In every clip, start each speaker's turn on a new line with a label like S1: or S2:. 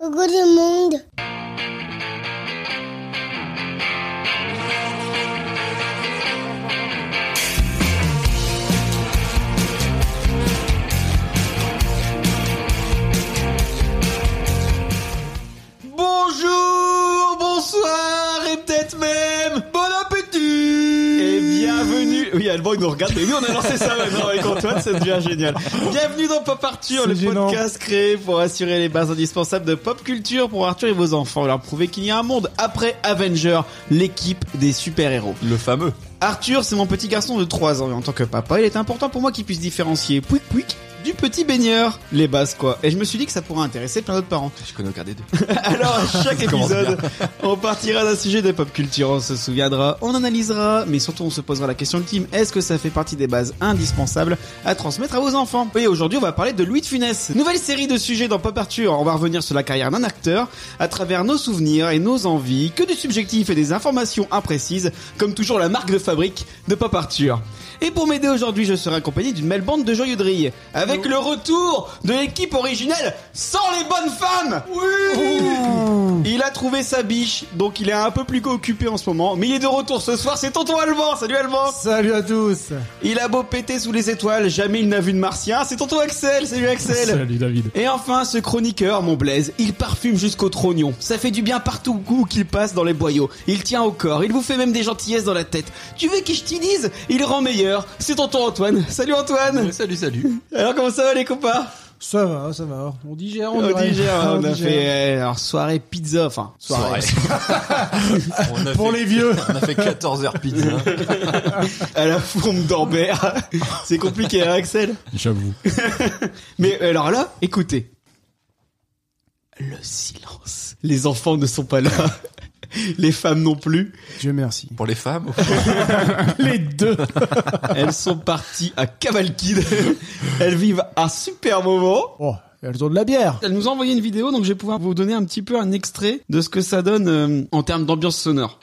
S1: Coucou le monde.
S2: Bonjour, bonsoir et peut-être même bon appétit Et bienvenue Oui, Alban il nous regarde et nous on a lancé ça maintenant avec Antoine, ça devient génial. Bienvenue dans Pop Arthur,
S3: C'est
S2: le
S3: gênant.
S2: podcast créé pour assurer les bases indispensables de pop culture pour Arthur et vos enfants, leur prouver qu'il y a un monde après Avenger, l'équipe des super-héros.
S3: Le fameux.
S2: Arthur, c'est mon petit garçon de 3 ans et en tant que papa, il est important pour moi qu'il puisse différencier pouic pouic du petit baigneur, les bases quoi. Et je me suis dit que ça pourrait intéresser plein d'autres parents.
S3: Je connais aucun des deux.
S2: Alors à chaque
S3: commence
S2: épisode, on partira d'un sujet de pop culture, on se souviendra, on analysera, mais surtout on se posera la question ultime, est-ce que ça fait partie des bases indispensables à transmettre à vos enfants Et aujourd'hui on va parler de Louis de Funès. Nouvelle série de sujets dans Pop Arthur, on va revenir sur la carrière d'un acteur à travers nos souvenirs et nos envies, que du subjectif et des informations imprécises, comme toujours la marque de fabrique de Pop Arthur. Et pour m'aider aujourd'hui, je serai accompagné d'une belle bande de joyeux drilles, avec le retour de l'équipe originelle sans les bonnes femmes il a trouvé sa biche, donc il est un peu plus qu'occupé en ce moment. Mais il est de retour ce soir, c'est tonton Allemand. Salut Allemand
S4: Salut à tous
S2: Il a beau péter sous les étoiles, jamais il n'a vu de martien. C'est tonton Axel, salut Axel
S4: Salut David
S2: Et enfin, ce chroniqueur, mon Blaise, il parfume jusqu'au trognon. Ça fait du bien partout où qu'il passe dans les boyaux. Il tient au corps, il vous fait même des gentillesses dans la tête. Tu veux que je t'y dise Il rend meilleur. C'est tonton Antoine. Salut Antoine
S3: salut, salut.
S2: Alors comment ça va les copains
S4: Ça va, ça va. On digère, on,
S2: On
S4: dirait.
S2: digère, on, a
S4: digère.
S2: fait euh, alors, soirée pizza, enfin soirée.
S3: on a
S4: Pour
S3: fait,
S4: les vieux
S3: On a fait 14 heures pizza.
S2: à la fourme d'Ambert. C'est compliqué, hein, Axel
S5: J'avoue.
S2: Mais euh, alors là, écoutez. Le silence. Les enfants ne sont pas là. Les femmes non plus.
S4: Dieu merci.
S3: Pour les femmes.
S4: Les deux
S2: Elles sont parties à Cavalkid. Elles vivent un super moment.
S4: Oh, elles ont de la bière
S2: Elle nous a envoyé une vidéo, donc je vais pouvoir vous donner un petit peu un extrait de ce que ça donne euh, en termes d'ambiance sonore.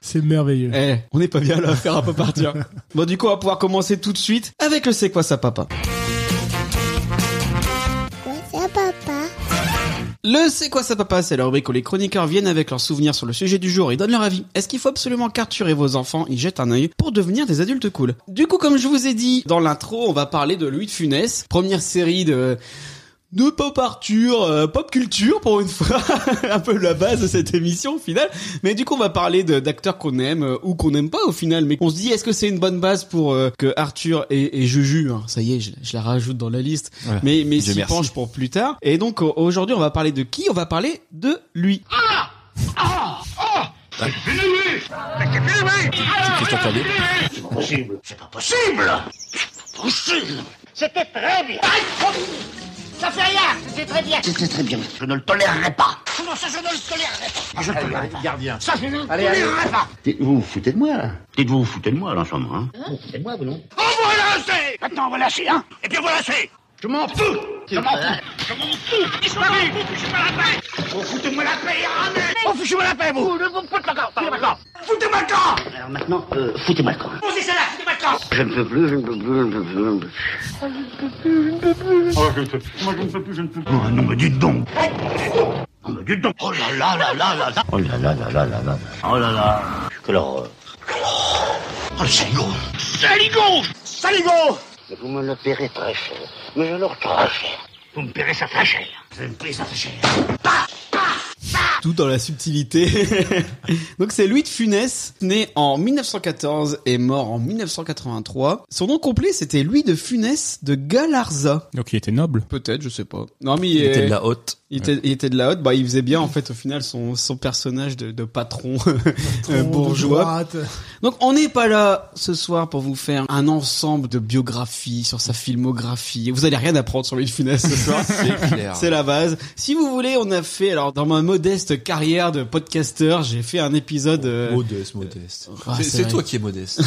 S4: C'est merveilleux.
S2: Eh, on n'est pas bien là à faire un peu partir. bon, du coup, on va pouvoir commencer tout de suite avec le C'est quoi ça, papa
S1: Quoi ça, papa
S2: Le C'est quoi ça papa C'est la rubrique où les chroniqueurs viennent avec leurs souvenirs sur le sujet du jour et donnent leur avis. Est-ce qu'il faut absolument qu'Arthur et vos enfants y jettent un œil pour devenir des adultes cool Du coup, comme je vous ai dit dans l'intro, on va parler de Louis de Funès, première série de de pop Arthur, euh, pop culture pour une fois, un peu la base de cette émission au final. Mais du coup, on va parler de- d'acteurs qu'on aime euh, ou qu'on n'aime pas au final. Mais on se dit, est-ce que c'est une bonne base pour euh, que Arthur et, et Juju, hein, ça y est, je, je la rajoute dans la liste,
S3: Voilà.
S2: mais mais
S3: Dieu
S2: s'y
S3: merci.
S2: penche pour plus tard. Et donc euh, aujourd'hui, on va parler de qui On va parler de lui.
S3: Christian Clavier.
S6: C'était très bien. oh. Ça fait rien, c'était très bien.
S7: C'était très bien. Je ne le tolérerai pas.
S6: Non, ça, je ne le tolérerai pas.
S7: Ah, je le tolérerai pas.
S6: Gardien. Ça, je ne le tolérerai pas.
S7: Dites- Vous vous foutez de moi, là. Dites-vous, vous foutez de moi, là, en ce moment, hein.
S6: On Oh, vous relâchez Maintenant, on vous lâchez, hein Et puis, on vous lâchez Je m'en fous Je m'en fous Je m'en fous Disparu Foutez-moi la paix Vous foutez-moi la paix, ramène
S7: Oh,
S6: Vous foutez-moi la paix, vous Vous me foutez le camp Foutez-moi le camp Foutez-moi le camp
S7: Alors maintenant, euh, foutez-moi le camp.
S6: Vous c'est là, foutez-moi le camp
S7: Je ne peux plus, je ne peux plus, je ne peux plus, je ne peux plus. Oh, je ne peux plus. Moi, je ne peux plus, je ne peux plus. Oh, non, mais dites donc. Non, mais dites donc. Oh là là là là là là. Oh là là là là là là. Oh là là. Quelle horreur. Quelle horreur. Oh, le saligo.
S6: Saligo Saligo
S7: Vous me le paierez très cher. Mais alors très cher.
S6: Vous me paierez ça très cher. Vous me paierez ça très cher.
S2: tout dans la subtilité. Donc c'est Louis de Funès, né en 1914 et mort en 1983. Son nom complet c'était Louis de Funès de Galarza.
S5: Eh, Donc il était noble.
S2: Peut-être, je sais pas. Non mais
S3: Il était de la haute.
S2: il était, il était de la haute, bah il faisait bien en fait au final son, son personnage de, de patron,
S4: Bon, de
S2: euh, bourgeois.
S4: droite.
S2: Donc on n'est pas là ce soir pour vous faire un ensemble de biographies sur sa filmographie. Vous allez rien apprendre sur Louis de Funès ce soir.
S3: C'est clair.
S2: C'est la base. Si vous voulez, on a fait alors dans ma modeste carrière de podcasteur, j'ai fait un épisode. euh,
S3: Modeste, modeste.
S2: Ah,
S3: C'est-
S2: c'est
S3: c'est
S2: vrai. Oh.
S3: toi qui es modeste.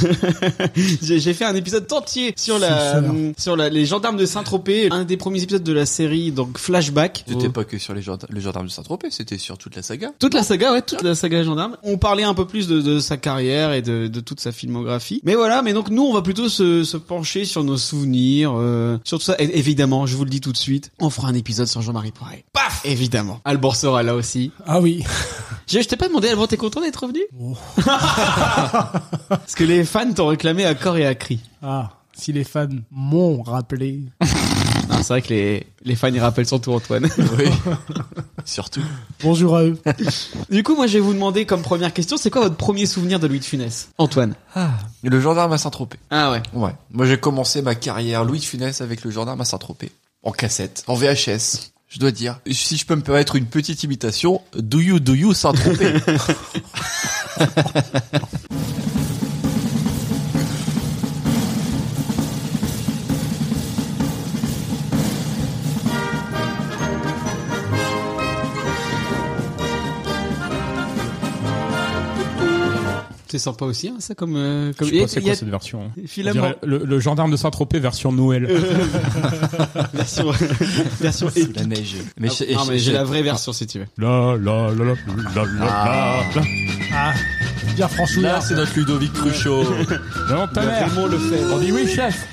S2: j'ai j'ai fait un épisode entier sur la
S4: Sous-sol.
S2: euh, sur la, les gendarmes de Saint-Tropez, un des premiers épisodes de la série donc Flashback.
S3: T'étais pas que sur les gendarmes, le gendarme de Saint-Tropez, c'était sur toute la saga.
S2: Toute la saga, ouais, toute la saga gendarme. On parlait un peu plus de, de sa carrière et de, de toute sa filmographie. Mais voilà, mais donc nous, on va plutôt se, se pencher sur nos souvenirs, euh, sur tout ça. Et évidemment, je vous le dis tout de suite, on fera un épisode sur Jean-Marie Poiret. Paf Évidemment. Albor sera là aussi.
S4: Ah oui.
S2: Je, je t'ai pas demandé, Albor, t'es content d'être revenu Parce que les fans t'ont réclamé à corps et à cri.
S4: Ah, si les fans m'ont rappelé.
S2: Non, C'est vrai que les, les fans, ils rappellent surtout Antoine.
S3: Oui. Surtout.
S4: Bonjour à eux.
S2: du coup, moi, je vais vous demander comme première question, c'est quoi votre premier souvenir de Louis de Funès Antoine.
S3: Le gendarme à Saint-Tropez.
S2: Ah ouais.
S3: Ouais. Moi, j'ai commencé ma carrière Louis de Funès avec le gendarme à Saint-Tropez. En cassette. En VHS. Je dois dire. Si je peux me permettre une petite imitation, do you, do you Saint-Tropez.
S2: C'est sympa aussi, hein, ça, comme... euh, comme...
S5: Je
S2: il
S5: sais
S2: y a-
S5: pas
S2: il
S5: c'est
S2: y
S5: quoi
S2: a-
S5: cette version. hein On
S2: Filamment,
S5: dirait Le, le gendarme de Saint-Tropez version
S2: Euh.
S5: Noël.
S2: version, version
S3: Sous
S2: épique.
S3: la neige. Mais
S2: Ah, non, mais j'ai la vraie version si tu veux.
S5: La la la la la
S2: Ah.
S5: la la.
S4: Ah, Bien hein. François.
S3: Là, c'est notre Ludovic Cruchot.
S5: Non, ta mère.
S2: le fait.
S5: On dit oui, chef.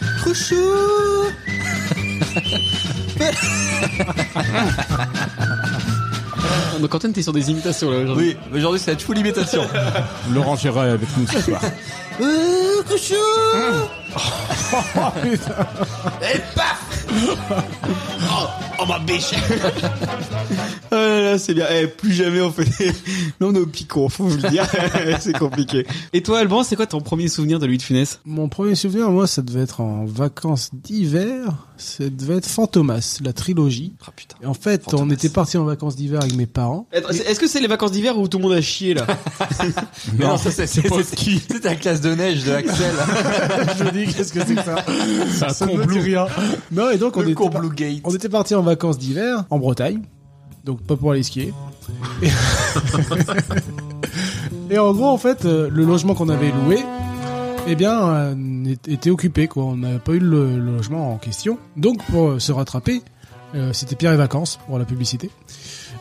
S2: Donc Antoine, t'es sur des imitations là aujourd'hui.
S3: oui, aujourd'hui, ça va être full imitation.
S2: Ah,
S5: Laurent Gérard est avec nous ce soir.
S2: Oh là là, c'est bien. Eh, plus jamais on fait. des- Là, on est au picon, faut vous le dire. c'est compliqué. Et toi, Alban, c'est quoi ton premier souvenir de Louis de Funès
S4: Mon premier souvenir, moi, ça devait être en vacances d'hiver. Ça devait être Fantomas, la trilogie.
S3: Ah putain.
S4: Et en fait, on
S3: Fantomas.
S4: était parti en vacances d'hiver avec mes parents.
S2: Attends, c'est- Est-ce que c'est les vacances d'hiver où tout le monde a chié là
S3: Non, ça c'est c'est-
S5: pas
S3: c'est- C'est ta classe de neige de Axel.
S4: Je me dis, qu'est-ce que c'est que ça
S5: Ça
S4: Ça ne dit rien. Non, et donc on
S3: le
S4: était,
S3: cours
S4: par-
S3: Blue Gate.
S4: on était parti en vacances d'hiver en Bretagne, donc pas pour aller skier. Et, Et en gros, en fait, euh, le logement qu'on avait loué, eh bien, euh, n'était- était occupé, quoi. On n'avait pas eu le le logement en question. Donc, pour euh, se rattraper, euh, c'était Pierre et Vacances pour la publicité.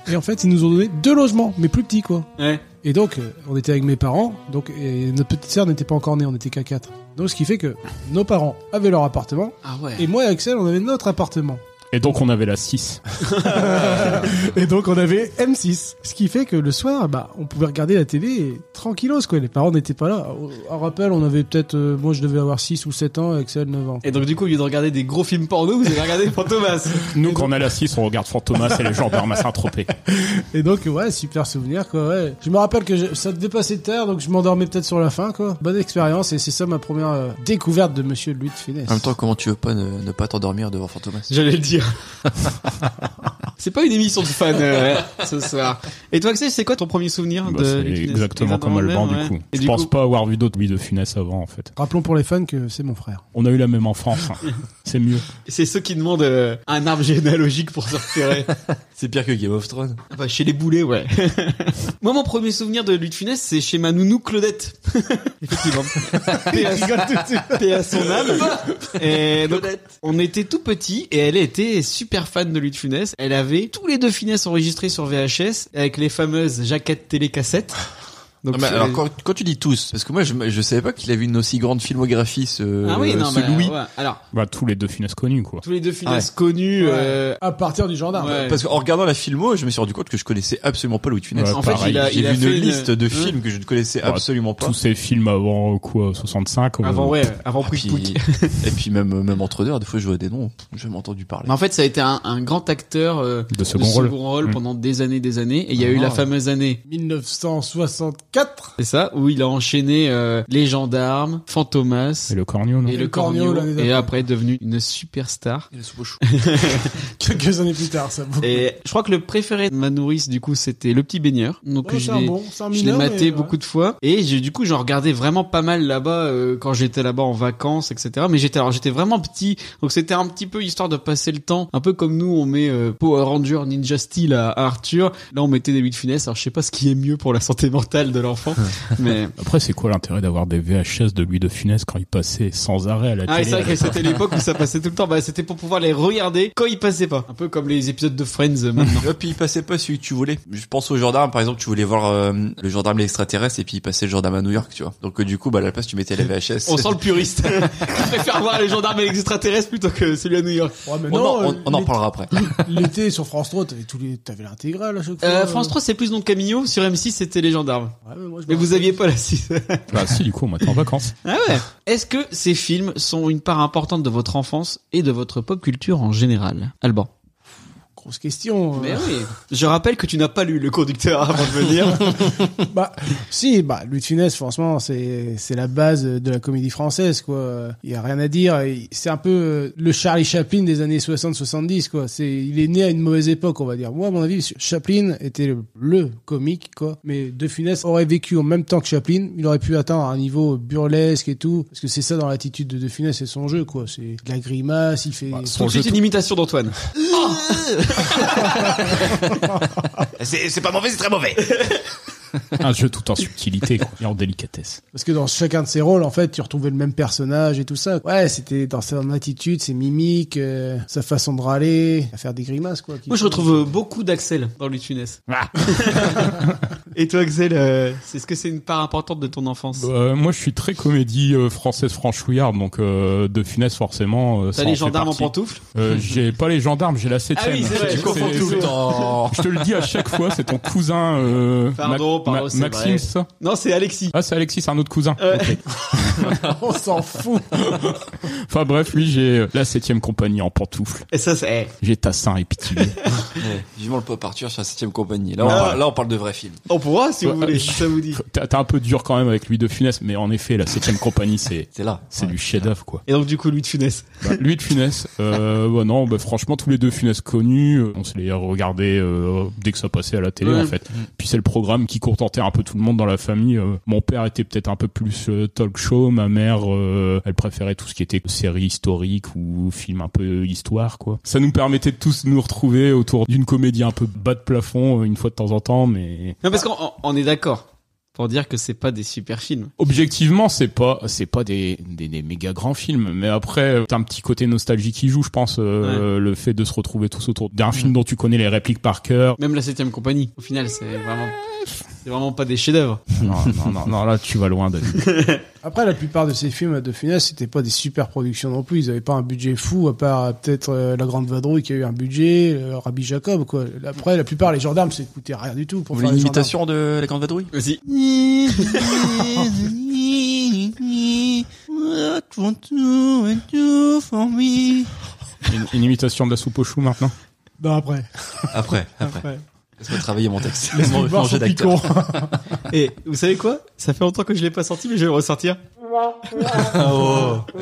S4: Et en fait, ils nous ont donné deux logements, mais plus petits, quoi.
S2: Ouais.
S4: Et donc, euh, on était avec mes parents, donc et notre petite sœur n'était pas encore née, on était qu'à 4. Donc, ce qui fait que nos parents avaient leur appartement,
S2: Ah ouais.
S4: et moi et Axel, on avait notre appartement.
S5: Et donc on avait la 6.
S4: Et donc, on avait M6. Ce qui fait que le soir, bah, on pouvait regarder la télé et tranquillos, quoi. Les parents n'étaient pas là. En rappel, on avait peut-être, euh, moi, je devais avoir 6 ou 7 ans, et Axel 9 ans.
S2: Et donc du coup, au lieu de regarder des gros films porno, vous avez regardé Fantomas.
S5: Nous, quand on a la 6, on regarde Fantomas et les gendarmes à Saint-Tropez.
S4: Et donc, ouais, super souvenir, quoi, ouais. Je me rappelle que je- ça dépassait de terre, donc je m'endormais peut-être sur la fin, quoi. Bonne expérience, et c'est ça ma première euh, découverte de Monsieur Louis de Funès.
S3: En même temps, comment tu veux pas ne, ne pas t'endormir devant Fantomas
S2: J'allais le dire. c'est pas une émission de fans euh, ce soir. Et toi, Axel, c'est quoi ton premier souvenir
S5: Bah,
S2: de
S5: c'est
S2: Louis de Funès
S5: exactement comme Alban,
S2: le même,
S5: du
S2: ouais.
S5: coup.
S2: Et
S5: Je
S2: du
S5: pense
S2: coup-
S5: pas avoir vu d'autres Louis de Funès avant, en fait.
S4: Rappelons pour les fans que c'est mon frère.
S5: On a eu la même enfance. hein. C'est mieux.
S2: C'est ceux qui demandent euh, un arbre généalogique pour se repérer.
S3: C'est pire que Game of Thrones.
S2: Ah bah, chez les boulets, ouais. Moi, mon premier souvenir de Louis de Funès, c'est chez ma nounou Claudette. Effectivement. Paix à- Paix à son âme. Et donc, on était tout petits et elle était super fan de Louis de Funès. Elle avait tous les deux Funès enregistrés sur VHS avec les fameuses jaquettes télécassettes. Donc,
S3: Ah, mais
S2: c'est-
S3: alors quand, quand tu dis tous, parce que moi je, me- je savais pas qu'il avait une aussi grande filmographie ce,
S2: ah oui, non,
S3: ce
S2: mais,
S3: euh, Louis.
S2: ouais. Alors,
S5: Bah, tous les deux Funès connus, quoi.
S2: tous les deux Funès connus. euh,
S4: À partir du gendarme.
S2: ouais.
S3: Parce qu'en regardant la filmo, je me suis rendu compte que je connaissais absolument pas Louis de Funès.
S5: Ouais,
S2: en fait,
S5: pareil,
S2: il a,
S3: J'ai
S2: il a
S3: vu une
S2: fait
S3: liste de
S2: Hein
S3: films que je ne connaissais
S5: Ouais,
S3: absolument pas.
S5: Tous ces films avant, quoi, 65. euh,
S2: Avant, ouais, avant
S3: Et
S2: Pouic
S3: Ah, puis,
S2: Pouic.
S3: et puis même même entre deux, des fois je vois des noms, j'ai jamais entendu parler.
S2: Mais en fait, ça a été un, un grand acteur euh,
S5: De second rôle. Mm.
S2: pendant des années, des années. Et il y
S3: Ah
S2: a eu la fameuse année,
S4: 1964.
S2: c'est ça, où il a enchaîné euh, les gendarmes, Fantomas.
S5: Et le cornio, non
S2: Et le
S4: Le Cornio,
S2: Cornio,
S4: l'année d'après.
S2: et après devenu une superstar.
S3: Et le soupe au chou.
S4: Quelques années plus tard, ça vaut.
S2: Et je crois que le préféré de ma nourrice, du coup, c'était le petit baigneur. Donc
S4: Ouais,
S2: je
S4: c'est un
S2: l'ai,
S4: bon, c'est un
S2: je l'ai
S4: mineur,
S2: maté
S4: mais, euh,
S2: beaucoup
S4: ouais.
S2: de fois. Et j'ai- du coup, j'en regardais vraiment pas mal là-bas euh, quand j'étais là-bas en vacances, etc. Mais j'étais alors j'étais vraiment petit, donc c'était un petit peu histoire de passer le temps, un peu comme nous on met euh, Power Ranger Ninja Steel à, à Arthur. Là, on mettait des Louis de Funès. Alors je sais pas ce qui est mieux pour la santé mentale de l'enfant. Mais
S5: Après, c'est quoi l'intérêt d'avoir des VHS de Louis de Funès quand il passait sans arrêt à la
S2: ah,
S5: télé
S2: c'est vrai que c'était l'époque où ça passait tout le temps. Bah, c'était pour pouvoir les regarder quand ils passaient pas. Un peu comme les épisodes de Friends euh, maintenant.
S3: Et puis il passait pas celui que tu voulais. Je pense au gendarme, par exemple, tu voulais voir euh, le gendarme l'extraterrestre et puis il passait le gendarme à New York, tu vois. Donc euh, du coup, bah à la place tu mettais les VHS.
S2: On sent le puriste. Je préfère voir les gendarmes et les extraterrestres plutôt que celui à New York.
S4: Ouais, mais
S3: On
S4: non,
S2: Oh,
S3: en- on-
S4: euh,
S3: on en
S4: l'été-
S3: parlera après.
S4: L'été sur France 3, t'avais tous les- t'avais l'intégrale à chaque fois.
S2: Euh, France 3 c'est plus Don Camillo, sur M6 c'était les gendarmes.
S4: Ouais, mais moi, je me
S2: Mais vous
S4: rappelle.
S2: aviez pas la 6.
S5: Bah si, du coup, on va être en vacances.
S2: Ah ouais. Est-ce que ces films sont une part importante de votre enfance et de votre pop culture en général Alban.
S4: Grosse question. euh.
S2: oui. Je rappelle que tu n'as pas lu le conducteur avant de venir.
S4: Bah, si, bah, Louis de Funès, franchement, c'est, c'est la base de la comédie française, quoi. Il y a rien à dire. Il- C'est un peu euh, le Charlie Chaplin des années 60-70, quoi. C'est, il est né à une mauvaise époque, on va dire. Moi, à mon avis, Chaplin était le, le comique, quoi. Mais De Funès aurait vécu en même temps que Chaplin. Il aurait pu atteindre un niveau burlesque et tout. Parce que c'est ça dans l'attitude de De Funès et son jeu, quoi. C'est de la grimace, il fait...
S5: Bah, son
S2: Tout de suite une imitation d'Antoine.
S7: Eh, C'est c'est pas mauvais, c'est très mauvais.
S5: Un jeu tout en subtilité quoi, et en délicatesse.
S4: Parce que dans chacun de ses rôles, en fait, tu retrouvais le même personnage et tout ça. Ouais, c'était dans son attitude, ses mimiques, euh, sa façon de râler, à faire des grimaces, quoi. qui-
S2: Moi je retrouve euh, beaucoup d'Axel dans Louis de Funès.
S5: Ah.
S2: et toi Axel, euh, c'est ce que c'est une part importante de ton enfance
S5: Euh, moi, je suis très comédie euh, française franchouillarde, donc euh, de Funès forcément. euh, ça
S2: T'as
S5: en
S2: les
S5: fait
S2: gendarmes en
S5: partie.
S2: pantoufles
S5: Euh, J'ai pas les gendarmes, j'ai la septième.
S2: Ah oui, c'est vrai,
S5: C'est-
S2: je confonds
S5: c'est-
S3: tout le temps.
S5: Je te le dis à chaque fois, c'est ton cousin euh,
S2: Pardon, pardon, c'est
S5: Maxime,
S2: vrai.
S5: c'est ça
S2: Non, c'est Alexis.
S5: Ah, c'est Alexis, c'est un autre cousin.
S2: Euh.
S5: Ok.
S4: on s'en fout.
S5: Enfin bref, oui, j'ai euh, la septième compagnie en pantoufles.
S2: Et ça, c'est. eh,
S5: J'ai Tassin et Pitillé.
S3: Ouais, Vivement le pop Arthur sur la 7 compagnie. Là on,
S2: Ah.
S3: parle, là, on parle de vrais films.
S2: On pourra si vous
S5: Ouais.
S2: voulez, si ça vous dit.
S5: T'as t'as un peu dur quand même avec Louis de Funès, mais en effet, la septième compagnie, c'est
S3: C'est là.
S5: c'est du chef-d'œuvre quoi.
S2: Et donc du coup, Louis de Funès.
S5: Bah, Louis de Funès, euh, bah non, bah franchement tous les deux Funès connus, euh, on se les regardait euh, dès que ça passait à la télé
S2: Ouais.
S5: en fait. Puis c'est le programme qui contentait un peu tout le monde dans la famille. euh. mon père était peut-être un peu plus euh, talk-show, ma mère, euh, elle préférait tout ce qui était série historique ou film un peu histoire quoi. Ça nous permettait de tous nous retrouver autour d'une comédie un peu bas de plafond euh, une fois de temps en temps, mais
S2: Non, parce qu'on on- on est d'accord pour dire que c'est pas des super films.
S5: Objectivement, c'est pas c'est pas des, des des méga grands films, mais après euh, t'as un petit côté nostalgie qui joue, je pense, euh, le fait de se retrouver tous autour d'un film dont tu connais les répliques par cœur.
S2: Même la septième compagnie, au final, c'est vraiment, c'est vraiment pas des chefs-d'œuvre.
S5: Non, non, non, non, là tu vas loin, David.
S4: Après, la plupart de ces films de Funès, c'était pas des super productions non plus. Ils avaient pas un budget fou, à part euh, peut-être euh, La Grande Vadrouille qui a eu un budget, euh, Rabbi Jacob, quoi. Après, la plupart, les gendarmes, ça coûtait rien du tout
S3: Vous
S4: pour
S3: voulez
S4: faire
S3: une
S4: les
S3: imitation de la grande vadrouille
S2: Vas-y.
S5: Une, une imitation de la soupe au chou maintenant.
S4: gendarmes. Non, après.
S3: Après, après.
S4: après.
S3: Laisse-moi travailler mon texte.
S4: Laisse-moi voir son
S3: d'acteur.
S4: picon.
S2: Et vous savez quoi Ça fait longtemps que je l'ai pas sorti, mais je vais le ressortir.
S3: Oh. Eh,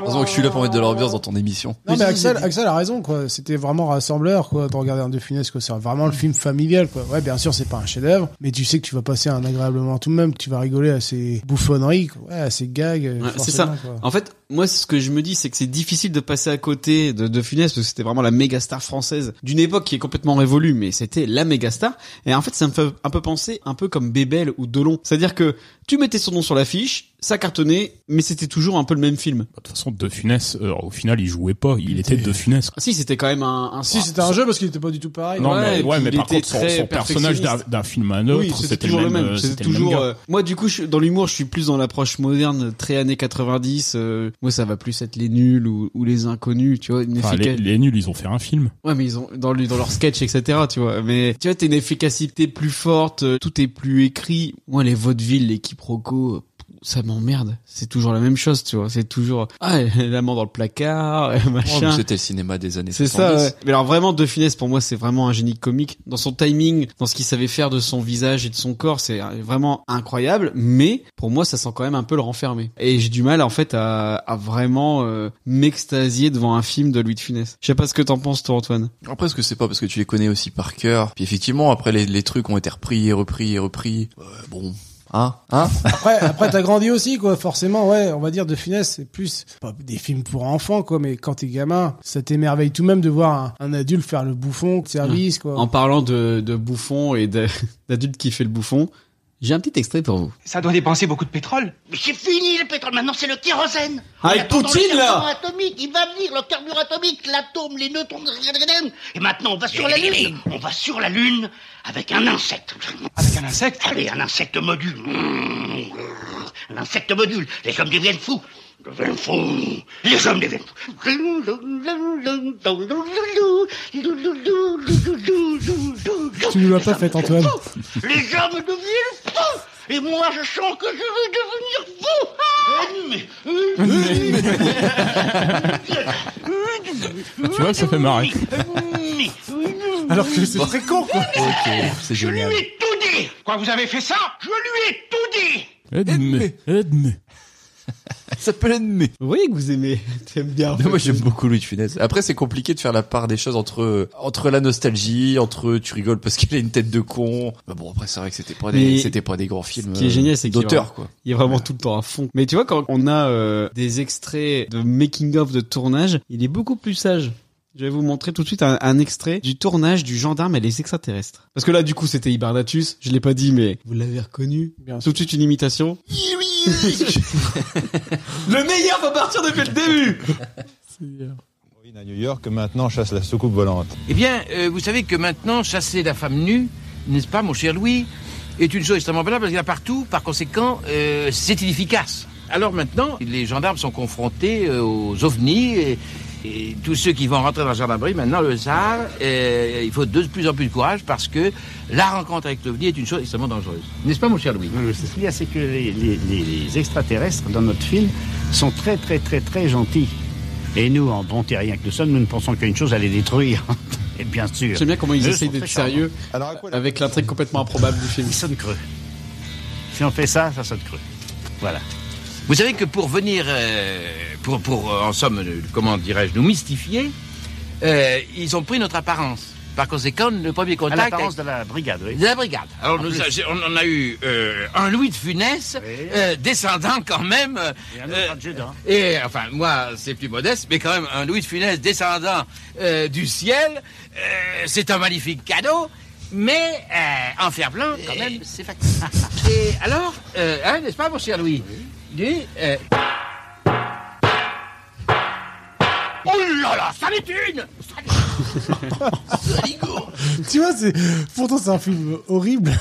S3: Heureusement que je suis là pour mettre de l'ambiance dans ton émission.
S4: Non mais Axel, Axel a raison quoi. C'était vraiment rassembleur quoi. De regarder un De Funès quoi. C'est vraiment le film familial quoi. Ouais, bien sûr c'est pas un chef-d'œuvre, mais tu sais que tu vas passer un agréable moment tout de même. Tu vas rigoler à ces bouffonneries, quoi. Ouais, à ces gags. euh,
S2: Ouais, c'est
S4: forcément,
S2: ça.
S4: quoi.
S2: En fait, moi, ce que je me dis, c'est que c'est difficile de passer à côté de, de Funès, parce que c'était vraiment la méga star française d'une époque qui est complètement révolue, mais c'était la méga star. Et en fait, ça me fait un peu penser un peu comme Bébel ou Delon. C'est-à-dire que tu mettais son nom sur l'affiche, ça cartonnait, mais c'était toujours un peu le même film.
S5: Bah, De toute façon, De Funès, euh, au final, il jouait pas, il était De Funès.
S2: Ah, si, c'était quand même un, un
S4: Si c'était un jeu parce qu'il était pas du tout pareil.
S5: Non,
S2: Ouais, et
S5: mais, ouais,
S2: puis
S5: mais
S2: il
S5: par
S2: était
S5: contre, son,
S2: très
S5: son personnage d'un
S2: perfectionniste.
S5: d'un film à un autre,
S2: oui,
S5: c'était
S2: c'était toujours le même.
S5: euh,
S2: C'était
S5: c'était le même
S2: toujours.
S5: gars.
S2: euh, moi, du coup, je, suis- dans l'humour, je suis plus dans l'approche moderne, très années 90. euh, moi, ça va plus être les nuls ou, ou les inconnus, tu vois. Une
S5: Enfin, les,
S2: efficace-
S5: les nuls, ils ont fait un film.
S2: Ouais, mais ils ont dans, le- dans leur sketch, etc. Tu vois. Mais tu vois, t'as une efficacité plus forte, euh, tout est plus écrit. Moi, les vaudevilles, les quiproquos. euh, pff, Ça m'emmerde. C'est toujours la même chose, tu vois. C'est toujours ah l'amant dans le placard, euh,
S3: Oh,
S2: machin.
S3: mais C'était le cinéma des années
S2: C'est
S3: 70.
S2: ça. ouais. Mais alors vraiment, De Funès pour moi, c'est vraiment un génie comique. Dans son timing, dans ce qu'il savait faire de son visage et de son corps, c'est euh, vraiment incroyable. Mais pour moi, ça sent quand même un peu le renfermer. Et j'ai du mal en fait à, à vraiment euh, m'extasier devant un film de Louis de Funès. Je sais pas ce que t'en penses, toi, Antoine.
S3: Après, est-ce que c'est pas parce que tu les connais aussi par cœur Puis effectivement, après, les, les trucs ont été repris et repris et repris. Euh, bon. Hein Hein
S4: Après, après t'as grandi aussi quoi. Forcément ouais, on va dire De Funès c'est plus pas des films pour enfants quoi, mais quand t'es gamin, ça t'émerveille tout de même de voir un, un adulte faire le bouffon de service quoi.
S2: En parlant de, de bouffon et de- d'adulte qui fait le bouffon.
S8: J'ai un petit extrait pour vous.
S9: Ça doit dépenser beaucoup de pétrole.
S6: Mais c'est fini le pétrole, maintenant c'est le kérosène.
S2: Avec
S6: En attendant
S2: Ah, Poutine,
S6: le
S2: là
S6: carburant atomique, il va venir le carburant atomique, l'atome, les neutrons. Et maintenant on va sur la lune. On va sur la lune avec un insecte.
S9: Avec un insecte
S10: Ah,
S6: Allez, un insecte module. Mmh. Un insecte module. Les hommes deviennent fous. Deviennent fous. Les hommes deviennent fous.
S4: Tu nous l'as pas fait, Antoine.
S6: Les hommes deviennent fous. Et moi, je sens que je vais devenir fou. Ah Mais-
S5: Ah, Tu vois, ça fait marrer.
S4: Alors que c'est très con, quoi.
S3: Ok, c'est
S6: Je lui
S3: génial.
S6: ai tout dit.
S9: Quoi, vous avez fait ça
S6: Je lui ai tout dit.
S5: Edme, Edme.
S3: Ça peut l'ennemer.
S2: Vous voyez que vous aimez. T'aimes bien. en fait.
S3: Moi j'aime beaucoup Louis de Funès. Après c'est compliqué de faire la part des choses entre entre la nostalgie, entre tu rigoles parce qu'il a une tête de con. Bah bon après c'est vrai que c'était pas
S2: Mais
S3: des c'était pas des grands films.
S2: qui est
S3: euh,
S2: génial, c'est qu'il y
S3: d'auteur quoi.
S2: Il y a vraiment tout le temps à fond. Mais tu vois, quand on a euh, des extraits de making-of de tournage, il est beaucoup plus sage. Je vais vous montrer tout de suite un, un extrait du tournage du gendarme et les extraterrestres. Parce que là, du coup, c'était Hibernatus. Je l'ai pas dit, mais vous l'avez reconnu.
S4: Bien
S2: Tout de suite une imitation. le meilleur va partir depuis le début.
S11: à New York, maintenant chasse la soucoupe volante.
S12: Eh bien, euh, vous savez que maintenant, chasser la femme nue, n'est-ce pas, mon cher Louis, est une chose extrêmement valable parce qu'il y en a partout. Par conséquent, euh, c'est inefficace. Alors maintenant, les gendarmes sont confrontés euh, aux ovnis et, et tous ceux qui vont rentrer dans la gendarmerie, maintenant, le SAR, euh, il faut de plus en plus de courage parce que la rencontre avec l'ovni est une chose extrêmement dangereuse. N'est-ce pas, mon cher Louis Ce qu'il y a, c'est que les, extraterrestres, dans notre film, sont très, très, très, très gentils. Et nous, en bon terriens que nous sommes, nous ne pensons qu'à une chose, à les détruire. Et bien sûr.
S2: J'aime bien comment ils
S12: Eux
S2: essayent
S12: sont
S2: d'être
S12: très charmants.
S2: sérieux
S11: Alors à quoi la...
S2: avec l'intrigue complètement improbable du film.
S12: Il sonne creux. Si on fait ça, ça sonne creux. Voilà. Vous savez que pour venir, euh, pour, pour euh, en somme, euh, comment dirais-je, nous mystifier, euh, ils ont pris notre apparence. Par conséquent, le premier contact. Ah, L'apparence de la brigade, oui. De la brigade. Alors, nous, a- j'ai- on en a eu euh, un Louis de Funès, euh, descendant quand même. euh, euh, et enfin, moi, c'est plus modeste, mais quand même, un Louis de Funès descendant euh, du ciel, euh, c'est un magnifique cadeau, mais euh, en faire blanc, quand même, c'est factice. Et alors, euh, hein, n'est-ce pas, mon cher Louis Lui, euh,
S6: Oh là là, ça m'est une
S4: Tu vois, c'est pourtant c'est un film horrible.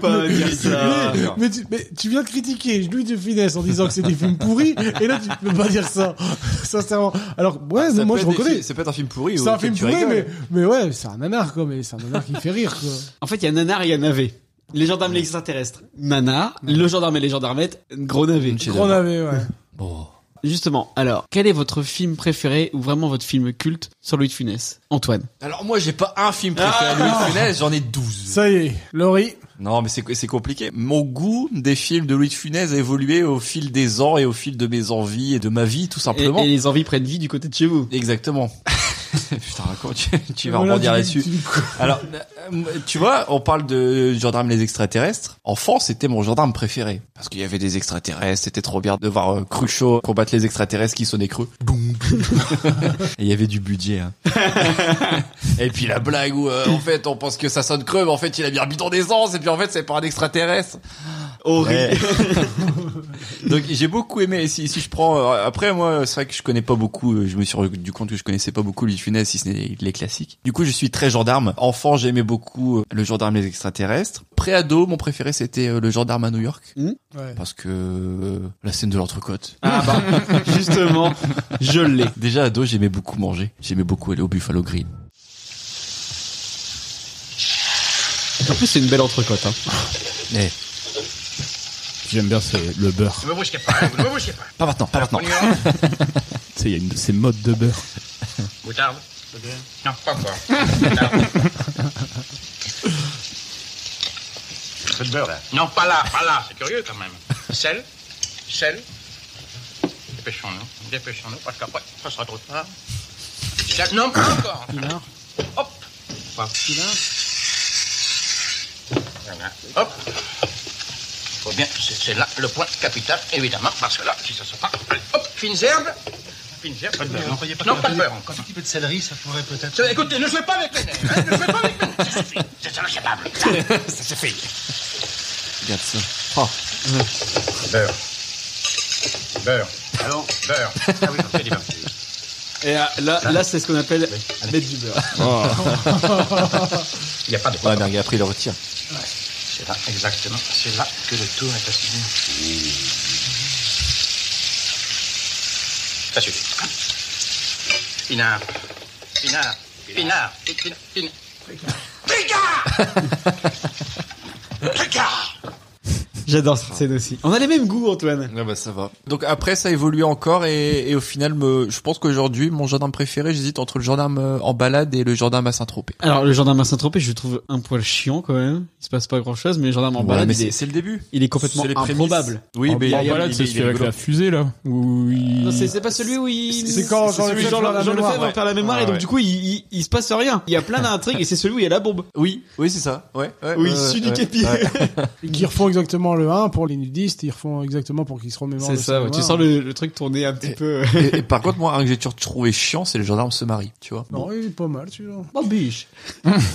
S2: pas dire ça.
S4: Mais, mais tu, mais tu viens de critiquer Louis de Funès en disant que c'est des films pourris, et là tu peux pas dire ça, sincèrement. Alors ouais,
S3: Ça
S4: moi
S3: peut
S4: je
S3: être des
S4: reconnais.
S3: films- C'est peut être un film pourri.
S4: C'est
S3: auquel
S4: un film
S3: tu
S4: pourri,
S3: rigoles.
S4: mais, mais ouais, c'est un nanar quoi, mais c'est un nanar qui fait rire quoi.
S2: En fait, il y a Nanar et il y a Navé. Les gendarmes et les extraterrestres. Nanar, le gendarme et les gendarmettes, gros Navé.
S3: Chez
S4: Gros navet, ouais.
S3: Bon.
S2: Justement, alors, quel est votre film préféré ou vraiment votre film culte sur Louis de Funès Antoine.
S3: Alors moi j'ai pas un film préféré à Louis de Funès, j'en ai 12.
S4: Ça y est, Laurie.
S3: Ah, Non mais c'est c'est compliqué. Mon goût des films de Louis de Funès a évolué au fil des ans et au fil de mes envies et de ma vie tout
S2: Et,
S3: simplement.
S2: et les envies prennent vie du côté de chez vous.
S3: Exactement. Putain, comment tu, tu vas
S4: Voilà,
S3: rebondir
S4: tu-
S3: là-dessus.
S4: tu-
S3: Alors, euh, tu vois, on parle de gendarme les extraterrestres. Enfant, c'était mon gendarme préféré. Parce qu'il y avait des extraterrestres, c'était trop bien de voir euh, Cruchot combattre les extraterrestres qui sonnaient creux. Boum, boum. Et il y avait du budget. hein. et puis la blague où, euh, en fait, on pense que ça sonne creux, mais en fait, il a mis un bidon d'essence, et puis en fait, c'est pas un extraterrestre.
S2: Horrible.
S3: Donc j'ai beaucoup aimé. Si, si je prends euh, après moi, c'est vrai que je connais pas beaucoup. euh, Je me suis rendu compte que je connaissais pas beaucoup Louis de Funès, si ce n'est les classiques. Du coup, je suis très gendarme. Enfant, j'aimais beaucoup euh, le gendarme les extraterrestres. Pré-ado, mon préféré c'était euh, le gendarme à New York
S4: Ouais.
S3: parce que euh, la scène de l'entrecôte.
S2: Ah bah, justement, je l'ai.
S3: Déjà ado, j'aimais beaucoup manger. J'aimais beaucoup aller au Buffalo Grill.
S2: En plus, c'est une belle entrecôte. Hein.
S5: J'aime bien c'est le beurre.
S6: Ne me brusquez pas, hein, ne me brusquez pas.
S3: Pas maintenant, pas maintenant.
S6: On y va
S5: Tu sais, il y a une de ces modes de beurre.
S6: Moutarde Non, pas encore. C'est de beurre, là Non, pas là, pas là. C'est curieux, quand même. Sel Sel Dépêchons-nous. Dépêchons-nous, parce qu'après, ça sera trop tard. Sel Non, pas encore. Hop Pas Voilà. Hop Faut bien, c'est c'est là le point capital, évidemment, parce que là, si ça se passe... Allez, hop, fines herbes
S12: Fincher.
S8: Pas de beurre, non.
S12: N'ayez Non, pas de beurre.
S8: Un petit peu de céleri, ça pourrait peut-être.
S12: Ça- Écoutez, ne jouez pas avec les nerfs. hein, ne jouez pas avec les nerfs. Ça suffit. C'est incapable.
S3: Ça suffit. Regarde ça. Oh.
S12: Beurre. Beurre. Allons, beurre. Ah oui, parce qu'il y a du beurre.
S2: Et ah, là, là c'est ce qu'on appelle mettre du beurre.
S12: Il n'y a pas de
S3: Ouais, mais après, il le retire.
S12: C'est là, exactement. C'est là que le tour est assigné. Ça suffit. Pinard. Pinard. Pinard. Pinard. Pinard.
S2: J'adore cette scène aussi. On a les mêmes goûts, Antoine.
S3: Ah bah ça va. Donc après, ça évolue encore et, et au final, me, je pense qu'aujourd'hui, mon gendarme préféré, j'hésite entre le gendarme euh, en balade et le gendarme à Saint-Tropez.
S2: Alors, le gendarme à Saint-Tropez, je le trouve un poil chiant quand même. Il se passe pas grand chose, mais le gendarme en
S3: Ouais,
S2: balade.
S3: mais
S2: il
S3: c'est-
S2: est-
S3: c'est le début.
S2: Il est complètement
S3: C'est les prémices.
S2: improbable.
S3: Oui,
S5: En
S3: mais il y a-
S5: balade,
S3: il-
S5: c'est
S3: il- il
S5: celui
S3: est
S5: avec
S3: rigolo.
S5: la fusée là. Où il-
S2: Non, c'est c'est pas celui où il.
S4: C'est quand Jean
S2: celui
S4: Lefebvre
S2: où
S4: perd la
S2: Jean
S4: mémoire.
S2: Lefebvre
S4: Ouais.
S2: perd la mémoire et
S4: Ah
S2: donc
S4: ouais.
S2: du coup il, il, il se passe rien. Il y a plein d'intrigues et c'est celui où il y a la bombe.
S3: Oui, oui c'est ça. Ouais. ouais
S2: Où il
S3: ouais,
S2: suit du
S3: ouais,
S2: képi.
S3: ouais.
S4: Qui refont exactement le 1 pour les nudistes, ils refont exactement pour qu'ils se remémorent.
S2: C'est
S4: de
S2: ça.
S4: ce
S2: ouais. Tu
S4: moment.
S2: sens le, le truc tourner un petit peu.
S3: et, et par contre, moi, un que j'ai toujours trouvé chiant, c'est le gendarme se marie, tu vois.
S4: Non, il est pas mal celui-là.
S2: Bon biche.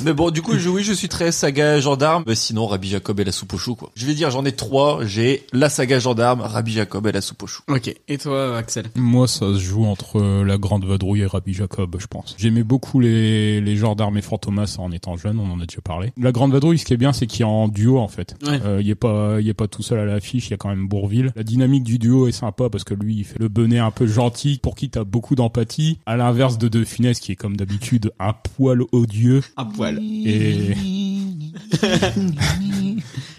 S3: Mais bon, du coup, je, oui, je suis très saga gendarme. Mais sinon, Rabbi Jacob et la soupe au chou, quoi. Je vais dire, j'en ai trois. J'ai la saga gendarme, Rabbi Jacob et la soupe au chou.
S2: Ok. Et toi, Axel
S5: Moi, ça se joue entre euh, la Grande Vadrouille et Rabbi Jacob, je pense. J'aimais beaucoup les, les genres d'armée fantomas en étant jeune, on en a déjà parlé. La Grande Vadrouille, ce qui est bien, c'est qu'il est en duo, en fait.
S2: Ouais.
S5: Euh, il est pas, il est pas tout seul à l'affiche, il y a quand même Bourville. La dynamique du duo est sympa parce que lui, il fait le benet un peu gentil pour qui t'as beaucoup d'empathie. À l'inverse de De Funès, qui est comme d'habitude un poil odieux.
S2: Un poil.
S5: Et...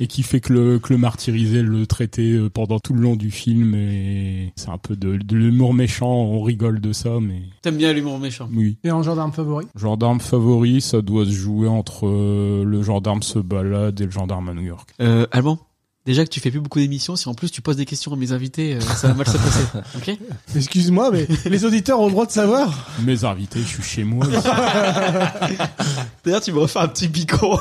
S5: et qui fait que le, que le martyriser, le traiter euh, pendant tout le long du film, et c'est un peu de, de l'humour méchant, on rigole de ça, mais
S2: T'aimes bien l'humour méchant.
S5: oui.
S4: Et en gendarme favori
S5: Gendarme favori, ça doit se jouer entre euh, le gendarme se balade et le gendarme à New York.
S2: Euh, Alban. Déjà que tu fais plus beaucoup d'émissions, si en plus tu poses des questions à mes invités, euh, ça va mal se passer. Ok.
S4: Excuse-moi, mais les auditeurs ont le droit de savoir.
S5: Mes invités, je suis chez moi.
S2: D'ailleurs, tu me refais un petit picot.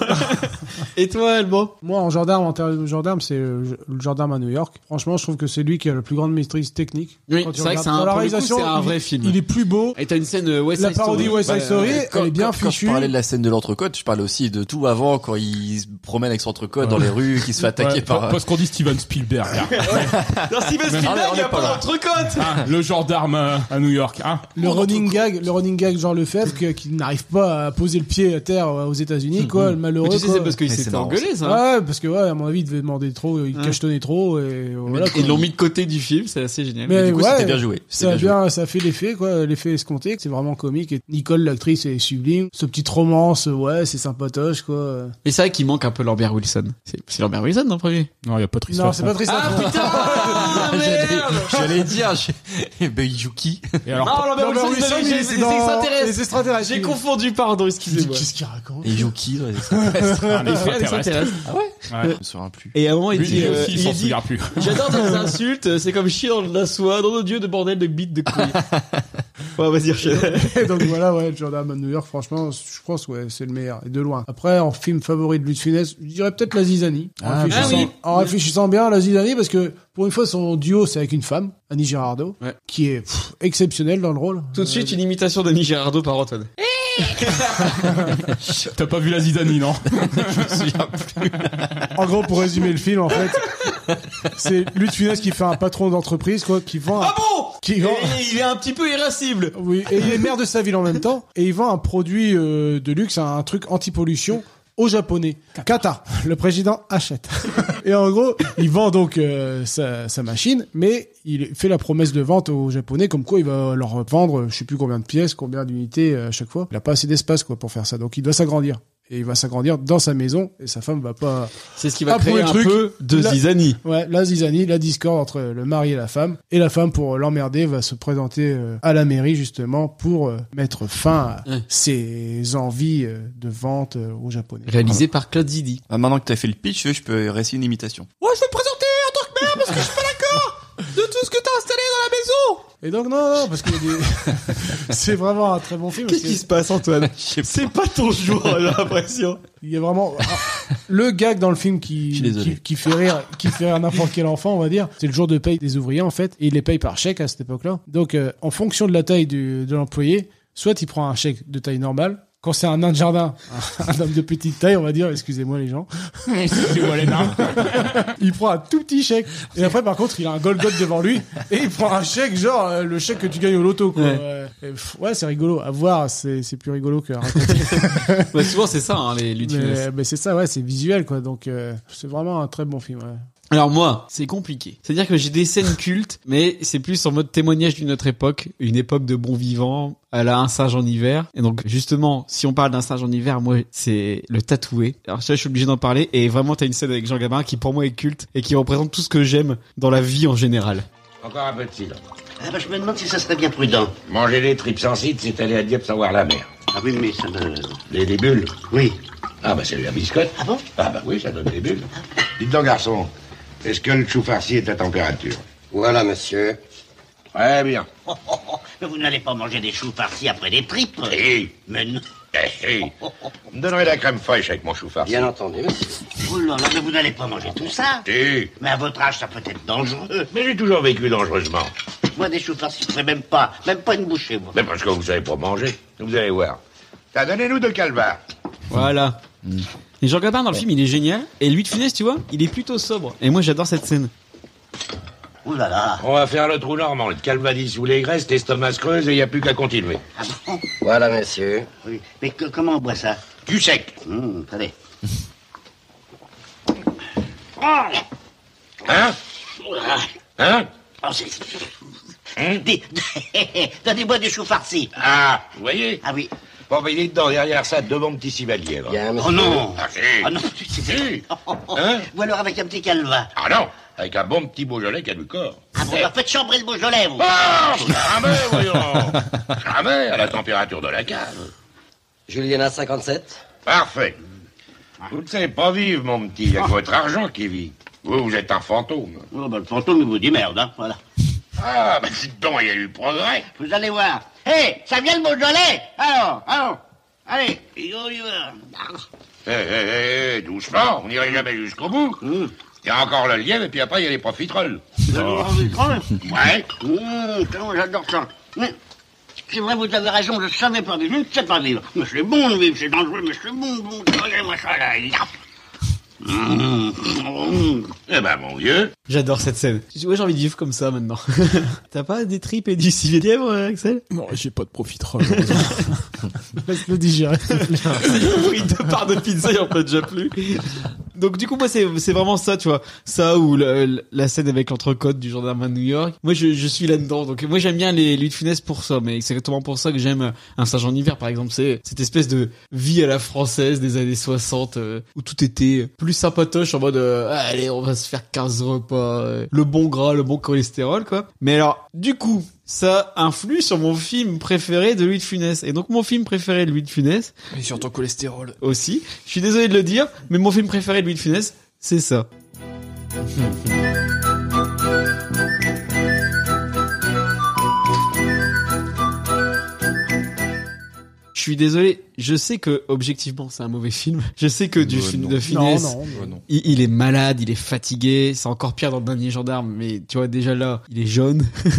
S2: Et toi, Alban
S4: Moi, en gendarme, en termes de gendarme, c'est euh, le gendarme à New York. Franchement, je trouve que c'est lui qui a la plus grande maîtrise technique.
S2: Oui,
S4: Quand tu
S2: c'est vrai que
S4: regardes-
S2: c'est
S4: dans la
S2: un- pour le coup,
S4: réalisation,
S2: c'est un
S4: il-
S2: vrai film.
S4: Il est plus beau.
S2: Et t'as une scène euh, West
S4: La
S2: Side Story.
S4: parodie West Side Story, elle est bien
S3: quand je
S4: fichue.
S3: parlais de la scène de l'entrecôte, je parlais aussi de tout avant, quand il se promène avec son entrecôte dans les rues, qu'il se fait attaquer
S5: Ouais,
S3: par...
S5: Parce qu'on dit Steven Spielberg. hein.
S2: Dans Steven Spielberg,
S3: on
S2: il y a
S3: est pas
S2: pas
S3: là.
S2: d'entrecôte.
S5: Hein, le gendarme euh, à New York. Hein.
S4: Le running gag, le running gag Jean Lefebvre que- qui n'arrive pas à poser le pied à terre euh, aux États-Unis, quoi, le malheureux.
S2: Mm-hmm. Mais tu sais,
S4: quoi.
S2: c'est parce qu'il
S3: Mais c'est
S2: s'est
S3: marrant,
S2: engueulé,
S4: Ouais,
S2: ça. hein.
S4: ouais, parce que ouais, à mon avis, il devait demander trop, il
S2: Ouais.
S4: cachetonnait trop et voilà. quoi.
S2: Ils l'ont mis de côté du film, c'est assez génial.
S4: Mais
S3: Du coup,
S4: ouais,
S3: c'était bien joué.
S4: Ça a
S3: C'était bien joué.
S4: bien, ça fait l'effet, quoi, l'effet escompté, que c'est vraiment comique. Et Nicole, l'actrice, est sublime. Ce petit romance, ouais, c'est sympatoche, quoi.
S2: Mais c'est vrai qu'il manque un peu Lambert Wilson. C'est c'est Lambert Wilson dans le premier.
S5: Non, il y a Patrice
S4: Non, c'est pas
S5: Laffont.
S4: triste.
S2: Ah,
S4: hein.
S10: Ah,
S3: J'allais- J'allais dire, j'ai- ben Yuki.
S5: Et alors,
S2: Non, Lambert
S4: Lambert
S2: Wilson,
S4: Wilson,
S2: c'est
S4: il est
S2: les- les
S4: dans
S2: extraterrestres.
S4: Les extraterrestres.
S2: J'ai confondu,
S4: Je
S2: pardon,
S4: me dis,
S2: excusez-moi.
S4: Qu'est-ce qu'il raconte
S3: Et Yuki, ouais, c'est ça.
S5: ah, les
S2: Les
S5: extraterrestres.
S2: extraterrestres.
S3: Ouais, je me souviens plus.
S2: Et à un moment, Euh, il
S5: Lui,
S2: dit,
S5: il
S2: euh,
S5: aussi, il
S2: il
S5: s'en
S2: dit,
S5: souvient plus.
S2: j'adore tes insultes, c'est comme chier dans de la soie, dans nos dieux de bordel de bite de couilles. Ouais, vas-y, enchaîne.
S4: Et Donc voilà, ouais, le Jordan à New York, franchement, je pense, ouais, c'est le meilleur. Et de loin. Après, en film favori de Luc Funès, je dirais peut-être La Zizanie. En,
S3: Ah,
S4: réfléchissant,
S2: bah oui.
S4: en réfléchissant bien, La Zizanie, parce que pour une fois, son duo, c'est avec une femme, Annie Girardot,
S2: Ouais.
S4: qui est pff, exceptionnelle dans le rôle.
S2: Tout de suite, une imitation d'Annie Girardot par Antoine.
S5: T'as pas vu la Zidanie, non
S4: En gros, pour résumer le film, en fait, c'est Luc Funès qui fait un patron d'entreprise, quoi, qui vend. un-
S2: Ah bon
S10: Oh
S4: qui
S2: Et
S4: vend.
S2: Il est un petit peu irascible.
S4: Oui, et il est maire de sa ville en même temps, et il vend un produit euh, de luxe, un, un truc anti-pollution aux japonais. Kata, le président achète. Et en gros, il vend donc euh, sa, sa machine, mais il fait la promesse de vente aux japonais, comme quoi il va leur vendre euh, je sais plus combien de pièces, combien d'unités euh, à chaque fois. Il a pas assez d'espace quoi pour faire ça, donc il doit s'agrandir. Et il va s'agrandir dans sa maison, et sa femme va pas...
S2: C'est ce qui va
S4: Ah, pour
S2: créer
S4: le
S2: un
S4: truc,
S2: peu de
S4: la-
S2: zizanie.
S4: Ouais, la zizanie, la discorde entre le mari et la femme. Et la femme, pour l'emmerder, va se présenter euh, à la mairie, justement, pour euh, mettre fin à
S2: Ouais.
S4: ses envies euh, de vente euh, aux Japonais.
S2: Réalisé par Claude Zidi.
S3: Ah, maintenant que t'as fait le pitch, je peux réciter une imitation.
S2: Ouais, je vais me présenter en tant que maire parce que je suis pas d'accord de tout ce que t'as installé dans la maison.
S4: Et donc, non, non, parce que c'est vraiment un très bon film.
S2: Qu'est-ce qui se passe, Antoine C'est pas ton jour, j'ai l'impression.
S4: Il y a vraiment ah, le gag dans le film qui, qui, qui fait rire, qui fait rire n'importe quel enfant, on va dire. C'est le jour de paye des ouvriers en fait, et il les paye par chèque à cette époque-là. Donc, euh, en fonction de la taille du, de l'employé, soit il prend un chèque de taille normale. Quand c'est un nain de jardin, un homme de petite taille, on va dire, excusez-moi les gens.
S5: Excusez-moi les nains.
S4: il prend un tout petit chèque. Et après, par contre, il a un Golgoth devant lui et il prend un chèque, genre euh, le chèque que tu gagnes au loto. Quoi.
S2: Ouais.
S4: Ouais, Et pff, ouais, c'est rigolo. À voir, c'est c'est plus rigolo que à raconter.
S2: Bah, souvent, c'est ça, hein, les Louis de Funès.
S4: Mais, mais c'est ça, ouais, c'est visuel, quoi. Donc, euh, c'est vraiment un très bon film. ouais.
S2: Alors moi, c'est compliqué. C'est-à-dire que j'ai des scènes cultes, mais c'est plus en mode témoignage d'une autre époque, une époque de bon vivant, à la un singe en hiver. Et donc justement, si on parle d'un singe en hiver, moi c'est le tatoué. Alors ça, je suis obligé d'en parler. Et vraiment, t'as une scène avec Jean Gabin qui pour moi est culte et qui représente tout ce que j'aime dans la vie en général.
S12: Encore un petit, là.
S7: Ah bah, je me demande si ça serait bien prudent.
S12: Manger des tripes sans cidre, c'est aller à Dieppe sans voir la mer.
S7: Ah oui, mais ça me...
S12: Les, les bulles
S7: Oui.
S12: Ah, bah, c'est la biscotte.
S7: Ah bon Ah
S12: Ah, bah oui, ça donne des bulles. Dites donc, garçon, est-ce que le chou farci est à température Voilà, monsieur. Très bien.
S7: Oh, oh, oh, Mais vous n'allez pas manger des choux farcis après des tripes
S12: Si.
S7: Mais non.
S12: Eh, si. Vous me donnerez la crème fraîche avec mon chou farci.
S7: Bien entendu, monsieur. Oh là là, mais vous n'allez pas manger tout ça
S12: Si.
S7: Mais à votre âge, ça peut être dangereux.
S12: Mais j'ai toujours vécu dangereusement.
S7: Moi, des choux farcis, je ferais même pas, même pas une bouchée, moi.
S12: Mais parce que vous savez pas manger. Vous allez voir. Ça, donnez-nous deux calvars.
S2: Voilà. Et Jean Gabin dans le film, il est génial. Et lui de Funès, tu vois, il est plutôt sobre. Et moi, j'adore cette scène.
S7: Oh là là.
S12: On va faire le trou normand, le calvadis ou les graisses, l'estomac se creuse et il n'y a plus qu'à continuer.
S7: Ah bon
S12: Voilà, monsieur.
S7: Oui. Mais que- comment on boit ça
S12: Du sec.
S7: Hum, Attendez.
S12: Hein Hein
S7: Oh, c'est- Ah, Dis- Donnez-moi du chou farci.
S12: Ah, vous voyez
S7: Ah oui.
S12: Bon, ben, il est dedans, derrière ça, deux bons petits civaliers. là.
S7: Oh non.
S12: Ah, si.
S7: Oh non. c'est-
S12: Si.
S7: Oh, oh, oh.
S12: Hein
S7: Ou alors avec un petit calva.
S12: Ah non Avec un bon petit Beaujolais qui a du corps.
S7: Ah bon, bah, faites chambrer le Beaujolais, vous.
S12: Ah Jamais, voyons Jamais, à la température de la cave.
S13: Juliana 57
S12: Parfait. Vous ne savez pas vivre, mon petit. Il
S7: Ah.
S12: n'y a que votre argent qui vit. Vous, vous êtes un fantôme.
S7: Oh, bah, le fantôme, il vous dit merde, hein. Voilà.
S12: Ah, ben dites donc, il y a eu progrès.
S7: Vous allez voir. Hé, ça vient le Beaujolais Alors, alors. Allez, Ah. on y va.
S12: Hé, hé, hé, hé, eh, doucement, on n'irait jamais jusqu'au bout.
S7: Hum.
S12: Il y a encore le lièvre et puis après, il y a les profiteroles.
S7: Vous allez voir, vous croyez
S12: Ouais.
S7: Hum, comment j'adore ça. Mais, c'est vrai, vous avez raison, je savais pas vivre, je ne sais pas vivre. Mais c'est bon de vivre, c'est dangereux, mais c'est bon, bon, regardez-moi ça là. yap. Hum, hum.
S12: Eh ben, mon vieux,
S2: J'adore cette scène. Ouais, j'ai envie de vivre comme ça maintenant. T'as pas des tripes et du civièvre, Axel
S5: Non, j'ai pas de profiterole.
S4: Laisse-le digérer.
S2: pris deux parts de pizza, il en peut déjà plus. Donc du coup, moi, c'est c'est vraiment ça, tu vois. Ça ou la, la scène avec l'entrecôte du gendarme à New York. Moi, je, je suis là-dedans. Donc moi, j'aime bien les Louis de Funès pour ça. Mais c'est exactement pour ça que j'aime euh, Un singe en hiver, par exemple. C'est cette espèce de vie à la française des années 60 euh, où tout était plus sympatoche en mode euh, allez, on va se faire 15 repas. euh, le bon gras, le bon cholestérol, quoi. Mais alors, du coup... Ça influe sur mon film préféré de Louis de Funès. Et donc mon film préféré de Louis de Funès,
S3: Et sur ton cholestérol.
S2: aussi. Je suis désolé de le dire, mais mon film préféré de Louis de Funès, c'est ça. Je suis désolé, je sais que objectivement c'est un mauvais film. Je sais que du
S3: Euh,
S2: film
S3: non.
S2: de Funès,
S4: Non, non.
S3: Ouais, non.
S2: Il, il est malade, il est fatigué, c'est encore pire dans le dernier gendarme, mais tu vois déjà là, il est jaune.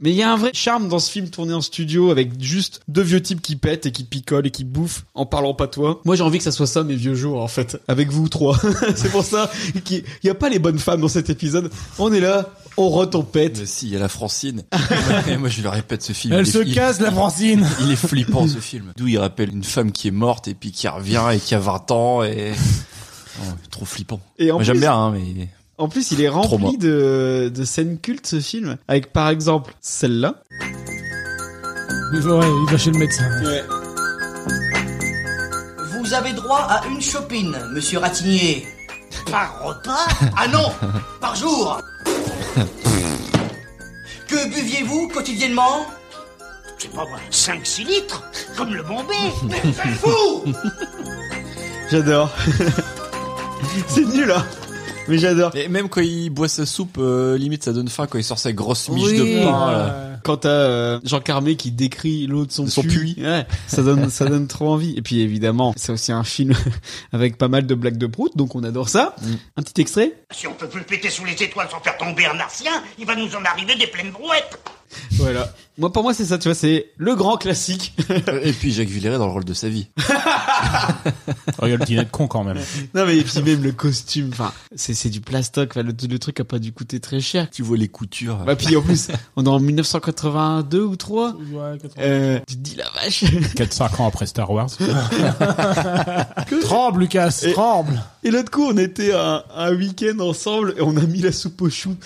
S2: mais il y a un vrai charme dans ce film tourné en studio avec juste deux vieux types qui pètent et qui picolent et qui bouffent en parlant pas toi. Moi j'ai envie que ça soit ça mes vieux jours en fait, avec vous trois. c'est pour ça qu'il n'y a pas les bonnes femmes dans cet épisode. On est là, on rote, on pète.
S3: Mais Euh, si, il y a la Francine. Et moi, je le répète, ce film.
S4: Elle
S3: il est-
S4: se
S3: il-
S4: casse, la Francine.
S3: Il est flippant, ce film. D'où il rappelle une femme qui est morte et puis qui revient et qui a 20 ans et... Oh, trop flippant.
S2: Et en
S3: Moi, j'aime
S2: plus-
S3: bien, hein, mais...
S2: En plus, il est
S3: Trop moi.
S2: rempli de, de scènes cultes ce film, avec par exemple celle-là.
S4: Il va- ouais, il va chez le médecin.
S13: Vous avez droit à une chopine, monsieur Ratignier. Par repas Ah non Par jour Que buviez-vous quotidiennement
S7: C'est pas moi, 5-6 litres, comme le Bombay.
S13: Vous
S2: J'adore. c'est nul hein, mais j'adore.
S3: Et même quand il boit sa soupe, euh, limite, ça donne faim quand il sort sa grosse miche
S2: Oui.
S3: de pain, là.
S2: Quand t'as euh, Jean Carmé qui décrit l'eau de son, puits, ouais, ça donne ça donne trop envie. Et puis évidemment, c'est aussi un film avec pas mal de blagues de prout, donc on adore ça. Un petit extrait.
S6: Si on peut plus péter sous les étoiles sans faire tomber un artien, il va nous en arriver des pleines brouettes.
S2: Voilà. Moi, pour moi, c'est ça, tu vois, c'est le grand classique.
S3: Et puis Jacques Villeray dans le rôle de sa vie.
S5: Regarde le dîner de con quand même.
S2: Non mais et puis même le costume, enfin c'est c'est du plastoc, enfin, le, le truc a pas dû coûter très cher.
S3: Tu vois les coutures.
S2: Bah puis en plus, on est en 1982 ou 3.
S4: Ouais,
S2: Euh, tu te dis la vache.
S5: 4-5 ans après Star Wars.
S2: Tremble
S4: Lucas,
S2: tremble. Et l'autre coup, on était un, un week-end ensemble et on a mis la soupe aux choux.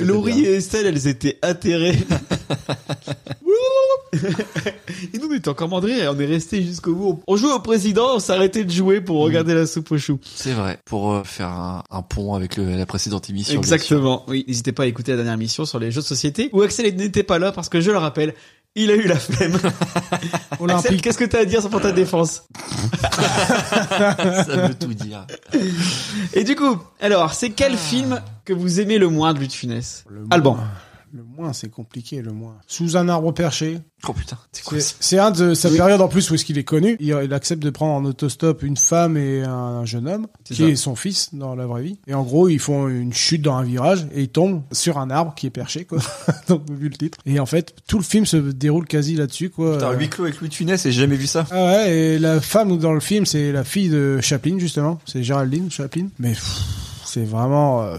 S2: Laurie et Estelle, elles étaient atterrées. et nous, on était encore mandrés et on est resté jusqu'au bout. On jouait au président, on s'arrêtait de jouer pour regarder la soupe aux choux.
S3: C'est vrai, pour euh, faire un, un pont avec le- la précédente émission.
S2: Exactement. Oui, n'hésitez pas à écouter la dernière émission sur les jeux de société où Axel n'était pas là parce que je le rappelle, il a eu la flemme. Axel, qu'est-ce que t'as à dire sur pour ta défense
S3: Ça veut tout dire.
S2: Et du coup, alors, c'est quel film que vous aimez le moins de Lutte Funès Alban.
S4: Le moins, c'est compliqué, le moins. Sous un arbre perché.
S3: Oh putain, c'est
S4: quoi C'est un de sa période en plus où est-ce qu'il est connu. Il, il accepte de prendre en autostop une femme et un, jeune homme,
S2: C'est
S4: qui
S2: ça.
S4: est son fils dans la vraie vie. Et en gros, ils font une chute dans un virage et ils tombent sur un arbre qui est perché, quoi. Donc, vu le titre. Et en fait, tout le film se déroule quasi là-dessus, quoi.
S3: Putain,
S4: Euh,
S3: huis clos avec Louis de Funès, j'ai jamais vu ça.
S4: ah ouais, et la femme dans le film, c'est la fille de Chaplin, justement. C'est Géraldine Chaplin. Mais pff, c'est vraiment euh,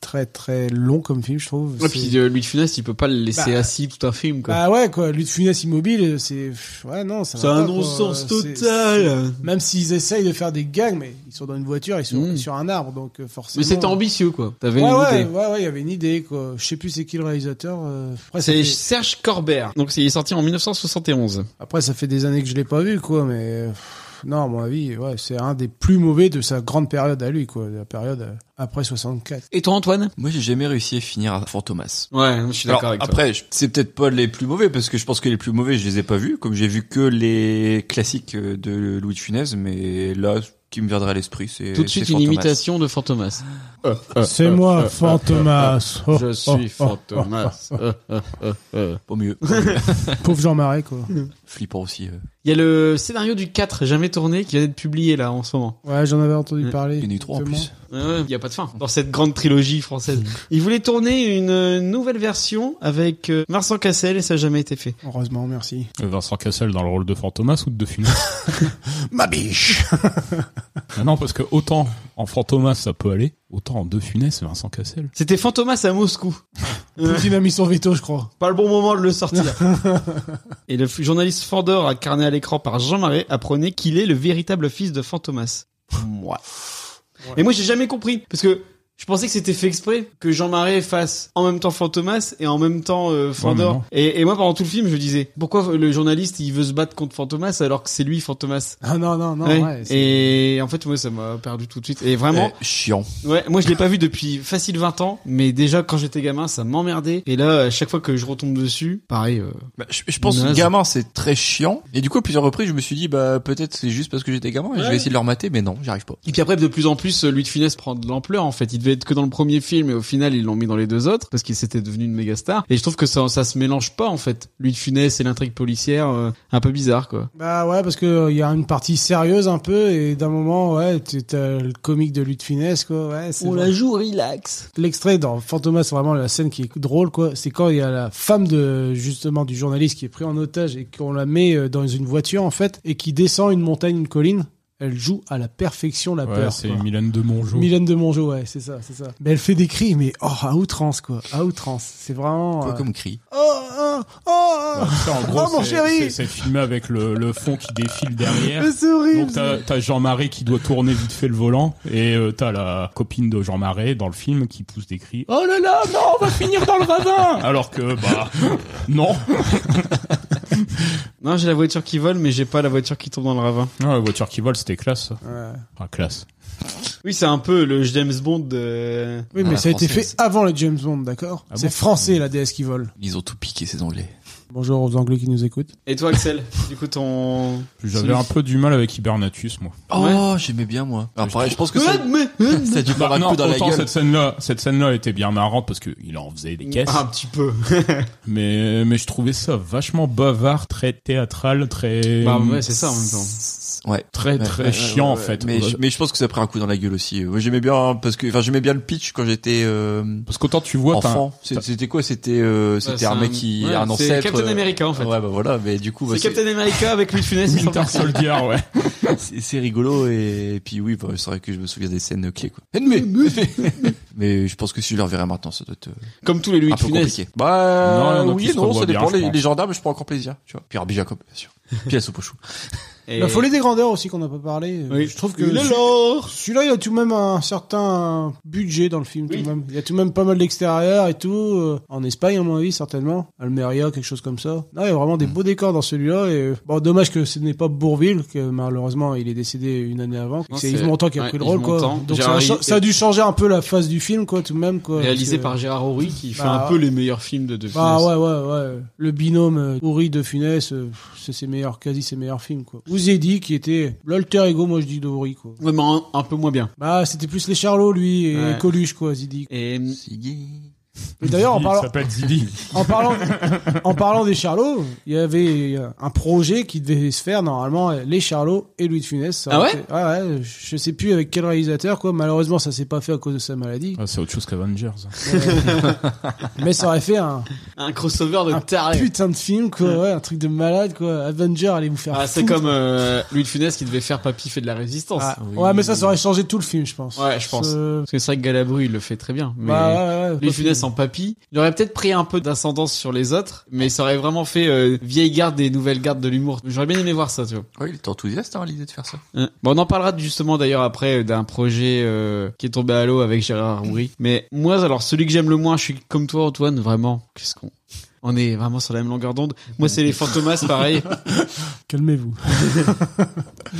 S4: très très long comme film, je trouve.
S2: Et
S4: C'est-
S2: puis euh, Lutte Funès, il peut pas le laisser
S4: Bah,
S2: assis tout un film, quoi.
S4: Bah ouais, quoi. Lui de Funès Immobile, c'est. Ouais, non, ça va
S2: bah, C'est
S4: pas,
S2: un
S4: quoi.
S2: non-sens
S4: C'est-
S2: total.
S4: c'est- Même s'ils essayent de faire des gags, mais ils sont dans une voiture, ils sont sur un arbre, donc euh, forcément.
S2: Mm. Mais c'était ambitieux, quoi. T'avais
S4: ouais,
S2: une
S4: ouais,
S2: idée.
S4: Ouais, ouais, il y avait une idée, quoi. Je sais plus c'est qui le réalisateur. euh, après, ça
S2: c'est
S4: fait-
S2: Serge Corbert. Donc, il est sorti en 1971.
S4: Après, ça fait des années que je l'ai pas vu, quoi, mais euh, pff, non, à mon avis, ouais, c'est un des plus mauvais de sa grande période à lui, quoi, la période euh, après 64.
S2: Et toi, Antoine
S3: Moi, j'ai jamais réussi à finir à Fantomas.
S2: Ouais, je suis d'accord
S3: Alors,
S2: avec toi.
S3: Après, je- c'est peut-être pas les plus mauvais parce que je pense que les plus mauvais, je les ai pas vus. Comme j'ai vu que les classiques euh, de Louis de Funès, mais là, ce qui me viendrait à l'esprit, c'est
S2: Tout de suite,
S3: c'est
S2: une
S3: Fantomas.
S2: imitation de Fantomas.
S4: C'est
S3: Euh,
S4: moi, Fantomas.
S2: Je suis Fantomas. Euh, euh, euh, euh.
S3: Au mieux.
S4: Oh, Pauvre Jean Marais, quoi.
S3: Flippant aussi. euh.
S2: Il y a le scénario du 4, jamais tourné, qui vient d'être publié là en ce moment.
S4: Ouais, j'en avais entendu parler.
S3: Mm. Il y en a eu trois en plus.
S2: Ouais, ouais, Il n'y a pas de fin Mm. dans cette grande trilogie française. Il voulait tourner une euh, nouvelle version avec euh, Vincent Cassel et ça n'a jamais été fait.
S4: Heureusement, merci.
S5: Euh, Vincent Cassel dans le rôle de Fantomas ou de Funès
S4: Ma biche
S5: Ah Non, parce que autant en Fantomas ça peut aller, autant en De Funès, Vincent Cassel.
S2: C'était Fantomas à Moscou. Euh,
S4: Poutine a mis son veto, je crois.
S2: pas le bon moment de le sortir. et le f- journaliste Fandor, incarné à l'écran par Jean Marais, apprenait qu'il est le véritable fils de Fantomas.
S3: Ouais.
S2: Et moi, j'ai jamais compris. Parce que je pensais que c'était fait exprès que Jean Marais fasse en même temps Fantomas et en même temps euh, Fandor.
S5: Ouais,
S2: et, et moi, pendant tout le film, je disais pourquoi le journaliste il veut se battre contre Fantomas alors que c'est lui Fantomas
S4: Ah non, non, non,
S2: Ouais.
S4: ouais. c'est-
S2: Et en fait, moi, ça m'a perdu tout de suite. Et vraiment.
S3: Eh, chiant.
S2: Ouais, moi je l'ai pas vu depuis facile 20 ans, mais déjà quand j'étais gamin ça m'emmerdait. Et là, à chaque fois que je retombe dessus, pareil. euh,
S3: Bah, je, je pense que
S2: Naze.
S3: gamin, c'est très chiant. Et du coup, à plusieurs reprises, je me suis dit, bah, peut-être c'est juste parce que j'étais gamin et je
S2: Ouais.
S3: vais essayer de le remater, mais non, j'y arrive pas.
S2: Et puis après, de plus en plus, euh, Louis de Funès prend de l'ampleur, en fait. Il devait être que dans le premier film, et au final, ils l'ont mis dans les deux autres, parce qu'il s'était devenu une méga star. Et je trouve que ça, ça se mélange pas, en fait. Louis de Funès et l'intrigue policière, euh, un peu bizarre, quoi.
S4: Bah ouais, parce que euh, il y a une partie sérieuse un peu, et d'un moment, ouais, tu- t'as le comique de Lutte Finesse, quoi, ouais. c'est vrai.
S2: joue relax.
S4: L'extrait dans Fantomas, c'est vraiment la scène qui est drôle, quoi. C'est quand il y a la femme de, justement, du journaliste qui est pris en otage et qu'on la met euh, dans une voiture, en fait, et qui descend une montagne, une colline. Elle joue à la perfection la
S5: Ouais,
S4: peur.
S5: c'est
S4: quoi.
S5: Mylène de Mongeau.
S4: Mylène de Mongeau, ouais, c'est ça, c'est ça. Mais elle fait des cris, mais oh, à outrance, quoi. À outrance. C'est vraiment.
S3: Quoi
S4: euh,
S3: comme cri.
S4: Oh, oh, oh,
S5: Bah, ça, en gros,
S4: Oh, mon
S5: c'est-
S4: chéri
S5: c'est- c'est filmé avec le, le fond qui défile derrière.
S4: Mais c'est horrible.
S5: Donc t'as t'as Jean Marais qui doit tourner vite fait le volant et euh, t'as la copine de Jean Marais dans le film qui pousse des cris. Oh là là, non, on va finir dans le ravin. Alors que bah non.
S2: Non, j'ai la voiture qui vole, mais j'ai pas la voiture qui tombe dans le ravin.
S5: Non, Ah, la voiture qui vole, c'était classe. ça.
S4: Ouais.
S5: Enfin, classe.
S2: Oui, c'est un peu le James Bond euh. de...
S4: Oui,
S3: Ah,
S4: mais
S3: la
S4: ça a été
S3: française.
S4: fait avant le James Bond, d'accord
S5: Ah
S4: C'est
S5: bon
S4: français, la DS qui vole.
S3: Ils ont tout piqué, ces anglais.
S4: Bonjour aux Anglais qui nous écoutent.
S2: Et toi, Axel Du coup, ton.
S5: J'avais un peu du mal avec Hibernatus, moi.
S3: Oh, j'aimais bien, moi. Alors, Ah, pareil, je pense que
S2: Ouais,
S3: ça,
S2: mais-
S3: ça a dû faire
S5: Bah
S3: un
S5: non,
S3: coup dans la
S5: autant
S3: gueule.
S5: cette scène-là, cette scène-là était bien marrante parce que il en faisait des caisses.
S3: Ah.
S2: Un petit peu.
S5: mais mais je trouvais ça vachement bavard, très théâtral, très.
S2: Bah ouais, c'est ça en même temps.
S3: Ouais.
S5: Très,
S3: Ouais,
S5: très
S3: ouais, ouais,
S5: chiant,
S3: euh, ouais,
S5: en fait.
S3: Mais,
S5: Ouais.
S3: je- mais je pense que ça a pris un coup dans la gueule aussi. Ouais, J'aimais bien parce que enfin j'aimais bien le pitch quand j'étais euh,
S5: parce qu'autant tu vois
S3: enfant.
S5: t'as-
S3: C'est-
S5: t'as-
S3: C'était quoi C'était euh,
S2: Bah,
S3: c'était
S2: c'est
S3: un
S2: un-
S3: mec qui
S2: ouais,
S3: un
S2: c'est
S3: ancêtre.
S2: Captain
S3: euh,
S2: America, en fait.
S3: Ouais bah voilà. Mais du coup bah,
S2: c'est Captain America avec Louis de Funès. il me
S5: Winter
S2: semble.
S5: Soldier, ouais.
S3: c'est c'est rigolo et, et puis oui bah, c'est vrai que je me souviens des scènes clés quoi. Mais mais je pense que si je le reverrai maintenant ça doit être euh,
S2: Comme tous les Louis
S3: un
S2: de
S3: peu
S2: Funès.
S3: compliqué. Bah
S5: Non, il y en a
S3: oui
S5: qui
S3: et
S5: se
S3: non ça
S5: revoient bien,
S3: dépend
S5: je
S3: les,
S5: pense.
S3: les gendarmes je prends encore plaisir tu vois. Puis Herbie Jacob bien sûr. Puis la soupe au chou.
S2: Et-
S4: La folie des grandeurs aussi qu'on n'a pas parlé.
S2: Oui.
S4: Je trouve que
S2: Il est
S4: celui-
S2: l'or
S4: celui-là, il a tout de même un certain budget dans le film. Tout de même. Il y a tout de même pas mal d'extérieur et tout. euh, En Espagne, à mon avis, certainement. Almeria, quelque chose comme ça. Non, il y a vraiment des
S2: Hmm.
S4: beaux décors dans celui-là. Et euh, bon, dommage que ce n'est pas Bourville, que malheureusement il est décédé une année avant.
S2: Non,
S4: C'est
S2: c'est-
S4: Yves Montand qui a
S2: ouais,
S4: pris le
S2: Yves
S4: rôle, quoi.
S2: Montand,
S4: Donc ça a,
S2: Gérard
S4: cha-
S2: Hir-
S4: ça a dû changer un peu la face du film, quoi, tout de même, quoi. parce
S2: Réalisé
S4: que-
S2: par Gérard Horry qui fait
S4: Bah,
S2: un peu les meilleurs films de De Funès.
S4: ah ouais ouais ouais le binôme euh, Uri de Funès euh, pff, c'est ses meilleurs quasi ses meilleurs films quoi Ouzedi qui était l'alter ego moi je dis de Uri quoi
S2: Ouais, mais un, un peu moins bien.
S4: bah c'était plus les Charlots lui et
S2: Ouais.
S4: Coluche quoi Zidi
S2: Et euh,
S4: et d'ailleurs en
S5: Il
S4: parlant
S5: s'appelle Zidi.
S4: en parlant en parlant des Charlots il y avait euh, un projet qui devait se faire normalement euh, les Charlots et Louis de Funès Ça
S2: Ah
S4: aurait
S2: ouais
S4: été- ouais ouais, je sais plus avec quel réalisateur quoi malheureusement ça s'est pas fait à cause de sa maladie
S5: Ah, c'est autre chose qu'Avengers.
S4: mais ça aurait fait un
S2: un crossover de
S4: un
S2: taré.
S4: Ah, putain de film quoi ouais, un truc de malade quoi Avenger allez vous faire
S2: Ah, c'est
S4: foutre.
S2: comme euh, Louis de Funès qui devait faire Papy fait de la résistance.
S4: Ah,
S3: oui.
S4: Ouais, mais ça, ça aurait changé tout le film, je pense.
S2: Ouais, je pense.
S4: Ce-
S2: Parce que c'est vrai que Galabru, il le fait très bien. Mais
S4: Bah, ouais, ouais,
S2: Louis de
S4: pas
S2: Funès
S4: fini.
S2: en papy, il aurait peut-être pris un peu d'ascendance sur les autres, mais ça aurait vraiment fait euh, vieille garde et nouvelle garde de l'humour. J'aurais bien aimé voir ça, tu vois.
S3: Ouais il était enthousiaste hein, à l'idée de faire ça.
S2: Hein. Bon, on en parlera justement d'ailleurs après euh, d'un projet euh, qui est tombé à l'eau avec Gérard Houry. Mais moi, alors celui que j'aime le moins, je suis comme toi, Antoine, vraiment. Qu'est-ce qu'on on est vraiment sur la même longueur d'onde. Moi, c'est les fantomas, pareil.
S4: Calmez-vous.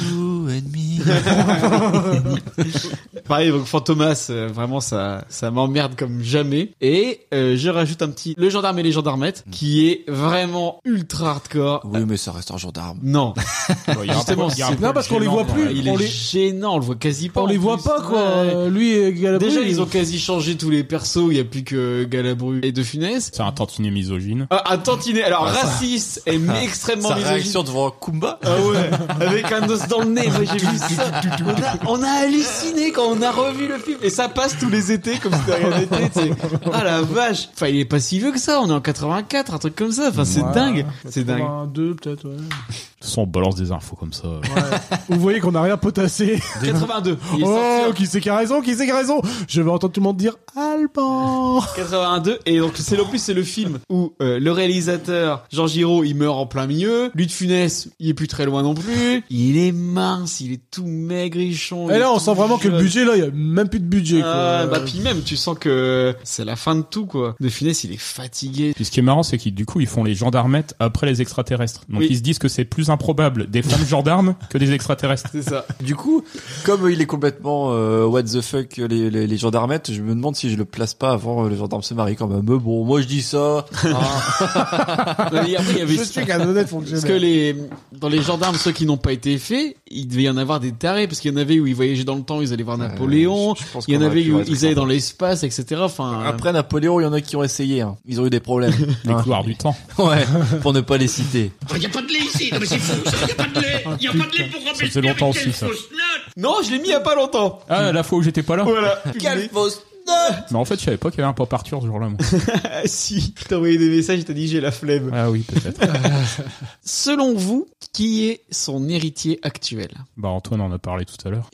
S3: You and me.
S2: Pareil, donc Fantomas, euh, vraiment, ça, ça m'emmerde comme jamais. Et euh, je rajoute un petit Le Gendarme et les Gendarmettes, qui est vraiment ultra hardcore.
S3: Oui mais ça reste un gendarme.
S2: Non,
S5: Bon, il y a un
S2: Justement,
S5: peu- il y a un
S2: c'est-
S5: peu
S4: non,
S5: le
S4: parce qu'on les
S5: gênant
S4: voit
S5: dans
S4: plus.
S5: la-
S2: il
S4: on
S2: est
S4: les-
S2: gênant, on le voit quasi pas.
S4: On
S2: en
S4: les voit
S2: plus.
S4: pas, quoi.
S2: Ouais.
S4: Euh, Lui et Galabru.
S2: Déjà, ils ont quasi changé tous les persos, il n'y a plus que Galabru et De Funès.
S5: C'est un tantinet misogyne.
S2: Ah, un tantinet, alors raciste et extrêmement
S3: Sa
S2: misogyne.
S3: réaction devant Kumba.
S2: Ah ouais, avec un os dans le nez, moi j'ai vu ça. On a, on a halluciné quand on a revu le film. Et ça passe tous les étés comme si de rien n'était, tu sais. Ah la vache. Enfin, il est pas si vieux que ça, on est en 84, un truc comme ça. Enfin, c'est
S4: Ouais.
S2: dingue. C'est dingue.
S4: 82, peut-être, ouais.
S5: De toute façon, on balance des infos comme ça.
S4: Vous voyez qu'on a rien potassé.
S2: 82. Il est sorti hein.
S4: Oh,
S2: en
S4: qui c'est qui a raison, qui c'est qui a raison. Je vais entendre tout le monde dire Alban.
S2: 82 et donc c'est le plus c'est le film où euh, le réalisateur Jean Giraud il meurt en plein milieu, lui de Funès il est plus très loin non plus, il est mince, il est tout maigrichon.
S4: Et
S2: il est
S4: Eh là, on
S2: tout
S4: sent vraiment que le
S2: jeune.
S4: budget, là, il y a même plus de budget, quoi.
S2: Ah, bah puis même tu sens que c'est la fin de tout quoi. De Funès il est fatigué.
S5: Puis ce qui est marrant, c'est qu'ils du coup ils font les gendarmettes après les extraterrestres. Donc
S2: Oui.
S5: ils se disent que c'est plus improbable des femmes gendarmes que des extraterrestres.
S2: C'est ça.
S3: Du coup, comme il est complètement euh, what the fuck les, les, les gendarmettes, je me demande si je le place pas avant euh, le gendarme se marie quand même. Mais bon, moi je dis ça.
S2: Ah. Non, mais après, il y avait-
S4: Je suis qu'un honnête fonctionnaire.
S2: Parce que les dans les gendarmes ceux qui n'ont pas été faits, il devait y en avoir des tarés parce qu'il y en avait où ils voyageaient dans le temps, ils allaient voir Napoléon.
S3: Euh, je- je pense
S2: il y en
S3: qu'on aurait
S2: avait
S3: pu
S2: où
S3: voir des
S2: ils
S3: trucs
S2: allaient dans
S3: sympas.
S2: l'espace, etc. Enfin,
S3: Après Napoléon, il y en a qui ont essayé. hein. Ils ont eu des problèmes.
S2: Ah.
S5: Les
S3: Hein.
S5: couloirs du temps.
S3: Ouais, pour ne pas les citer.
S6: Il y a pas de lait ici. Non mais c'est fou. Il y a pas de lait. Il y a pas de lait pour Robespierre.
S5: faisait longtemps
S6: mais quelle
S5: aussi, ça.
S6: fausse note.
S2: non, je l'ai mis il y a pas longtemps.
S5: Ah, la fois où j'étais pas là.
S2: Voilà.
S3: Quelle fausse
S5: Mais en fait, je savais pas qu'il y avait un pop Arthur ce jour-là. moi.
S2: Ah, si, t'as envoyé des messages, t'as dit j'ai la flemme.
S5: Ah oui, peut-être.
S2: Selon vous, qui est son héritier actuel
S5: Bah Antoine en a parlé tout à l'heure.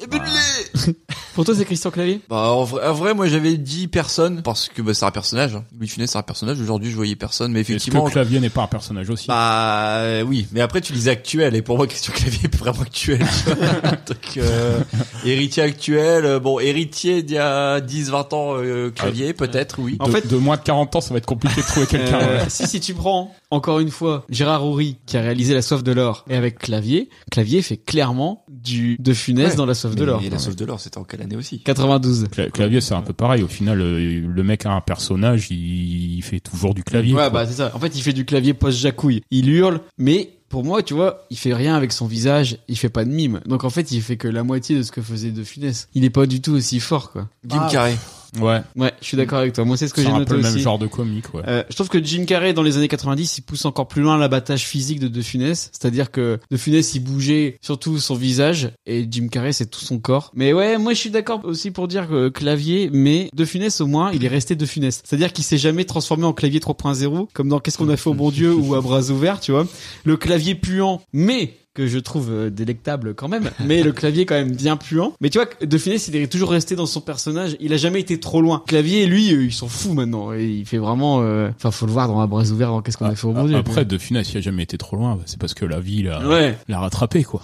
S2: Pour toi, c'est Christian Clavier
S3: Ah. Bah en vrai, en vrai, moi j'avais dit personne parce que bah, c'est un personnage. Hein. Louis de Funès c'est un personnage. Aujourd'hui je voyais personne, mais
S5: Est-ce que
S3: effectivement.
S5: Clavier n'est pas un personnage aussi
S3: Bah euh, oui, mais après tu disais actuel et pour moi question clavier est vraiment actuelle. tu vois. Donc euh, héritier actuel, euh, bon héritier d'il y a 10 20 ans euh, clavier
S4: Ah,
S3: peut-être oui.
S5: de,
S2: en fait-
S5: de moins de 40 ans, ça va être compliqué de trouver quelqu'un.
S2: Euh,
S5: ouais.
S2: Si, si tu prends, encore une fois, Gérard Houry, qui a réalisé La Soif de l'Or, et avec Clavier, Clavier fait clairement du de Funès
S3: Ouais.
S2: dans La Soif de l'Or.
S3: Et la sauve de l'or, c'était en quelle année aussi.
S2: 92.
S5: clavier, c'est un peu pareil. Au final, euh, le mec a un personnage, il, il fait toujours du clavier.
S2: Ouais,
S5: quoi.
S2: bah c'est ça. En fait, il fait du clavier post-jacouille. Il hurle, mais pour moi, tu vois, il fait rien avec son visage, il fait pas de mime. Donc en fait, il fait que la moitié de ce que faisait De Funès. Il est pas du tout aussi fort, quoi.
S4: Bah,
S3: Jim Ah. Carrey.
S5: Ouais.
S2: Ouais, je suis d'accord avec toi. Moi, c'est bah, ce que
S5: C'est
S2: j'ai
S5: un
S2: noté
S5: peu le même
S2: aussi.
S5: genre de comique, ouais.
S2: Euh, je trouve que Jim Carrey, dans les années 90, il pousse encore plus loin l'abattage physique de De Funès. C'est-à-dire que De Funès, il bougeait surtout son visage et Jim Carrey, c'est tout son corps. Mais ouais, moi, je suis d'accord aussi pour dire que clavier, mais De Funès, au moins, il est resté De Funès. C'est-à-dire qu'il s'est jamais transformé en clavier 3.0, comme dans Qu'est-ce qu'on a fait au bon Dieu ou à bras ouverts, tu vois. Le clavier puant, mais que je trouve euh, délectable quand même, mais le clavier est quand même bien puant. Mais tu vois, que De Funès, il est toujours resté dans son personnage, il a jamais été trop loin. Clavier, lui, euh, il s'en fout maintenant, et il fait vraiment... euh, Enfin, faut le voir dans la bras ouvert, dans Qu'est-ce qu'on a fait au bon Dieu.
S5: Ah, Après, euh, De Funès, il a jamais été trop loin. bah, C'est parce que la vie l'a
S2: Ouais.
S5: l'a rattrapé, quoi.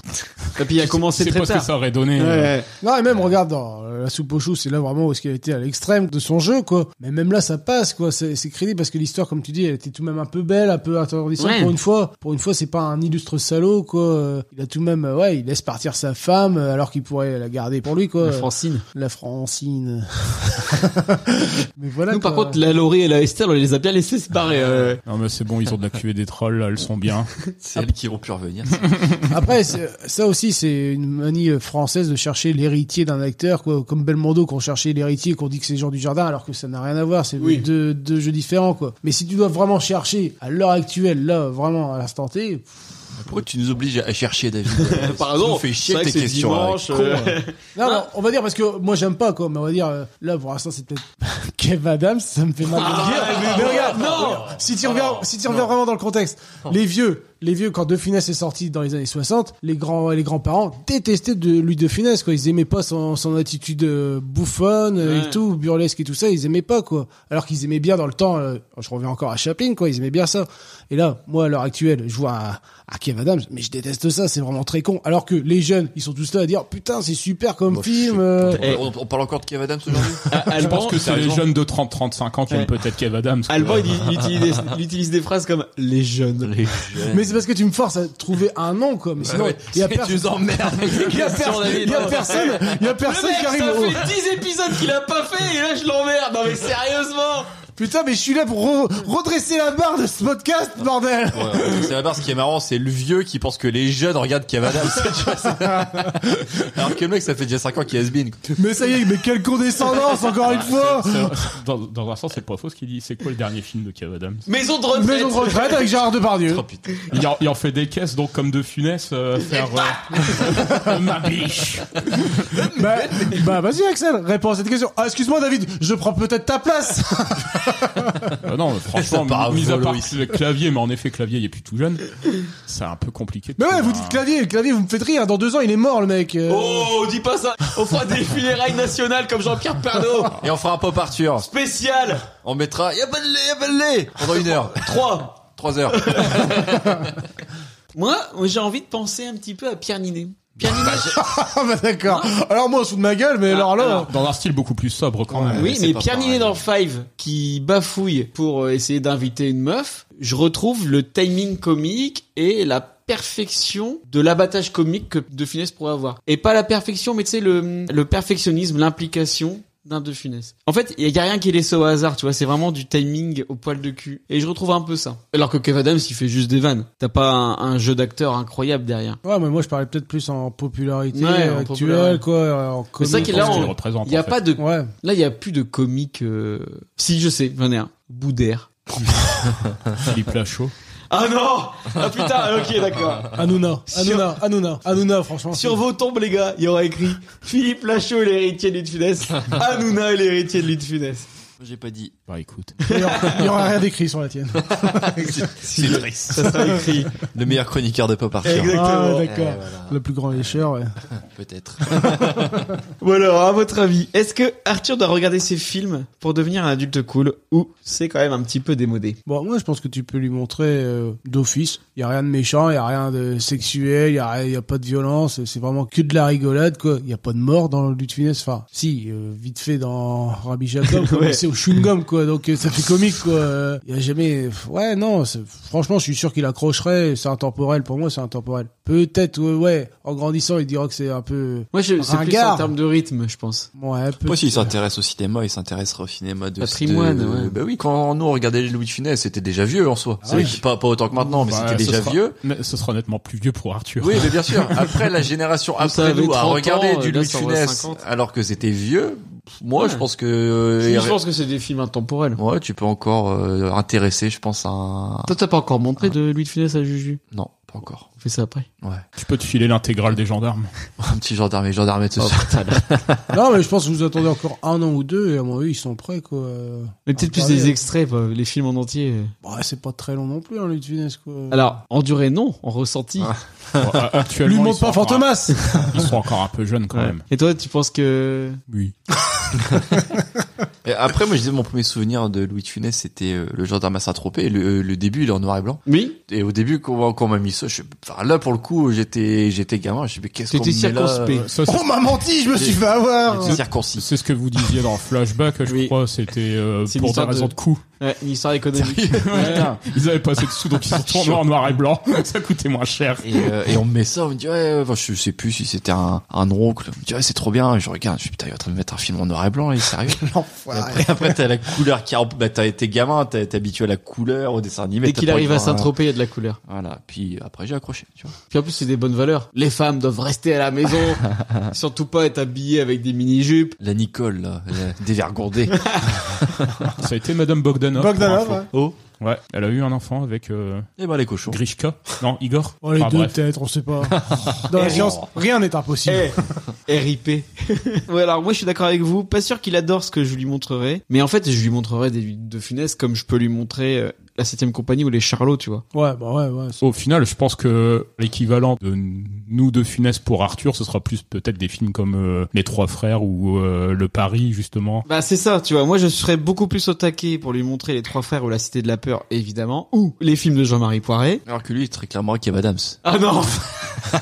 S2: Et puis il a
S5: Je sais-
S2: commencé
S5: je sais
S2: très
S5: pas ce que
S2: tard.
S5: ça aurait donné,
S2: Ouais.
S5: euh,
S4: Non, et même, regarde, dans euh, la soupe aux choux, c'est là vraiment où est-ce qu'il a été à l'extrême de son jeu, quoi. Mais même là, ça passe, quoi. C'est c'est crédible parce que l'histoire, comme tu dis, elle était tout de même un peu belle, un peu attendrissante
S2: Ouais.
S4: pour une fois. Pour une fois, c'est pas un illustre salaud, quoi. Euh, Il a tout de même, euh, ouais, il laisse partir sa femme euh, alors qu'il pourrait la garder pour lui, quoi.
S2: La Francine.
S4: La Francine. Mais voilà.
S2: Nous, par
S4: quoi.
S2: contre, la Laurie et la Estelle, on les a bien laissés séparer. euh.
S5: Non, mais c'est bon, ils ont de la cuvée des trolls, là, elles sont bien.
S3: C'est elles qui vont plus revenir.
S4: Après, c'est- ça aussi, c'est une manie euh, française de chercher l'héritier d'un acteur, quoi. Comme Belmondo, qu'on cherchait l'héritier, qu'on dit que c'est Jean du Jardin, alors que ça n'a rien à voir. C'est
S2: Oui.
S4: deux, deux jeux différents, quoi. Mais si tu dois vraiment chercher à l'heure actuelle, là, vraiment à l'instant T, pff,
S3: Pourquoi tu nous obliges à chercher, David
S2: Pardon,
S3: Tu nous fais chier
S2: c'est vrai
S3: avec
S2: que
S3: tes
S2: c'est
S3: questions.
S2: dimanche,
S3: là, avec
S2: euh,
S3: con, hein.
S4: non, non, on va dire parce que moi j'aime pas, quoi. Mais on va dire euh, là pour l'instant c'est peut-être Kev Adams, ça me fait mal. de le dire. Ah, mais regarde, non. Si tu reviens, si tu reviens vraiment dans le contexte, les vieux, les vieux quand De Funès est sorti dans les années 60, les grands, les grands-parents détestaient de lui De Funès, quoi. Ils aimaient pas son, son attitude euh, bouffonne euh,
S2: Ouais.
S4: et tout, burlesque et tout ça. Ils aimaient pas, quoi. Alors qu'ils aimaient bien dans le temps. euh, je reviens encore à Chaplin, quoi. Ils aimaient bien ça. Et là, moi à l'heure actuelle, je vois à, à Kev Adams, mais je déteste ça. C'est vraiment très con. Alors que les jeunes, ils sont tous là à dire putain, c'est super comme film. euh.
S2: eh.
S3: On, on- on parle encore de Kev Adams aujourd'hui
S5: Je pense que c'est les
S3: raison.
S5: jeunes de 30-35 ans qui
S2: Ouais.
S5: aiment peut-être Kev Adams. quoi.
S2: Alban, il, il utilise des, il utilise des phrases comme « les jeunes ».
S4: Mais c'est parce que tu me forces à trouver un nom, quoi. Mais sinon,
S2: ouais.
S4: il y a
S2: Tu
S4: personne.
S2: nous emmerdes avec les
S4: Il y a
S2: questions,
S4: personne.
S2: David.
S4: Il y a personne. Il y a personne
S2: Le mec,
S4: qui arrive.
S2: ça
S4: au-
S2: fait 10 épisodes qu'il a pas fait et là je l'emmerde. Non mais sérieusement
S4: Putain, mais je suis là pour re- redresser la barre de ce podcast, bordel.
S3: Ouais, en fait, c'est la barre, ce qui est marrant, c'est le vieux qui pense que les jeunes regardent Kev Adams. tu vois, c'est- Alors que le mec, ça fait déjà 5 ans qu'il has been.
S4: Mais ça y est, mais quelle condescendance, encore une fois.
S5: C'est- Dans, dans un sens, c'est pas faux ce qu'il dit. C'est quoi le dernier film de Kev Adams
S2: Maison de retraite.
S4: Maison de retraite avec Gérard Depardieu.
S3: Oh,
S5: il en, il en fait des caisses, donc comme de funès, euh, faire euh, ma biche.
S4: Bah, bah vas-y, Axel, réponds à cette question. Ah, excuse-moi, David, je prends peut-être ta place.
S5: Bah non, franchement,
S3: Ça part à
S5: mis à
S3: volo
S5: part
S3: ici.
S5: le clavier, mais en effet, clavier, il est plus tout jeune. C'est un peu compliqué. de
S4: Mais ouais,
S5: trouver
S4: vous
S5: un-
S4: dites clavier, le clavier, vous me faites rire. Dans deux ans, il est mort, le mec. Euh,
S2: Oh, dis pas ça On fera des funérailles nationales comme Jean-Pierre Pernaut
S3: Et on fera un pop Arthur.
S2: Spécial
S3: On mettra, y'a pas de lait, y'a pas de lait Pendant une heure.
S2: 3
S3: Trois heures.
S2: Moi, j'ai envie de penser un petit peu à Pierre Ninet. Pierre Ninet
S4: Ah, bah d'accord. Alors moi, on se fout de ma gueule, mais
S2: Ah,
S4: alors là.
S5: Dans un style beaucoup plus sobre quand même.
S2: Oui,
S3: c'est
S2: mais
S3: pas
S2: Pierre
S3: pareil.
S2: Ninet dans Five, qui bafouille pour euh, essayer d'inviter une meuf, je retrouve le timing comique et la perfection de l'abattage comique que De Funès pourrait avoir. Et pas la perfection, mais tu sais, le, le perfectionnisme, l'implication d'un De Funès. En fait, il y a rien qui est laissé au hasard, tu vois, c'est vraiment du timing au poil de cul. Et je retrouve un peu ça. Alors que Kev Adams, il fait juste des vannes. T'as pas un, un jeu d'acteur incroyable derrière.
S4: Ouais, mais moi je parlais peut-être plus en popularité
S2: Ouais, en
S4: actuelle,
S2: popularité.
S4: quoi. euh, En
S2: C'est ça
S4: comique.
S2: qu'il a,
S5: qu'il
S2: on-
S5: représente,
S2: il y a
S5: en fait. hein.
S2: pas de,
S4: Ouais.
S2: là, il y a plus de comique, euh, si, je sais, j'en ai un. Boudère.
S5: Philippe Lachaud.
S2: Ah non Ah putain, ok, d'accord.
S4: Hanouna,
S2: Sur-
S4: Hanouna, Hanouna, Hanouna, franchement.
S2: Sur vos tombes, les gars, il y aura écrit Philippe Lachaud est l'héritier de Louis de Funès, Hanouna est l'héritier de Louis de Funès.
S3: J'ai pas dit.
S5: Bah écoute.
S4: Il y aura- il y aura rien d'écrit sur la tienne.
S3: C'est triste.
S2: Ça sera écrit.
S3: Le meilleur chroniqueur de pop Arthur.
S2: Exactement.
S4: Ah, ouais,
S3: Eh,
S4: d'accord.
S3: voilà.
S4: Le plus grand lécheur, ouais.
S3: Peut-être.
S2: Bon alors, à votre avis, est-ce que Arthur doit regarder ses films pour devenir un adulte cool ou c'est quand même un petit peu démodé
S4: Bon, moi, je pense que tu peux lui montrer euh, d'office. Il y a rien de méchant, il y a rien de sexuel, il y a, rien- y a pas de violence. C'est vraiment que de la rigolade, quoi. Il y a pas de mort dans Lutte Finesse. Enfin, si, euh, vite fait dans Rabbi Jacob. quoi,
S2: Ouais.
S4: mais C'est chewing-gum, quoi. Donc, euh, ça fait comique, quoi. Euh, Il y a jamais, ouais, non, c'est- franchement, je suis sûr qu'il accrocherait. C'est intemporel. Pour moi, c'est intemporel. Peut-être, ouais, ouais. En grandissant, il dira que c'est un peu.
S2: Moi, je- c'est plus en
S4: ringard.
S2: termes de rythme, je pense.
S4: Ouais,
S3: Moi, s'il s'intéresse au cinéma, il s'intéresse au cinéma de
S2: Patrimoine,
S3: de-
S2: ouais.
S3: Bah oui, quand nous on regardait Louis de Funès, c'était déjà vieux en soi. C'est
S5: Ah oui.
S3: pas, pas autant que maintenant, mais
S5: Bah,
S3: c'était
S5: ce
S3: déjà
S5: sera-
S3: vieux.
S5: mais ce sera nettement plus vieux pour Arthur.
S3: Oui, mais bien sûr. Après, la génération
S5: Ça
S3: après
S5: avait
S3: nous a
S5: 30 ans,
S3: regardé
S5: euh,
S3: du
S5: là,
S3: Louis de
S5: ça aurait
S3: Funès
S2: 50.
S3: alors que c'était vieux. Moi,
S2: Ouais.
S3: je pense que. euh,
S2: je pense que c'est des films intemporels.
S3: Ouais, tu peux encore euh, intéresser, je pense, à. un-
S2: Toi, t'as pas encore montré de Louis de Funès à Juju
S3: Non, pas encore.
S2: On fait ça après.
S3: Ouais.
S5: Je peux te filer l'intégrale des gendarmes.
S3: Un petit gendarme et gendarme
S5: Oh.
S2: Oh,
S3: ce soir.
S4: non, mais je pense que vous attendez encore un an ou deux, et à mon avis, ils sont prêts, quoi.
S2: Mais peut-être plus
S4: Regardez,
S2: des
S4: hein.
S2: extraits, quoi, les films en entier.
S4: Ouais, Bah, c'est pas très long non plus, hein, Louis de Funès, quoi.
S2: Alors, en durée, non, en ressenti.
S3: Ah,
S5: Actuellement,
S4: Lui montre
S5: ils sont
S4: pas
S5: encore
S4: Fantomas.
S5: un- Ils sont encore un peu jeunes quand
S2: Ouais.
S5: même.
S2: Et toi, tu penses que.
S5: Oui.
S3: Et après, moi, je disais, mon premier souvenir de Louis de Funès, c'était euh, le gendarme à Saint-Tropez. Et Le, le début, il est en noir et blanc.
S2: Oui.
S3: Et au début, quand, quand on m'a mis ça, je, enfin, là, pour le coup, j'étais, j'étais gamin. Je me suis dit, mais qu'est-ce qu'on
S5: T'étais
S3: me met là
S5: circonspect. Ça, c'est-
S3: On m'a menti, je me suis fait avoir. J'étais circoncis.
S5: C'est ce que vous disiez dans Flashback, je crois. C'était euh,
S2: C'est une
S5: pour des
S2: histoire
S5: raisons
S2: de-
S5: de coût.
S2: Ouais, une histoire économique.
S5: Putain, Ils avaient pas assez de sous, donc ils sont tournés en noir et blanc. Ça coûtait moins cher.
S3: Et, euh, et on me met ça, on me dit, ouais, euh, enfin, je sais plus si c'était un, un oncle. On me dit, ouais, c'est trop bien. Et je regarde, je suis putain, il est en train de mettre un film en noir et blanc, il est sérieux. Et après, après, t'as la couleur qui, bah, t'as été gamin, t'es t'es habitué à la couleur, au dessin animé.
S2: Dès
S3: t'as
S2: qu'il
S3: pas
S2: arrive
S3: le
S2: à
S3: droit hein.
S2: Saint-Tropez, il y a de la couleur.
S3: Voilà. Puis après, j'ai accroché, tu vois.
S2: Puis en plus, c'est des bonnes valeurs. Les femmes doivent rester à la maison. Surtout pas être habillées avec des mini-jupes.
S3: La Nicole, là, elle est dévergondée.
S5: Ça a été Madame Bogdanov.
S4: Bogdanov,
S5: pour info.
S4: ouais.
S5: Ouais, elle a eu un enfant avec. Euh...
S3: Eh ben les cochons.
S5: Grishka. Non, Igor.
S4: Oh, les
S5: Enfin,
S4: deux
S5: bref.
S4: têtes, on sait pas. Dans la
S5: Eh,
S4: science, rien n'est impossible.
S2: RIP. ouais, alors moi je suis d'accord avec vous. Pas sûr qu'il adore ce que je lui montrerai. Mais en fait, je lui montrerai des Louis de Funès comme je peux lui montrer euh, la 7 compagnie ou les Charlots, tu vois.
S4: Ouais, bah ouais, ouais.
S5: Au final, je pense que l'équivalent de nous de Funès pour Arthur, ce sera plus peut-être des films comme euh, Les Trois Frères ou euh, Le Paris, justement.
S2: Bah c'est ça, tu vois. Moi je serais beaucoup plus au taquet pour lui montrer les trois frères ou la Cité de la peur, évidemment, ou les films de Jean-Marie Poiret.
S3: Alors que lui, il est très clairement Kev Adams.
S2: Ah non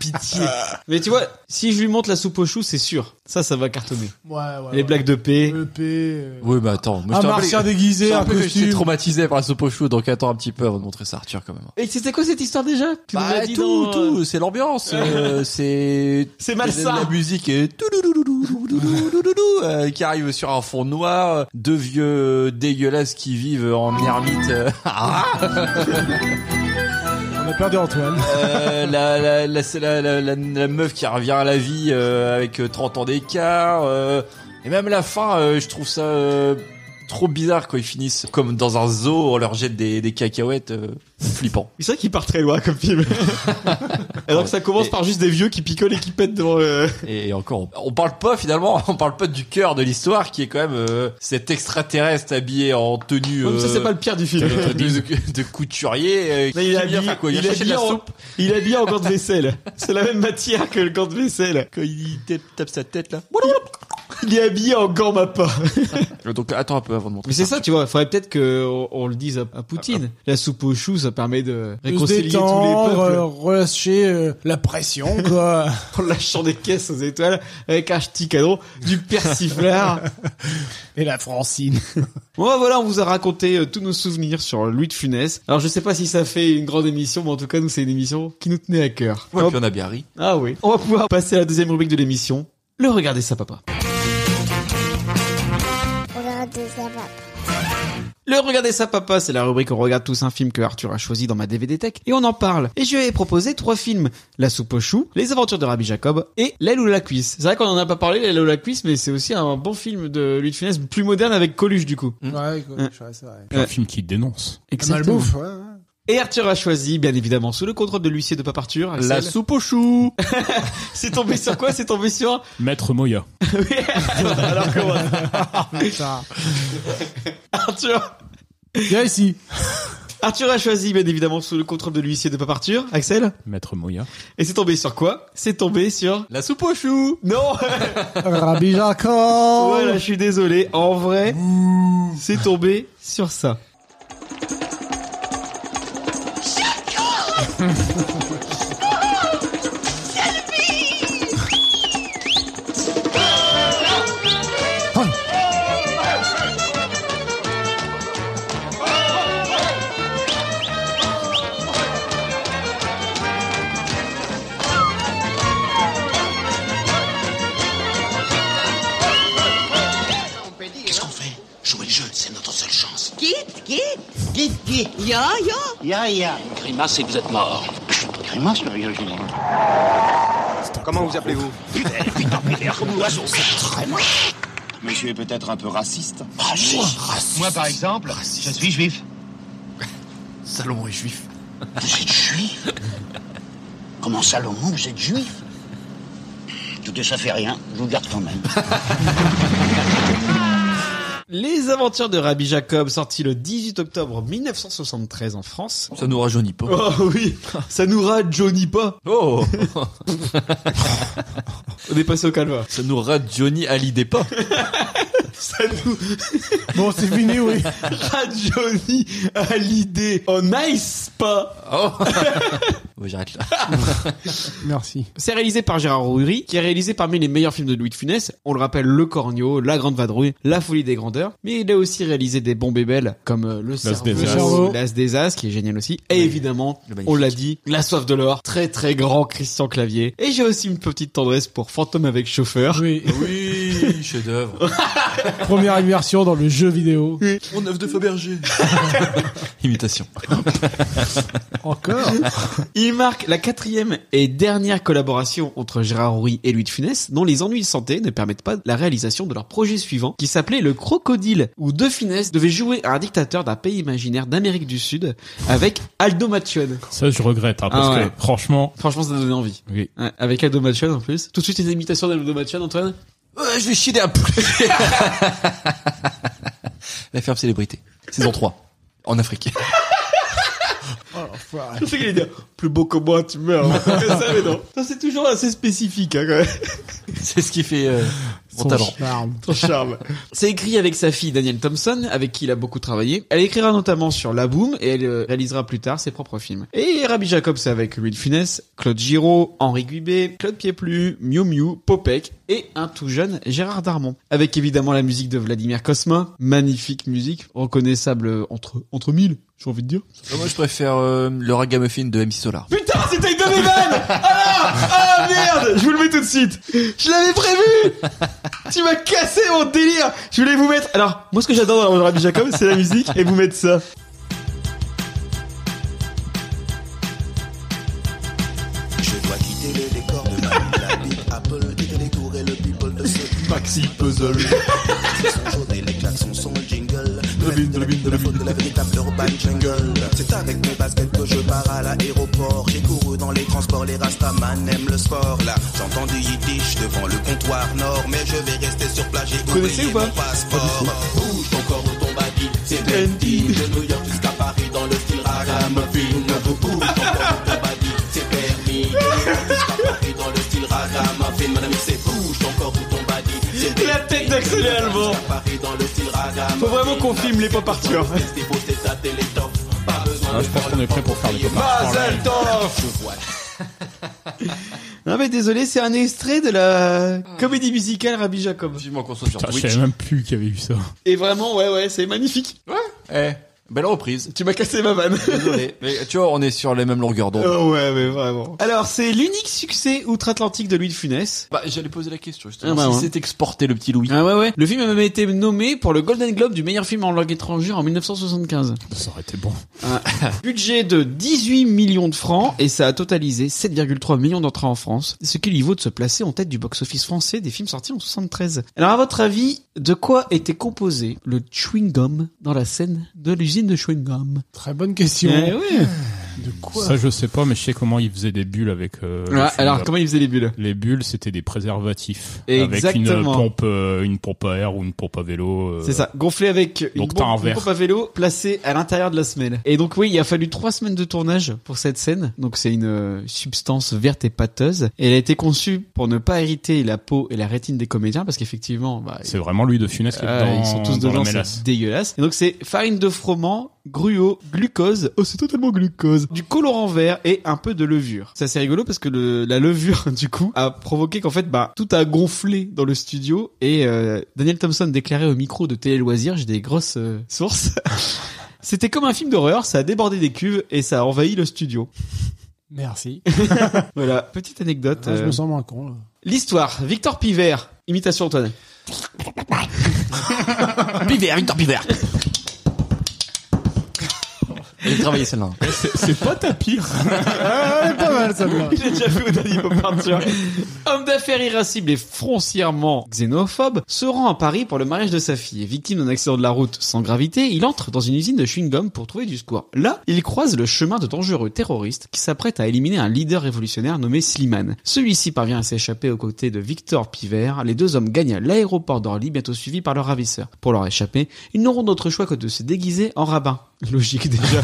S2: Pitié. Mais tu vois, si je lui montre la soupe aux choux, c'est sûr. Ça, ça va cartonner.
S4: Ouais, ouais. Euh.
S2: les blagues de paix.
S4: Le P.
S3: Oui, mais attends. Moi,
S2: Ah,
S4: Un
S3: je te rappelle-
S4: martien déguisé,
S3: je te
S4: un
S3: rappelle que
S4: costume.
S3: J'étais traumatisé par la soupe aux choux, donc attends un petit peu avant de montrer ça à Arthur, quand même.
S2: Et c'était quoi cette histoire déjà Tu nous
S3: Bah,
S2: l'as dit
S3: tout,
S2: dans, euh,
S3: tout, c'est l'ambiance, euh, c'est
S2: C'est malsain.
S3: la musique est tout doudoudoudoudoudoudoudou, euh, qui arrive sur un fond noir, euh, deux vieux euh, dégueulasses qui vivent en ermite, euh, ah,
S4: On a perdu Antoine.
S3: euh, la, la, la, c'est la, la, la- la meuf qui revient à la vie euh, avec euh, 30 ans d'écart, euh, et même la fin, euh, je trouve ça euh, trop bizarre quand ils finissent comme dans un zoo, on leur jette des, des cacahuètes, euh, flippant.
S2: C'est vrai qu'il part très loin comme film. Alors que ça commence par juste des vieux qui picolent et qui pètent devant le...
S3: Et encore, on- on parle pas finalement, on parle pas du cœur de l'histoire qui est quand même euh, cet extraterrestre habillé en tenue.
S2: Comme ça,
S3: euh,
S2: c'est pas le pire du film.
S3: De, de- de couturier. euh,
S2: Mais
S3: qui
S2: il
S3: vient
S2: habille,
S3: faire quoi
S2: il
S3: vient chercher de
S2: habille
S3: la
S2: en,
S3: soupe.
S2: il habille en gant de vaisselle. C'est la même matière que le gant de vaisselle.
S3: Quand il tape, tape sa tête là.
S2: Il est habillé en gant mappa.
S3: Donc attends un peu avant de montrer.
S2: Mais c'est ça, tu vois. Faudrait peut-être que on, on le dise à, à Poutine. La soupe aux choux, ça permet de
S4: De se
S2: réconcilier tous les
S4: détendre, euh,
S2: peuples
S4: relâcher euh, la pression, quoi.
S2: en lâchant des caisses aux étoiles avec un petit canon, du persiflard.
S4: Et la Francine.
S2: Bon bah, voilà, on vous a raconté euh, tous nos souvenirs sur Louis de Funès. Alors je sais pas si ça fait une grande émission, mais en tout cas nous c'est une émission qui nous tenait à cœur.
S3: Ouais,
S2: On
S3: puis
S2: va-
S3: on a bien ri.
S2: Ah oui. On va pouvoir passer à la deuxième rubrique de l'émission. Le regarder ça papa.
S14: Regardez ça, papa.
S2: Le Regardez ça papa, c'est la rubrique où on regarde tous un film que Arthur a choisi dans ma DVD Tech et on en parle. Et je lui ai proposé trois films. La soupe aux choux, Les aventures de Rabbi Jacob et L'aile ou la cuisse. C'est vrai qu'on en a pas parlé, L'aile ou la cuisse, mais c'est aussi un bon film de Louis de Funès, plus moderne avec Coluche du coup.
S4: Ouais, quoi, je vois, c'est vrai.
S5: Un film qui dénonce.
S2: Exactement.
S4: Malbouffe, ouais, ouais.
S2: Et Arthur a choisi, bien évidemment, sous le contrôle de l'huissier de Papa Arthur. Axel.
S3: La soupe aux choux.
S2: C'est tombé sur quoi C'est tombé sur.
S5: Maître Moya.
S2: Alors comment
S4: Ça.
S2: Arthur
S4: Viens ici.
S2: Arthur a choisi, bien évidemment, sous le contrôle de l'huissier de Papa Arthur. Axel
S5: Maître Moya.
S2: Et c'est tombé sur quoi C'est tombé sur.
S3: La soupe aux choux.
S2: Non
S4: Rabbi
S2: Voilà,
S4: Jacob.
S2: je suis désolé. En vrai, c'est tombé sur ça.
S4: Oh
S7: Qui
S15: Ya, ya
S7: Ya, ya.
S12: Grimace et vous êtes mort.
S7: Grimace, sérieux, général.
S16: Comment vous appelez-vous
S7: Putain, pédère, comme l'oiseau.
S16: Mais tu es peut-être un peu raciste.
S7: Moi, moi, par exemple, je suis juif.
S3: Salomon est juif.
S7: Vous êtes juif Comment Salomon, vous êtes juif Tout ça fait rien, je vous garde quand même.
S2: Les aventures de Rabbi Jacob, sorti le 18 octobre 1973 en France.
S3: Ça nous rajeunit pas.
S2: Oh oui, ça nous rajeunit pas.
S3: Oh
S2: On est passé au calva.
S3: Ça nous rate Johnny Hallyday pas.
S2: Ça nous
S4: Bon, c'est fini, oui.
S2: rajeunit à l'idée. Oh nice pas.
S3: Oh. Ouais, j'arrête là.
S4: Merci.
S2: C'est réalisé par Gérard Roury, qui a réalisé parmi les meilleurs films de Louis de Funès. On le rappelle, Le Corneau, La Grande Vadrouille, La Folie des Grandeurs. Mais il a aussi réalisé des bons bébelles, comme euh, Le Cerveau,
S5: des As.
S2: Le Cerveau, L'As des As, qui est génial aussi. Et évidemment, on l'a dit, La Soif de l'Or, très très grand Christian Clavier. Et j'ai aussi une petite tendresse pour Fantôme avec chauffeur.
S4: Oui.
S3: Oui, chef d'œuvre.
S4: Première immersion dans le jeu vidéo.
S3: Mon œuf Oh, de Fabergé. Imitation.
S4: Encore
S2: Il marque la quatrième et dernière collaboration entre Gérard Rouy et Louis de Funès, dont les ennuis de santé ne permettent pas la réalisation de leur projet suivant, qui s'appelait Le Crocodile, où De Funès devait jouer un dictateur d'un pays imaginaire d'Amérique du Sud avec Aldo Macione.
S5: Ça, je regrette, hein, parce
S2: Ah ouais.
S5: que franchement,
S2: Franchement, ça donnait envie.
S5: Oui.
S2: Ouais, avec Aldo Macione en plus. Tout de suite, les imitations d'Aldo Macione, Antoine
S3: Euh, je vais chier un poulet. La ferme célébrité. Saison 3. En Afrique.
S2: Je sais qu'il allait dire plus beau que moi, tu meurs. ça, mais non. Ça, c'est toujours assez spécifique, hein, quand même.
S3: C'est ce qui fait euh, mon talent.
S4: charme.
S2: Ton charme. C'est écrit avec sa fille Danielle Thompson, avec qui il a beaucoup travaillé. Elle écrira notamment sur La Boom et elle euh, réalisera plus tard ses propres films. Et Rabbi Jacob, c'est avec Louis de Funès, Claude Giraud, Henri Guibé, Claude Pieplu, Miu Miu, Popek et un tout jeune Gérard Darmon. Avec évidemment la musique de Vladimir Cosma, magnifique musique, reconnaissable entre, entre mille, j'ai envie de dire.
S3: Euh, Moi, je préfère euh, le ragamuffin de MC Solar.
S2: Putain, c'était une de mes vannes Ah Ah merde Je vous le mets tout de suite Je l'avais prévu Tu m'as cassé mon délire Je voulais vous mettre... Alors, moi ce que j'adore dans Rabbi Jacob, c'est la musique, et vous mettre ça.
S17: Je dois quitter le décor de ma ville, la ville Apple, quitter les tours et le people de ce
S11: Maxi Puzzle.
S17: sont jaune et les klaxons sont le jingle. De la ville, de la ville, de la faute de la véritable urban jungle. C'est avec mes baskets que je pars à l'aéroport. J'ai couru dans les transports, les Rastaman aiment le sport. Là, j'entends du yiddish devant le comptoir nord, mais je vais rester sur place. J'ai
S2: Connaissez
S17: oublié
S2: ou pas
S17: mon passeport. Bouge ton corps ou ton baby, c'est Bendy. De New York jusqu'à Paris dans le style ragamuffin. Bouge ton corps ou ton baby, c'est permis. De New York jusqu'à Paris dans le style ragamuffin. Madame, c'est bouge ton corps ou ton body, c'est
S2: La tête d'Axel et Alban. Faut vraiment qu'on filme les pop Arthur.
S5: ah, je pense qu'on est prêt pour faire les
S2: Non mais désolé, c'est un extrait de la comédie musicale Rabbi Jacob.
S3: Vivement qu'on soit sur
S5: Putain, je
S3: Twitch.
S5: savais même plus qu'il y avait eu ça.
S2: Et vraiment, ouais, ouais, c'est magnifique.
S3: Eh, belle reprise.
S2: Tu m'as cassé ma vanne.
S3: Désolé. Mais tu vois, on est sur les mêmes longueurs d'onde.
S2: Oh ouais, mais vraiment. Alors, c'est l'unique succès outre-Atlantique de Louis de Funès.
S3: Bah, j'allais poser la question, justement.
S2: Ah bah
S3: si
S2: ouais.
S3: c'est exporté, le petit Louis.
S2: Ah ouais, ouais. Le film a même été nommé pour le Golden Globe du meilleur film en langue étrangère en 1975.
S5: Ça aurait été bon.
S2: Budget de 18 millions de francs et ça a totalisé 7,3 millions d'entrées en France, ce qui lui vaut de se placer en tête du box-office français des films sortis en 73. Alors à votre avis, de quoi était composé le chewing-gum dans la scène de l'usine de chewing-gum
S4: Très bonne question.
S2: Eh ouais.
S4: De quoi
S5: Ça, je sais pas, mais je sais comment ils faisaient des bulles avec. euh, le
S2: Ah,
S5: chewing-gum.
S2: Alors comment il faisait les bulles
S5: Les bulles, c'était des préservatifs. Avec une
S2: Exactement.
S5: euh, pompe, euh, une pompe à air ou une pompe à vélo. euh,
S2: C'est ça, gonflé avec une
S5: Donc t'as un
S2: bombe, une
S5: verre.
S2: pompe à vélo placée à l'intérieur de la semelle. Et donc oui, il a fallu trois semaines de tournage pour cette scène. Donc c'est une euh, substance verte et pâteuse. Et elle a été conçue pour ne pas hériter la peau et la rétine des comédiens parce qu'effectivement, bah,
S5: C'est vraiment lui de Funès qui est
S2: Ah,
S5: dans,
S2: ils sont tous
S5: dans
S2: dedans,
S5: la mélasse.
S2: c'est dégueulasse. Et donc c'est farine de froment, gruau, glucose, oh c'est totalement glucose, du colorant vert et un peu de levure. C'est assez rigolo parce que le- la levure du coup a provoqué qu'en fait bah tout a gonflé dans le studio et euh, Daniel Thompson déclarait au micro de Télé Loisirs, j'ai des grosses euh, sources. C'était comme un film d'horreur, ça a débordé des cuves et ça a envahi le studio.
S4: Merci.
S2: Voilà, petite anecdote.
S4: Ah, je
S2: euh,
S4: me sens moins con. là.
S2: L'histoire, Victor Pivert, imitation Antoine.
S3: Pivert, Victor Pivert. J'ai travaillé celle-là.
S5: C'est pas ta pire.
S4: Elle est pas mal celle-là.
S2: Il l'a déjà fait au dernier Popin, tu vois. Homme d'affaires irascible et foncièrement xénophobe se rend à Paris pour le mariage de sa fille. Victime d'un accident de la route sans gravité, il entre dans une usine de chewing-gum pour trouver du secours. Là, il croise le chemin de dangereux terroristes qui s'apprêtent à éliminer un leader révolutionnaire nommé Slimane. Celui-ci parvient à s'échapper aux côtés de Victor Pivert. Les deux hommes gagnent l'aéroport d'Orly, bientôt suivis par leur ravisseur. Pour leur échapper, ils n'auront d'autre choix que de se déguiser en rabbin. Logique déjà.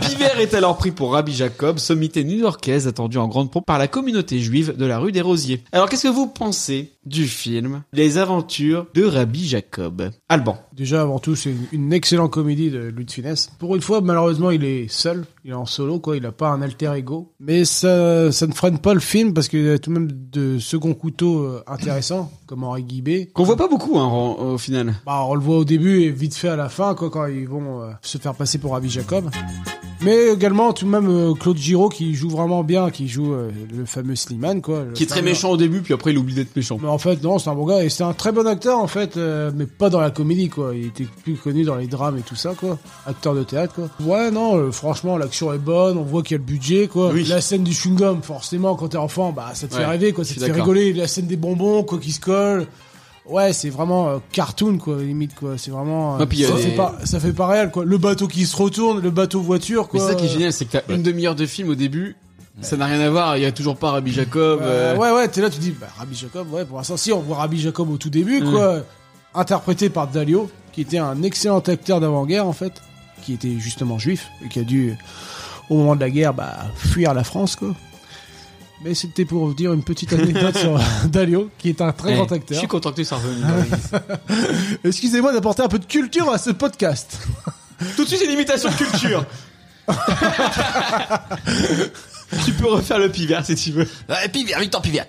S2: Pivert est alors pris pour Rabbi Jacob, sommité new-yorkaise attendue en grande pompe par la communauté juive de la rue des Rosiers. Alors qu'est-ce que vous pensez du film Les aventures de Rabbi Jacob Alban.
S4: Déjà, avant tout, c'est une- une excellente comédie de Louis de Funès. Pour une fois, malheureusement, il est seul. Il est en solo, quoi. Il n'a pas un alter ego. Mais ça, ça ne freine pas le film parce qu'il y a tout de même de seconds couteaux euh, intéressants, comme Henri Guibé.
S2: Qu'on voit pas beaucoup hein, en- au final.
S4: Bah, on le voit au début et vite fait à la fin, quoi, quand ils vont euh, se faire passer pour Rabbi Jacob. Mais également, tout de même, euh, Claude Giraud qui joue vraiment bien, qui joue euh, le fameux Slimane, quoi. Le
S2: Qui est très
S4: fameux-
S2: méchant au début, puis après il oublie d'être méchant.
S4: Mais en fait, non, c'est un bon gars et c'est un très bon acteur, en fait, euh, mais pas dans la comédie, quoi. Il était plus connu dans les drames et tout ça, quoi. Acteur de théâtre, quoi. Ouais, non, euh, franchement, l'action est bonne, on voit qu'il y a le budget, quoi. La scène du chewing-gum, forcément, quand t'es enfant, bah, ça te fait
S2: Ouais,
S4: rêver, quoi.
S2: je
S4: Ça te
S2: suis
S4: fait
S2: d'accord.
S4: rigoler. La scène des bonbons, quoi, qui se collent. Ouais, c'est vraiment euh, cartoon, quoi, limite, quoi. C'est vraiment. euh,
S2: Ah, puis il y a
S4: ça,
S2: des-
S4: fait pas, ça fait pas réel, quoi. Le bateau qui se retourne, le bateau voiture,
S2: Mais
S4: quoi.
S2: c'est ça qui est génial, c'est que t'as une demi-heure de film au début, ça n'a rien à voir, il y a toujours pas Rabbi Jacob.
S4: Euh,
S2: euh,
S4: ouais, ouais, t'es là, tu dis, bah, Rabbi Jacob, ouais, pour l'instant, si, on voit Rabbi Jacob au tout début,
S2: Mm.
S4: quoi. Interprété par Dalio, qui était un excellent acteur d'avant-guerre, en fait, qui était justement juif, et qui a dû, au moment de la guerre, bah, fuir la France, quoi. Mais c'était pour vous dire une petite anecdote sur Dalio, qui est un très
S2: eh,
S4: grand
S2: Je
S4: acteur.
S2: suis content que tu sois revenu. quand même.
S4: Excusez-moi d'apporter un peu de culture à ce podcast.
S2: Tout de suite, une imitation de culture. tu peux refaire le pivert si tu veux.
S3: Ouais, Pivert, Victor Pivert.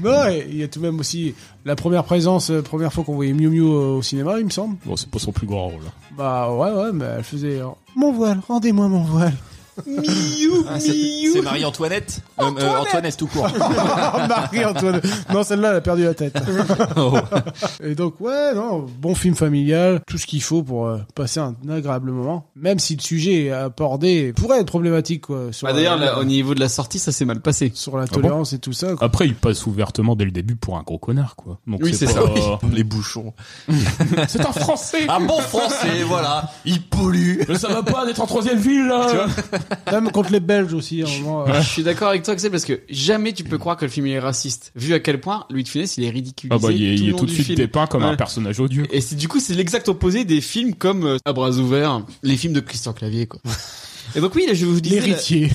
S4: Non, et il y a tout de même aussi la première présence, euh, première fois qu'on voyait Miu Miu au au cinéma, il me semble.
S5: Bon, c'est pas son plus grand rôle. hein.
S4: Bah ouais, ouais, mais elle faisait euh, mon voile, rendez-moi mon voile.
S2: Miou,
S3: Ah, c'est c'est Marie-Antoinette Euh, euh, Antoinette. tout court.
S4: Marie-Antoinette. Oh, Non, celle-là, elle a perdu la tête.
S3: Oh,
S4: Et donc, ouais, non, bon film familial, tout ce qu'il faut pour euh, passer un agréable moment, même si le sujet abordé pourrait être problématique, quoi. Sur
S2: Bah,
S4: la-
S2: D'ailleurs, là, au niveau de la sortie, ça s'est mal passé.
S4: Sur
S5: Ah
S4: la tolérance et tout ça. quoi.
S5: Après, il passe ouvertement dès le début pour un gros connard, quoi. Donc,
S2: Oui, c'est
S5: pas-
S2: ça,
S3: Oh, Les bouchons.
S5: C'est un français.
S3: Un Ah, bon français, voilà. Il pollue.
S5: Mais Ah, ça va pas d'être en troisième ville, là.
S4: Même contre les Belges aussi, à un moment. euh,
S2: Je suis d'accord avec toi, Axel, parce que jamais tu peux croire que le film il est raciste. Vu à quel point Louis de Funès, il est ridiculisé.
S5: Ah bah, il
S2: tout,
S5: est il
S2: le
S5: est
S2: long
S5: tout de
S2: du
S5: suite
S2: film.
S5: dépeint comme
S2: Ouais.
S5: un personnage odieux.
S2: Et c'est du coup, c'est l'exact opposé des films comme euh, À bras ouverts, les films de Christian Clavier, quoi. Et donc oui, là, je vous disais... la-
S4: L'héritier.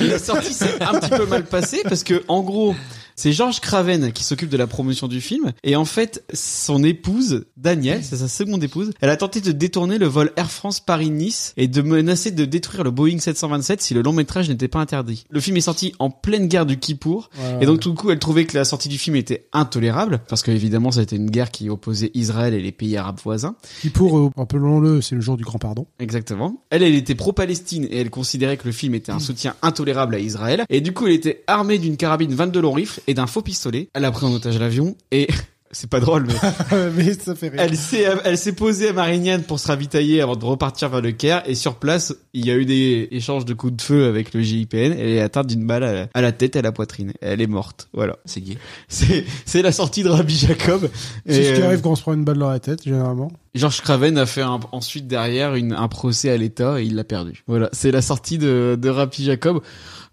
S2: La sortie s'est un petit peu mal passée parce que en gros, c'est Georges Craven qui s'occupe de la promotion du film et en fait, son épouse Danielle, c'est sa seconde épouse, elle a tenté de détourner le vol Air France Paris-Nice et de menacer de détruire le Boeing 727 si le long métrage n'était pas interdit. Le film est sorti en pleine guerre du Kippour
S4: voilà.
S2: et donc tout le coup, elle trouvait que la sortie du film était intolérable parce que évidemment, ça a été une guerre qui opposait Israël et les pays arabes voisins.
S4: Qui pour, euh, rappelons-le, c'est le jour du grand pardon.
S2: Exactement. Elle, elle était pro-Palestine et elle considérait que le film était un soutien intolérable à Israël. Et du coup, elle était armée d'une carabine 22 long rifle et d'un faux pistolet. Elle a pris en otage l'avion et c'est pas drôle, mais
S4: Mais ça fait rire.
S2: elle s'est, elle s'est posée à Marignane pour se ravitailler avant de repartir vers le Caire. Et sur place, il y a eu des échanges de coups de feu avec le GIPN. Elle est atteinte d'une balle à la, à la tête et à la poitrine. Elle est morte. Voilà.
S3: C'est gay.
S2: C'est, c'est la sortie de Rabbi Jacob.
S4: C'est ce
S2: Et,
S4: qui
S2: euh,
S4: arrive quand on se prend une balle dans la tête, généralement.
S2: Georges Craven a fait un- ensuite derrière une- un procès à l'État et il l'a perdu. Voilà, c'est la sortie de, de Rapi Jacob,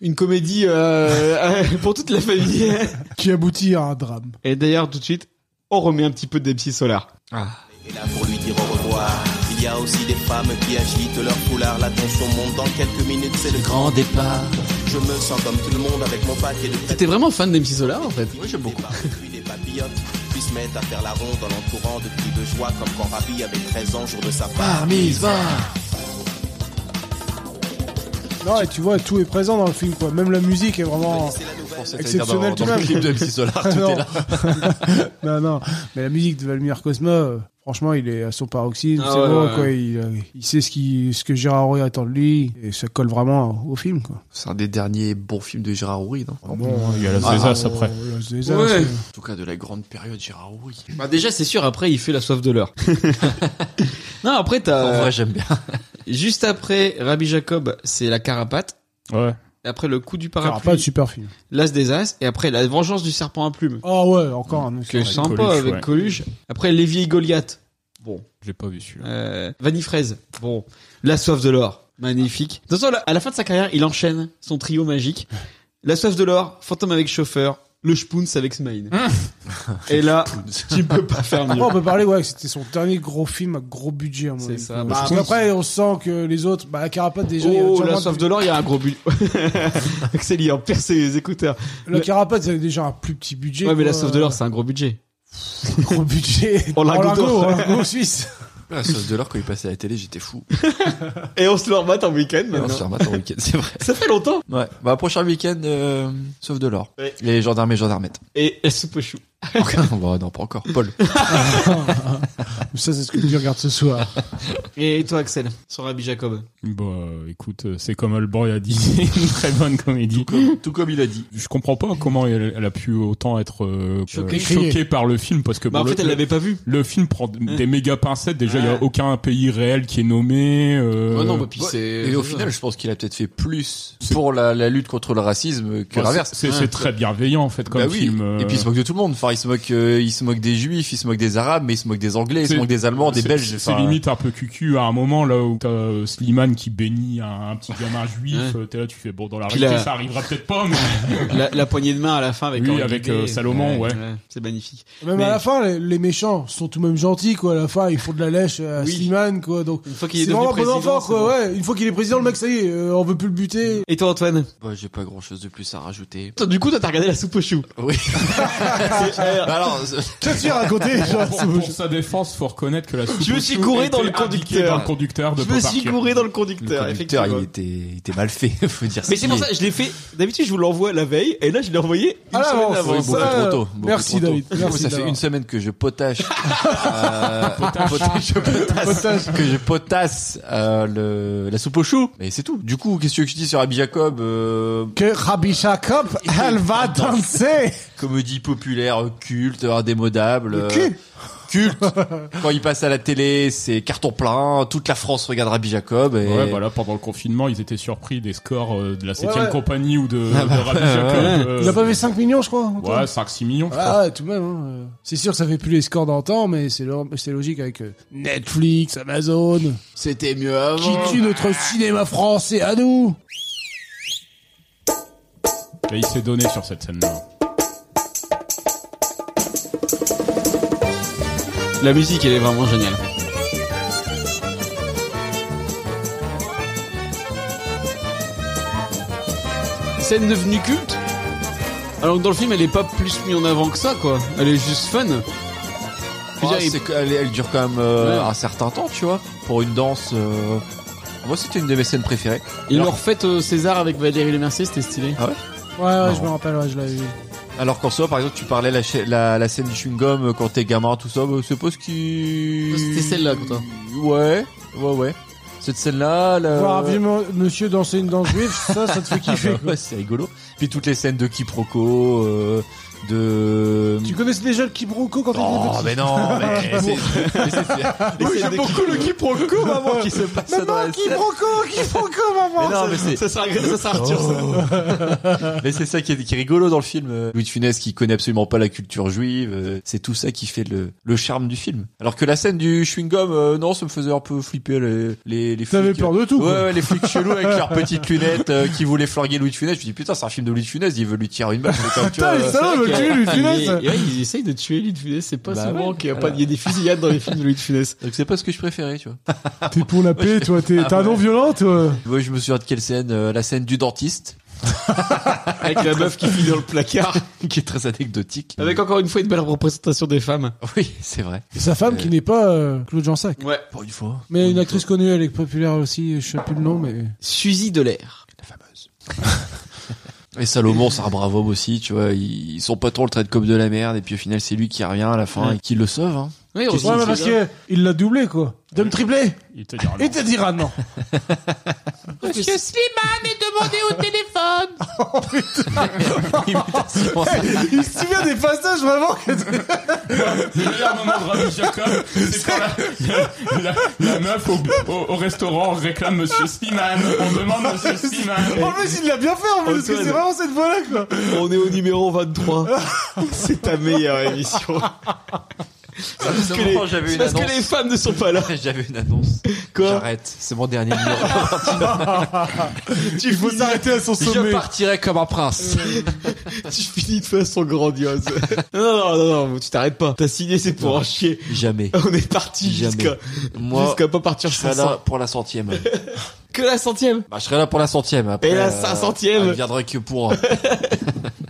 S2: une comédie euh, pour toute la famille.
S4: Qui aboutit à un drame.
S2: Et d'ailleurs, tout de suite, on remet un petit peu d'Epsi Solar.
S17: est là pour lui dire au revoir. Il y a aussi des femmes qui agitent leur foulard. L'attention monte dans quelques minutes, c'est le grand départ. Je me sens comme tout le monde avec mon paquet de
S2: T'es vraiment fan d'Epsi Solar en fait
S17: Oui, j'aime beaucoup. Puis les papillotes puis se mettent à faire la ronde en l'entourant de cris de joie comme quand Rabbi avait 13 ans, jour de sa part.
S4: Non, et tu vois, tout est présent dans le film, quoi. Même la musique est vraiment. Exceptionnel tout
S3: dans le
S4: même.
S3: clip de MC Solar, tout
S4: non.
S3: est là.
S4: non, non. Mais la musique de Valmir Cosma, euh, Franchement, il est à son paroxysme.
S10: Ah
S4: c'est
S10: ouais,
S4: bon,
S10: ouais,
S4: quoi.
S10: ouais.
S4: Il, euh, il sait ce, qui, ce que Gérard Roy attend de lui. Et ça colle vraiment au film, quoi.
S3: C'est un des derniers bons films de Gérard Houry, non
S4: bon,
S5: il y a la
S3: Ah,
S5: Zézas après.
S4: la
S3: Zézas,
S10: Ouais.
S4: euh,
S3: En tout cas, de la grande période Gérard Houry.
S10: Bah déjà c'est sûr après il fait la soif de l'heure. non après t'as.
S3: En vrai, j'aime bien.
S10: Juste après Rabbi Jacob c'est la carapate.
S5: Ouais.
S10: Après le coup du parapluie.
S4: Pas de super film.
S10: L'as des as et après la vengeance du serpent à plumes.
S4: Ah ouais, encore un. autre.
S10: Que sympa
S5: Coluche,
S10: avec
S5: ouais.
S10: Coluche. Après l'évier et Goliath. Bon.
S5: J'ai pas vu celui-là.
S10: Euh, Vanille fraise. Bon. La soif de l'or. Magnifique. De toute façon, là, à la fin de sa carrière, il enchaîne son trio magique. La soif de l'or, fantôme avec chauffeur, le Spoons avec Smain. Et là, tu peux pas faire mieux.
S4: Après, on peut parler, ouais, que c'était son dernier gros film à gros budget, à mon
S10: C'est
S4: avis.
S10: ça. Bah,
S4: Parce qu'après, on sent que les autres, bah, la carapate, déjà, il y avait
S10: Oh,
S4: déjà
S10: la
S4: moins
S10: soif de l'or, il y a un gros but. Axel, il en perd ses écouteurs.
S4: La carapate, c'est déjà un plus petit budget.
S10: Ouais, mais la
S4: quoi.
S10: soif de l'or, c'est un gros budget.
S4: Gros budget.
S10: En lingots d'or.
S4: en lingots suisse.
S3: Ah, La sauce de l'or, quand il passait à la télé, j'étais fou.
S10: Et on se le remate en week-end
S3: Et on
S10: maintenant.
S3: se remet en week-end, c'est vrai.
S10: Ça fait longtemps.
S3: Ouais. Bah, prochain week-end, euh, sauf de l'or.
S10: Ouais.
S3: Les gendarmes et gendarmettes.
S10: Et la soupe au chou.
S3: bah, non, pas encore. Paul.
S4: Ça, c'est ce que tu regardes ce soir.
S10: Et toi, Axel, sur Rabbi Jacob.
S5: Bah écoute, euh, c'est comme Alban il a dit, c'est une très bonne comédie.
S3: Tout comme il a dit.
S5: Je comprends pas comment elle, elle a pu autant être euh,
S10: Choquée.
S5: euh, choquée par le film parce que
S10: Bah,
S5: bon,
S10: en
S5: le-
S10: fait, elle l'avait pas vu.
S5: le film prend des méga pincettes. Déjà, il y
S10: Ouais.
S5: a aucun pays réel qui est nommé. euh,
S10: Ouais, non, bah, puis
S3: Ouais.
S10: c'est.
S3: Et au final, je pense qu'il a peut-être fait plus pour la, la lutte contre le racisme que
S5: bah,
S3: l'inverse.
S5: c'est c'est très bienveillant en fait comme
S3: Bah oui.
S5: film. euh,
S3: Et puis il se moque de tout le monde. Enfin, il se moque, euh, il se moque des juifs, il se moque des arabes, mais il se moque des anglais, il se
S5: C'est-
S3: moque des allemands, des
S5: c'est-
S3: belges.
S5: C'est
S3: Enfin,
S5: limite un peu cucu à un moment là où t'as euh, Slimane qui bénit un, un petit gamin juif.
S10: Ouais.
S5: euh, T'es là, tu fais bon dans la
S10: Puis
S5: réalité,
S10: la-
S5: ça arrivera peut-être pas. Mais...
S10: La, la poignée de main à la fin avec
S5: Oui,
S10: Henri
S5: avec,
S10: Guidet.
S5: euh, Salomon, ouais.
S10: C'est magnifique.
S4: Même
S10: Mais-
S4: à la fin, les, les méchants sont tout de même gentils, quoi. À la fin, ils font de la lèche à
S10: Oui.
S4: Slimane, quoi. Donc,
S10: Une fois qu'il est
S4: c'est
S10: devenu
S4: vraiment un bon
S10: président.
S4: enfant,
S10: c'est
S4: quoi.
S10: bon.
S4: Ouais, une fois qu'il est président, le mec, ça y est, euh, on veut plus le buter.
S10: Et toi, Antoine
S3: bah, j'ai pas grand chose de plus à rajouter.
S10: Toi, Du coup, toi, t'as regardé la soupe au chou.
S3: Oui.
S10: Ah,
S3: Alors, euh,
S4: Qu'est-ce que tu as raconté, genre,
S5: pour,
S4: sous-
S5: pour sa défense, faut reconnaître que la soupe
S10: Je me
S5: au
S10: suis
S5: chou
S10: gouré dans
S5: était
S10: le
S5: indiquée
S10: conducteur.
S5: Dans le conducteur de
S10: Je me
S5: Bob
S10: suis
S5: Barker.
S10: gouré dans le
S3: le
S10: conducteur,
S3: conducteur, il
S10: effectivement.
S3: était, il était mal fait, faut dire.
S10: Mais
S3: ce qui
S10: c'est pour
S3: est.
S10: ça, je l'ai fait. D'habitude, je vous l'envoie la veille, et là, je l'ai envoyé une
S4: À
S10: semaine
S4: l'avance,
S10: avant.
S4: oui,
S3: Oui, beaucoup
S4: Ça,
S3: trop tôt.
S4: euh,
S3: beaucoup
S4: merci,
S3: trop tôt.
S4: David.
S3: Du coup,
S4: Merci
S3: ça fait
S4: d'avoir-
S3: une semaine que je potache, euh, potache, je potasse, que je potasse euh, le, la soupe au chou. Mais c'est tout. Du coup, qu'est-ce que je dis sur Abby Jacob euh,
S4: Que Rabbi Jacob, elle va danser.
S3: Comédie populaire, culte, indémodable. euh,
S4: Cul.
S3: culte. Quand il passe à la télé, c'est carton plein. Toute la France regarde Rabbi Jacob. Et...
S5: Ouais, voilà, pendant le confinement, ils étaient surpris des scores euh, de la 7ème
S4: ouais.
S5: compagnie ou de,
S3: Ah bah,
S5: de Rabbi
S3: ouais,
S5: Jacob.
S3: ouais.
S5: euh,
S4: Il a pas fait 5 millions, je crois. Antoine.
S5: ouais, 5-6 millions, je crois.
S4: Ah ouais, tout de même. hein, euh. C'est sûr que ça fait plus les scores d'antan, mais c'est lo- c'est logique avec euh, Netflix, Amazon,
S10: C'était mieux avant.
S4: qui tue notre cinéma français à nous.
S5: Et il s'est donné sur cette scène-là.
S10: La musique, elle est vraiment géniale. Scène devenue culte Alors que dans le film, elle est pas plus mise en avant que ça, quoi. Elle est juste fun. Je veux
S3: Ah,
S10: dire, il-
S3: c'est que- elle, elle dure quand même euh,
S10: Ouais.
S3: un certain temps, tu vois, pour une danse. euh, Moi, c'était une de mes scènes préférées.
S10: Ils
S3: Alors-
S10: l'ont refait au euh, César avec Valérie Lemercier, c'était stylé.
S4: Ouais, ouais, je me rappelle, ouais, je l'avais vu.
S3: Alors qu'en soi, par exemple, tu parlais la, cha- la, la scène du chewing-gum euh, quand t'es gamin, tout ça, bah, c'est pas ce qui...
S10: Ça, c'était celle-là, pour toi.
S3: Ouais, ouais, ouais. Cette scène-là... La...
S4: Voir un vieux mo- monsieur danser une danse juive, ça, ça te fait
S3: Ah bah
S4: kiffer. quoi.
S3: ouais, c'est rigolo. Puis toutes les scènes de quiproquo, euh, de...
S4: Tu connaissais déjà le quiproquo quand
S3: Oh,
S4: t'étais
S3: mais non, mais c'est... mais c'est-
S10: Oui, j'aime beaucoup le quiproquo, maman.
S3: qui se passe
S4: petit
S3: dans
S4: Maman,
S3: la scène.
S4: quiproquo, quiproquo, maman
S3: Mais non, mais c'est... Oh.
S10: Ça sera, ça sera Arthur, ça.
S3: Mais c'est ça qui est, qui est rigolo dans le film. Euh, Louis de Funès qui connaît absolument pas la culture juive, euh, c'est tout ça qui fait le, le charme du film. Alors que la scène du chewing-gum, euh, non, ça me faisait un peu flipper les, les, les flics.
S4: T'avais peur de tout,
S3: Ouais,
S4: quoi.
S3: ouais, les flics chelous avec leurs petites lunettes euh, qui voulaient flanguer Louis de Funès. Je me dis putain, c'est un film de Louis de Funès, il veut lui tirer une balle. C'est comme, tu vois,
S4: Putain, les
S3: euh,
S10: Ah,
S4: salauds veulent tuer Louis de
S10: Et-
S4: Funès
S10: et ouais, ils essayent de tuer Louis de Funès, c'est pas
S3: Bah
S10: souvent
S3: ouais.
S10: qu'il y a pas, il y a des fusillades dans les films de Louis de Funès.
S3: Donc c'est pas ce que je préférais, tu vois.
S4: T'es pour la paix, toi, t'es t'es un non-violent, toi
S3: Moi, je me souviens de quelle scène, euh, la scène du dentiste,
S10: Avec la meuf qui finit dans le placard.
S3: qui est très anecdotique.
S10: Avec encore une fois une belle représentation des femmes.
S3: Oui, c'est vrai.
S4: Et Sa femme qui n'est pas euh, Claude Jansac.
S10: Ouais.
S3: Pour une fois.
S4: Mais une actrice connue, elle est populaire aussi, je sais plus le nom, mais...
S10: Suzy de l'air.
S3: Et Salomon, c'est un brave homme aussi, tu vois. Ils, ils sont pas trop le trait de cop de la merde, et puis au final, c'est lui qui revient à la fin
S10: Ouais.
S3: et qui le sauve. Hein.
S4: Oui,
S5: heureusement
S4: ouais,
S5: que
S4: mais parce
S5: c'est bien.
S4: que il l'a doublé, quoi. De me tripler
S5: Il te dira
S4: Il te dira non.
S15: Monsieur Slimane est demandé au téléphone.
S4: Oh putain Il se souvient des passages vraiment que
S5: Le meilleur moment de Rabbi Jacob, c'est quand la, la, la meuf au, au, au restaurant réclame Monsieur Slimane. On demande Monsieur Slimane.
S4: En plus, il l'a bien fait en plus, parce que c'est vraiment cette voix-là, quoi.
S2: On est au numéro 23. c'est ta meilleure émission. Parce que, les,
S3: j'avais une
S2: parce que
S3: annonce.
S2: les femmes ne sont pas là.
S3: J'avais une annonce.
S2: Quoi
S3: J'arrête. C'est mon dernier numéro.
S2: tu
S4: faut s'arrêter à son sommet.
S3: Je partirai comme un prince.
S2: tu finis de façon grandiose. non, non, non, non, tu t'arrêtes pas. T'as signé, c'est pour un chier.
S3: Jamais.
S2: On est parti jusqu'à
S3: Moi,
S2: jusqu'à pas partir
S3: je serai
S2: 500.
S3: là pour la centième.
S2: Que la centième
S3: Bah, je serai là pour la centième. Après,
S2: Et la
S3: euh,
S2: 500e.
S3: elle viendrait que pour.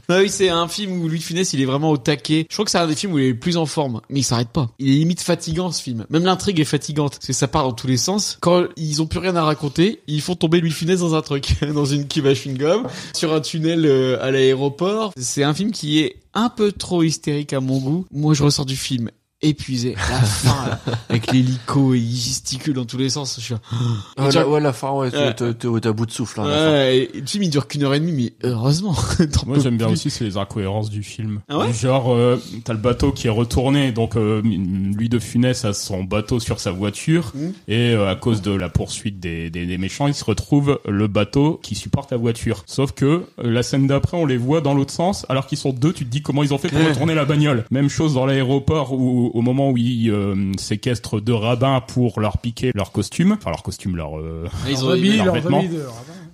S2: Ah oui, c'est un film où Louis de Funès, il est vraiment au taquet. Je crois que c'est un des films où il est le plus en forme, mais il s'arrête pas. Il est limite fatigant ce film. Même l'intrigue est fatigante, parce que ça part dans tous les sens. Quand ils ont plus rien à raconter, ils font tomber Louis de Funès dans un truc, dans une cuve à chewing-gum, sur un tunnel euh, à l'aéroport. C'est un film qui est un peu trop hystérique à mon goût. Moi, je ressors du film épuisé, à la fin, là, avec l'hélico, et il gesticule dans tous les sens. Je suis là,
S3: Ouais, la- ouais, la fin, ouais,
S2: Ouais.
S3: t'es- t'es t'es- t'es à bout de souffle. hein, la fin.
S2: Ouais, et le film il dure qu'une heure et demie, mais heureusement. t'en
S5: Moi
S2: peux
S5: j'aime bien
S2: plus.
S5: aussi c'est les incohérences du film.
S2: Ah ouais
S5: Du Genre euh, t'as le bateau qui est retourné donc euh, lui de Funès a son bateau sur sa voiture
S2: Mmh.
S5: et euh, à cause de la poursuite des, des, des méchants il se retrouve le bateau qui supporte la voiture. Sauf que euh, la scène d'après on les voit dans l'autre sens alors qu'ils sont deux tu te dis comment ils ont fait pour retourner la bagnole. Même chose dans l'aéroport où au moment où ils euh, séquestrent deux rabbins pour leur piquer leur costume, enfin leur costume leur euh,
S2: Ah,
S4: Leur habit, leur
S5: vêtements.
S4: habit de-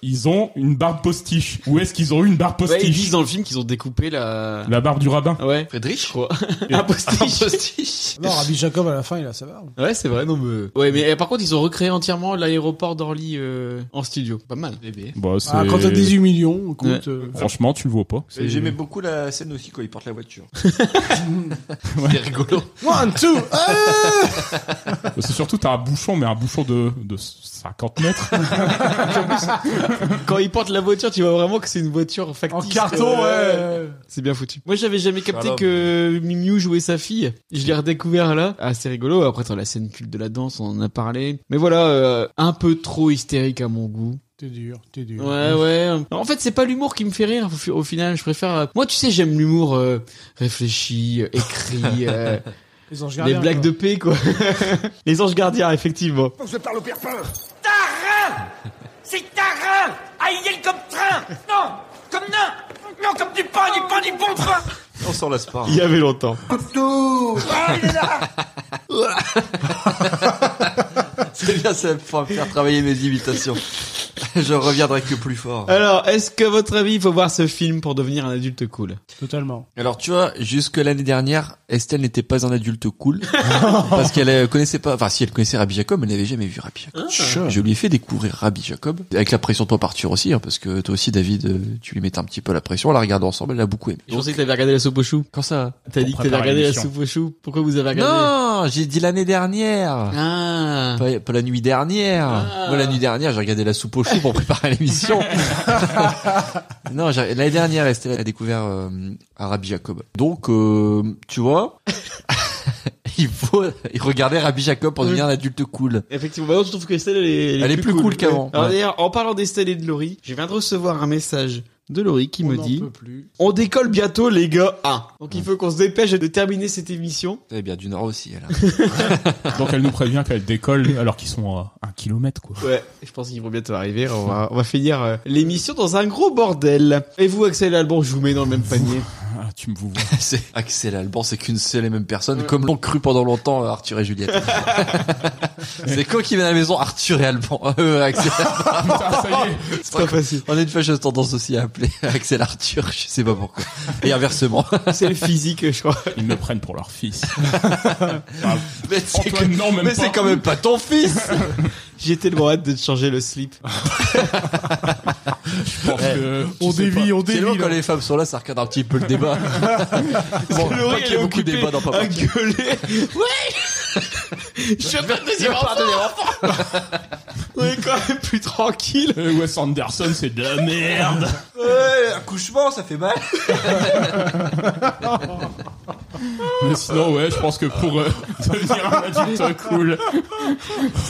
S5: Ils ont une barbe postiche. Où est-ce qu'ils ont eu une barbe
S2: Ouais,
S5: postiche
S2: ils disent dans le film qu'ils ont découpé la...
S5: La barbe du rabbin.
S2: Ouais.
S3: Friedrich
S2: Quoi Un postiche.
S4: Non, Rabbi Jacob à la fin, il a Ah, sa barbe.
S2: Ouais, c'est vrai, non mais... Ouais, mais euh, par contre, ils ont recréé entièrement l'aéroport d'Orly euh, en studio. Pas mal.
S5: Bah, c'est-
S4: Ah, quand t'as 18 millions, écoute.
S5: Ouais.
S4: euh,
S5: Franchement, tu le vois pas.
S3: Mais
S5: C'est-
S3: J'aimais beaucoup la scène aussi quand il porte la voiture. C'était rigolo.
S4: One, two,
S5: C'est surtout, t'as un bouchon, mais un bouchon de, de 50 mètres.
S2: Quand ils portent la voiture, tu vois vraiment que c'est une voiture factice.
S4: En carton, ouais.
S2: C'est bien foutu. Moi, j'avais jamais capté
S4: Voilà.
S2: que Mimiu jouait sa fille. Je l'ai redécouvert là. Ah, c'est rigolo. Après, t'as la scène culte de la danse, on en a parlé. Mais voilà, euh, un peu trop hystérique à mon goût.
S4: T'es dur, t'es dur.
S2: Ouais, ouais. En fait, c'est pas l'humour qui me fait rire au fi- au final. Je préfère. euh, Moi, tu sais, j'aime l'humour euh, réfléchi, euh, écrit. euh,
S4: Les anges
S2: les
S4: gardiens,
S2: blagues
S4: quoi.
S2: de paix, quoi. les anges gardiens, effectivement.
S6: Je parle au perpin
S15: Tarin C'est Tarin À Yel comme train Non Comme nain Non, comme du pain, du pain, du bon train
S3: On s'en lasse pas.
S2: Il y avait longtemps.
S15: Couteau Ah, il est là
S3: C'est bien, ça va me faire travailler mes imitations. Je reviendrai que plus fort.
S2: Alors, est-ce que à votre avis, il faut voir ce film pour devenir un adulte cool
S4: Totalement.
S3: Alors tu vois, jusque l'année dernière, Estelle n'était pas un adulte cool parce qu'elle euh, connaissait pas. Enfin, si elle connaissait Rabbi Jacob, elle n'avait jamais vu Rabbi Jacob.
S4: Sure.
S3: Je lui ai fait découvrir Rabbi Jacob avec la pression de toi Arthur aussi, hein, parce que toi aussi David, euh, tu lui mettais un petit peu la pression. On la regarde ensemble, elle l'a beaucoup aimé.
S2: Je pensais que t'avais regardé la soupe au chou.
S3: Quand ça
S2: T'as dit
S3: Pour
S2: que t'avais
S3: préparer
S2: regardé la
S3: l'émission.
S2: soupe au chou. Pourquoi vous avez regardé
S3: Non, j'ai dit l'année dernière.
S2: Ah.
S3: Pas, pas la nuit dernière. Moi, la nuit dernière, j'ai regardé la soupe au chou pour préparer l'émission. non, j'ai- l'année dernière, Estelle a découvert euh, Rabbi Jacob. Donc, euh, tu vois, il faut regarder Rabbi Jacob pour devenir un adulte cool.
S2: Effectivement, maintenant je trouve que Estelle elle est,
S3: Elle est plus cool qu'avant.
S2: Alors
S3: Ouais.
S2: d'ailleurs, en parlant d'Estelle et de Laurie, je viens de recevoir un message de Laurie qui me
S4: n'en
S2: dit
S4: peut plus.
S2: On décolle bientôt les gars Ah Donc il faut qu'on se dépêche de terminer cette émission.
S3: Eh bien, du Nord aussi, elle.
S5: Donc elle nous prévient qu'elle décolle alors qu'ils sont à un kilomètre, quoi.
S2: Ouais, je pense qu'ils vont bientôt arriver. On va, on va finir euh, l'émission dans un gros bordel. Et vous, Axel et Alban, je vous mets dans le même panier.
S5: Ah, tu me vous
S3: c'est Axel Alban, c'est qu'une seule et même personne, comme l'ont cru pendant longtemps euh, Arthur et Juliette. c'est quand qui vient à la maison Arthur et Alban euh, Axel Alban.
S5: Ah,
S3: C'est pas
S2: facile.
S3: On a une fâcheuse tendance aussi à appeler Axel Arthur, je sais pas pourquoi. Et inversement.
S2: C'est le physique, je crois.
S5: Ils me prennent pour leur fils.
S3: Mais c'est
S5: Antoine,
S3: que-
S5: non, même
S3: mais
S5: pas.
S3: c'est quand même pas ton fils
S2: J'ai tellement hâte de te changer le slip.
S5: Je pense
S3: Eh,
S5: que...
S3: tu
S4: on
S3: sais
S4: dévie,
S3: pas.
S4: on hein.
S3: C'est
S4: dévie,
S3: long, quand
S4: là.
S3: les femmes sont là, ça regarde un petit peu le débat. bon,
S2: Laurie,
S3: pas
S2: elle
S3: qu'il y
S2: est
S3: ait beaucoup de
S2: occupée
S3: débats dans Papa.
S2: à gueuler. Je vais faire deuxième enfant. On est quand même plus tranquille.
S5: Euh, Wes Anderson, c'est de la merde.
S3: Ouais, accouchement, ça fait mal.
S5: Mais sinon, ouais, je pense que pour euh, devenir un adulte cool,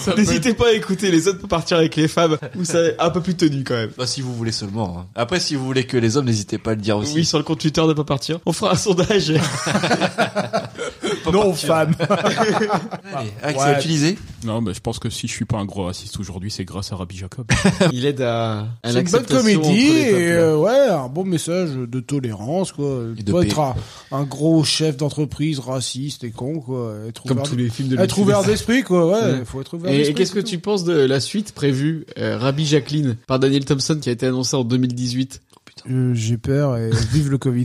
S5: ça peut
S2: N'hésitez pas à écouter les autres pour partir avec les femmes où c'est un peu plus tenu quand même.
S3: Bah, si vous voulez seulement. hein. Après, si vous voulez que les hommes, n'hésitez pas à le dire aussi.
S2: Oui, sur le compte Twitter de pas partir. On fera un sondage.
S3: non,
S2: femme.
S3: Allez, Axel, tu disais
S5: Non, mais je pense que si je suis pas un gros raciste aujourd'hui, c'est grâce à Rabbi Jacob.
S2: Il aide à, à
S4: C'est une bonne comédie et euh, ouais, un bon message de tolérance quoi.
S3: de
S4: Pas
S3: paix.
S4: être un, un gros chef d'entreprise raciste et con quoi. Être
S2: Comme
S4: ouvert-
S2: tous les films de
S4: Être
S2: Lucky
S4: ouvert
S2: Luke.
S4: d'esprit quoi. Ouais,
S2: Ouais.
S4: faut être ouvert
S2: Et,
S4: d'esprit.
S2: qu'est-ce que
S4: c'est
S2: tu penses de la suite prévue, euh, Rabbi Jacqueline, par Daniel Thompson, qui a été annoncée en 2018
S4: tout. Euh, J'ai peur et vive le Covid.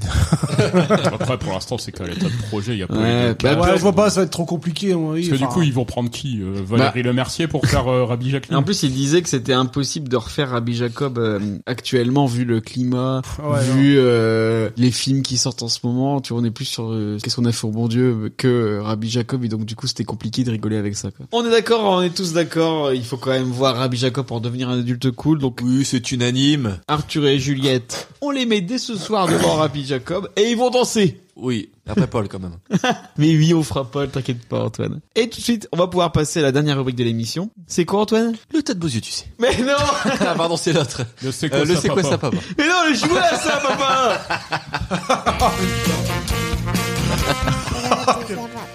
S5: Après, pour l'instant, c'est qu'à l'état de projet, il y a pas eu de
S4: Ouais, bah,
S5: cadre.
S4: Ah, je vois pas, ça va être trop compliqué. à mon avis.
S5: Parce que du
S4: Enfin,
S5: coup, ils vont prendre qui euh, Valérie
S4: Bah.
S5: Le Mercier pour faire euh, Rabbi Jacqueline
S2: En plus, il disait que c'était impossible de refaire Rabbi Jacob euh, actuellement, vu le climat,
S4: ouais,
S2: vu euh, les films qui sortent en ce moment. Tu vois, on est plus sur euh, qu'est-ce qu'on a fait au bon Dieu que euh, Rabbi Jacob, et donc du coup, c'était compliqué de rigoler avec ça. Quoi. On est d'accord, on est tous d'accord. Il faut quand même voir Rabbi Jacob pour devenir un adulte cool. Donc
S3: Oui, c'est unanime.
S2: Arthur et Juliette, on les met dès ce soir devant Rabbi Jacob, et ils vont danser.
S3: Oui, après Paul quand même.
S2: Mais oui, on fera pas, t'inquiète pas, Antoine. Et tout de suite, on va pouvoir passer à la dernière rubrique de l'émission. C'est quoi, Antoine
S3: Le tas de beaux yeux, tu sais.
S2: Mais non
S3: Ah, pardon, c'est l'autre.
S5: Le c'est
S3: Euh, le c'est quoi ça, papa
S2: Mais non, le jouet, ça, papa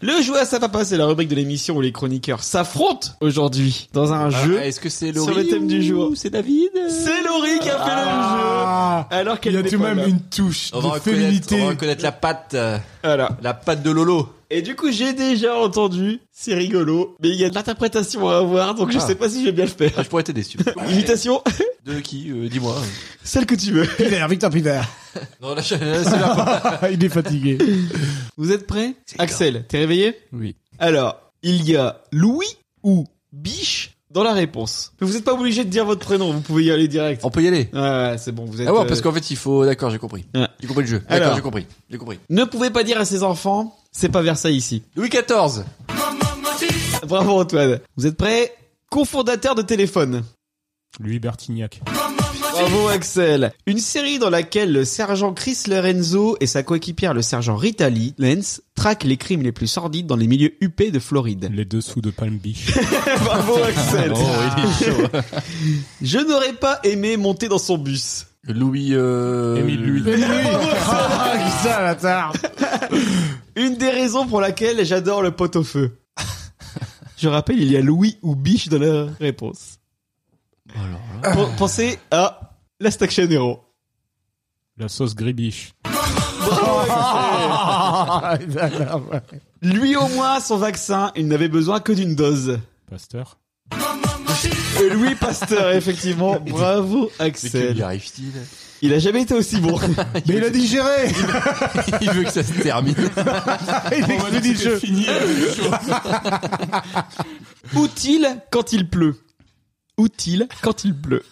S2: Le jouet à sa papa, c'est la rubrique de l'émission où les chroniqueurs s'affrontent aujourd'hui dans un jeu.
S3: Ah, Est-ce que c'est
S2: Sur
S3: Laurie
S2: le thème du jour.
S3: ou C'est David
S2: C'est Laurie qui a fait
S4: Ah.
S2: le jeu. Alors
S4: Il
S2: qu'elle
S4: y a
S2: n'est
S4: tout de
S2: pas
S4: même
S2: là.
S4: une touche
S3: On
S4: de
S3: va, reconnaître,
S4: féminité.
S3: on va reconnaître la patte, euh,
S2: Voilà.
S3: la patte de Lolo.
S2: Et du coup, j'ai déjà entendu. C'est rigolo. Mais il y a de l'interprétation à avoir, donc je
S3: Ah.
S2: sais pas si je vais bien le faire.
S3: Ah, je pourrais t'aider, si tu veux.
S2: Imitation,
S3: De qui euh, Dis-moi.
S2: celle que tu veux.
S4: Pivert, Victor Pivert.
S3: Non, là, je- là, c'est la patte.
S4: il est fatigué.
S2: Vous êtes prêts Axel, t'es réveillé
S5: Oui.
S2: Alors, il y a Louis ou Biche dans la réponse. Mais vous n'êtes pas obligé de dire votre prénom, vous pouvez y aller direct.
S3: On peut y aller.
S2: Ouais, ouais, c'est bon, vous êtes...
S3: Ah ouais,
S2: euh,
S3: parce qu'en fait, il faut. D'accord, j'ai compris.
S2: Ouais.
S3: J'ai compris le jeu.
S2: Alors.
S3: D'accord, j'ai compris. J'ai compris.
S2: Ne pouvez pas dire à ses enfants, c'est pas Versailles ici.
S3: Louis XIV.
S2: Bravo Antoine. Vous êtes prêts Cofondateur de téléphone.
S5: Lui, Bertignac.
S2: Bravo Axel. Une série dans laquelle le sergent Chris Lorenzo et sa coéquipière le sergent Ritali Lenz traquent les crimes les plus sordides dans les milieux huppés de Floride.
S5: Les dessous de Palm Beach.
S3: Oh,
S5: Ah,
S2: Bravo Axel.
S3: il est chaud.
S2: Je n'aurais pas aimé monter dans son bus.
S3: Louis. Euh...
S5: Émile Louis.
S4: Ah, qui ça, la tarte
S2: Une des raisons pour laquelle j'adore le pot au feu. Je rappelle, il y a Louis ou Biche dans la réponse. Pen- Pensez à Last Action Hero.
S5: La sauce gribiche.
S4: Ah, il a l'air, ouais.
S2: Lui au moins, son vaccin, il n'avait besoin que d'une dose.
S5: Pasteur.
S2: Et Louis Pasteur, effectivement. Bravo
S3: Mais que lui
S2: Axel.
S3: arrive-t-il
S2: Il a jamais été aussi bon.
S4: Mais il a digéré
S3: Il veut que ça se termine.
S4: Il explose le jeu.
S5: fini.
S2: Outile quand il pleut. Outile quand il pleut.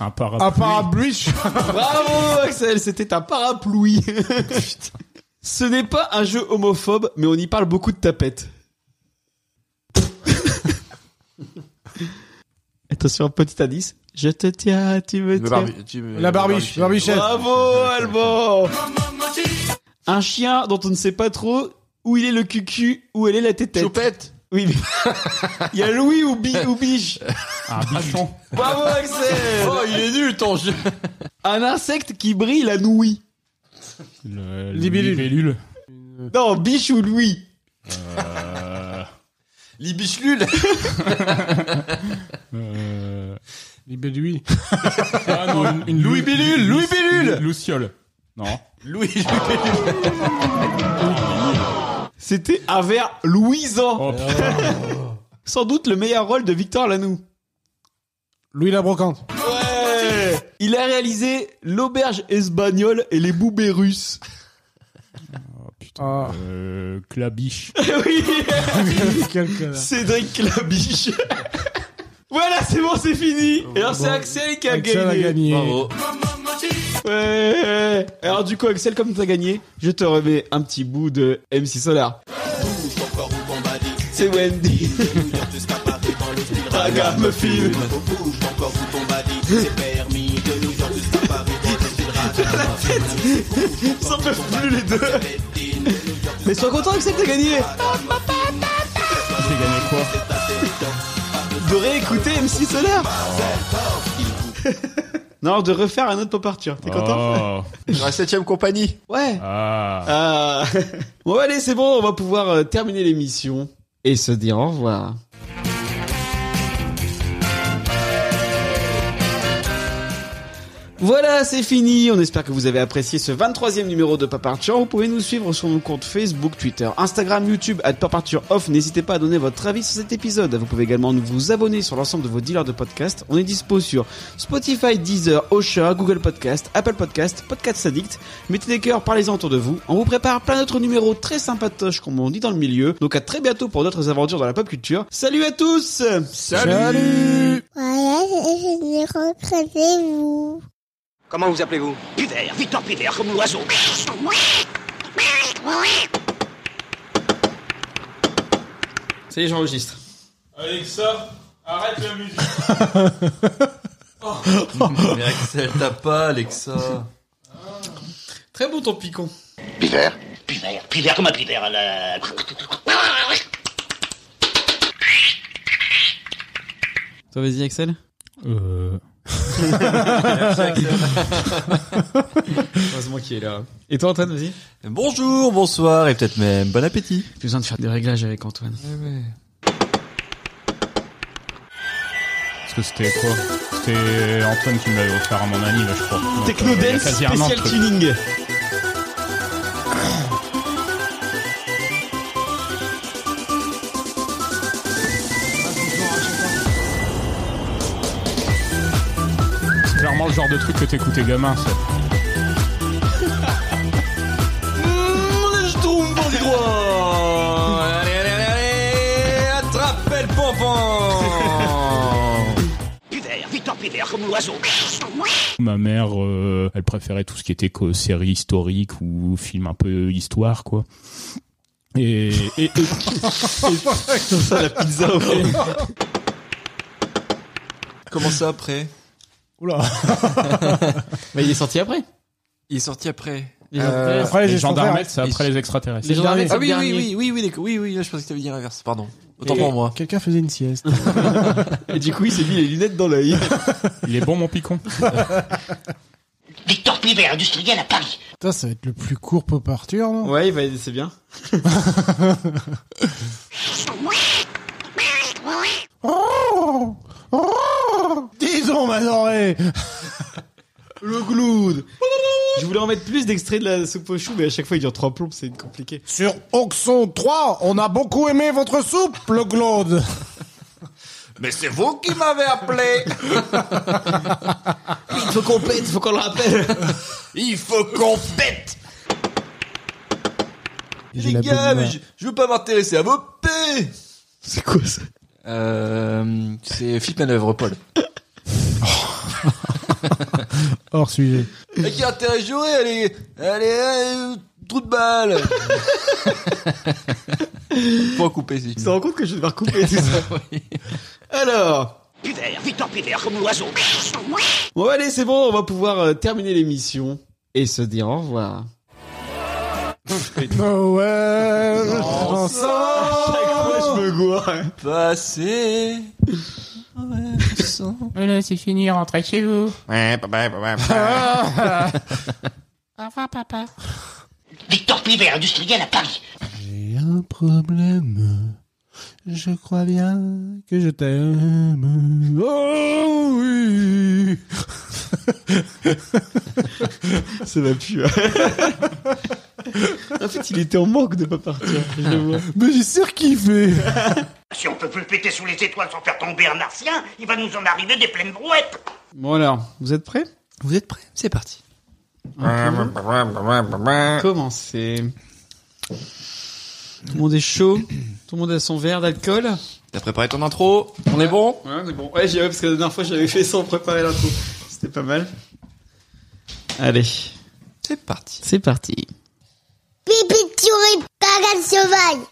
S5: Un
S4: Un
S5: parapluie.
S4: parabluche
S2: Bravo Axel, c'était un parapluie. Putain. Ce n'est pas un jeu homophobe, mais on y parle beaucoup de tapettes. Attention, petit indice. Je te tiens, tu me
S3: Le
S2: tiens.
S3: barbi- tu me-
S4: La barbiche,
S3: le barbichette.
S4: barbichette.
S2: Bravo Alban Un chien dont on ne sait pas trop où il est le cucu, où elle est la tétette.
S3: Choupette.
S2: Oui, mais... Il y a Louis ou, Bi- ou Biche.
S5: Un bichon.
S2: Bravo Axel
S3: Oh, il est nul ton jeu.
S2: Un insecte qui brille la nouille.
S5: Le,
S4: Libellule.
S5: libellule.
S2: Non, Biche ou Louis
S5: Euh,
S3: Libichlule.
S5: euh,
S4: Libellule.
S5: ah non, une, une
S3: Louis
S5: lu-
S3: Bellule, Louis Bellule.
S5: Luciole. Non.
S3: Louis.
S2: C'était un verre louisant.
S5: Oh
S3: Euh.
S5: putain.
S2: Sans doute le meilleur rôle de Victor Lanoux.
S4: Louis la brocante.
S2: Ouais Il a réalisé L'auberge espagnole et les boubés russes.
S5: Oh, putain.
S4: Ah,
S5: Euh, clabiche.
S2: oui
S4: quel connard.
S2: Cédric Clabiche. voilà, c'est bon, c'est fini. Et alors c'est Axel qui a
S4: Axel a
S2: gagné.
S4: gagné.
S3: Bravo.
S2: Ouais. Alors du coup, Axel, comme t'as gagné, je te remets un petit bout de MC Solar.
S17: Bouge encore au Bombadil.
S2: C'est Wendy.
S17: De New York jusqu'à Paris dans le style
S2: Ragamuffin.
S17: Bouge encore au Bombadil. C'est permis de New York jusqu'à Paris dans le style
S2: Ils en peuvent plus les deux. Mais sois content que c'est que t'as gagné.
S5: J'ai gagné quoi
S2: De réécouter MC Solar. Non, de refaire un autre pop Arthur.
S5: Oh.
S2: T'es content
S3: Dans la septième compagnie.
S2: Ouais.
S5: Ah.
S2: Ah. Bon, allez, c'est bon, on va pouvoir euh, terminer l'émission et se dire au revoir. Voilà, c'est fini. On espère que vous avez apprécié ce 23e numéro de Pop Arthur. Vous pouvez nous suivre sur nos comptes Facebook, Twitter, Instagram, YouTube, at Pop Arthur Off. N'hésitez pas à donner votre avis sur cet épisode. Vous pouvez également vous abonner sur l'ensemble de vos dealers de podcasts. On est dispo sur Spotify, Deezer, Osha, Google Podcast, Apple Podcast, Podcast Addict. Mettez des cœurs, parlez-en autour de vous. On vous prépare plein d'autres numéros très sympatoches, comme on dit dans le milieu. Donc à très bientôt pour d'autres aventures dans la pop culture. Salut à tous
S5: Salut
S1: Voilà, je, je dis recrutez-vous.
S9: Comment vous appelez-vous
S6: Piver, Victor Piver, comme l'oiseau.
S2: Ça y est, j'enregistre.
S5: Alexa, arrête la musique.
S3: Mais Axel, t'as pas, Alexa.
S2: Très bon ton picon.
S16: Piver.
S7: Piver, Piver, comme un Piver à la...
S2: Toi, vas-y, Axel.
S5: Euh...
S2: Heureusement qu'il est là. Et toi, Antoine, vas-y.
S3: Bonjour, bonsoir et peut-être même bon appétit.
S2: J'ai besoin de faire des réglages avec Antoine.
S5: Parce que c'était quoi C'était Antoine qui me l'avait offert à mon ami, là, je crois. Donc, euh, il y a
S2: Technodance
S5: quasi un an, le
S2: spécial
S5: truc.
S2: tuning.
S5: C'est clairement le genre de truc que t'écoutais gamin, ça.
S3: Je trouve bandit droit. Allez, allez, allez, allez, attrapez le pompon.
S6: Piver, Victor Piver, comme l'oiseau.
S5: Ma mère, euh, elle préférait tout ce qui était que série historique ou film un peu histoire, quoi. Et, et, et-
S2: Ça, la pizza au fond.
S3: Comment ça après
S4: Oula.
S2: Mais il est sorti après.
S3: Il est sorti après.
S2: Il est sorti après.
S4: Après les
S5: les gendarmes,
S4: extraterrestres.
S5: c'est après les extraterrestres.
S2: Les gendarmes,
S3: Euh, Ah oui, oui, oui, oui, oui, d'accord. oui, oui, là, je pensais que t'avais dit l'inverse, pardon. Autant
S4: Et-
S3: pour moi.
S4: Quelqu'un faisait une sieste.
S2: Et du coup, il s'est mis les lunettes dans l'œil.
S5: Il est bon, mon picon.
S7: Victor Piver, industriel à Paris.
S4: Putain, ça va être le plus court pop Arthur, non
S2: Ouais, il va- c'est bien.
S4: Oh Oh Disons ma oreille
S2: Le gloude. Je voulais en mettre plus d'extraits de la soupe au chou, mais à chaque fois, il dure trois plombes, c'est compliqué.
S4: Sur Oxon 3, on a beaucoup aimé votre soupe, le Glaude
S3: Mais c'est vous qui m'avez appelé.
S2: Il faut qu'on pète, il faut qu'on le rappelle.
S3: Il faut qu'on pète.
S4: J'ai
S3: Les
S4: la
S3: gars,
S4: bonne
S3: mais
S4: main.
S3: je, je veux pas m'intéresser à vos p.
S2: C'est quoi ça
S3: Euh, c'est Philippe Manœuvre, Paul.
S4: Hors sujet.
S3: Et qui intérêt à jouer, allez, allez, allez, euh, trou de balle. Faut couper si.
S2: Tu te rends compte que je vais devoir couper tout ça Alors...
S6: Piver, Victor Piver, comme l'oiseau.
S2: Bon, bah, allez, c'est bon, on va pouvoir euh, terminer l'émission et se dire au revoir.
S4: Noël
S2: je me gourre.
S3: Passé.
S5: Voilà, c'est fini, rentrez chez vous.
S3: Ouais, bye bye, bye bye.
S1: Au revoir, papa.
S7: Victor Piver, industriel à Paris.
S4: J'ai un problème. Je crois bien que je t'aime. Oh oui
S2: Ça va
S4: hein.
S2: plus. en fait, il était en manque de pas partir. Je vois.
S4: Ah. Mais j'ai surkiffé
S6: Si on peut plus péter sous les étoiles sans faire tomber un martien, il va nous en arriver des pleines brouettes.
S2: Bon alors, vous êtes prêts
S3: Vous êtes prêts C'est parti.
S2: Commencez. Tout le monde est chaud. Tout le monde a son verre d'alcool.
S3: T'as préparé ton intro On est bon
S2: Ouais, c'est bon. Ouais, j'y vais parce que la dernière fois, j'avais fait sans préparer l'intro. C'était pas mal. Allez,
S3: C'est parti.
S2: c'est parti.
S1: Pipi, tu es pas sauvage.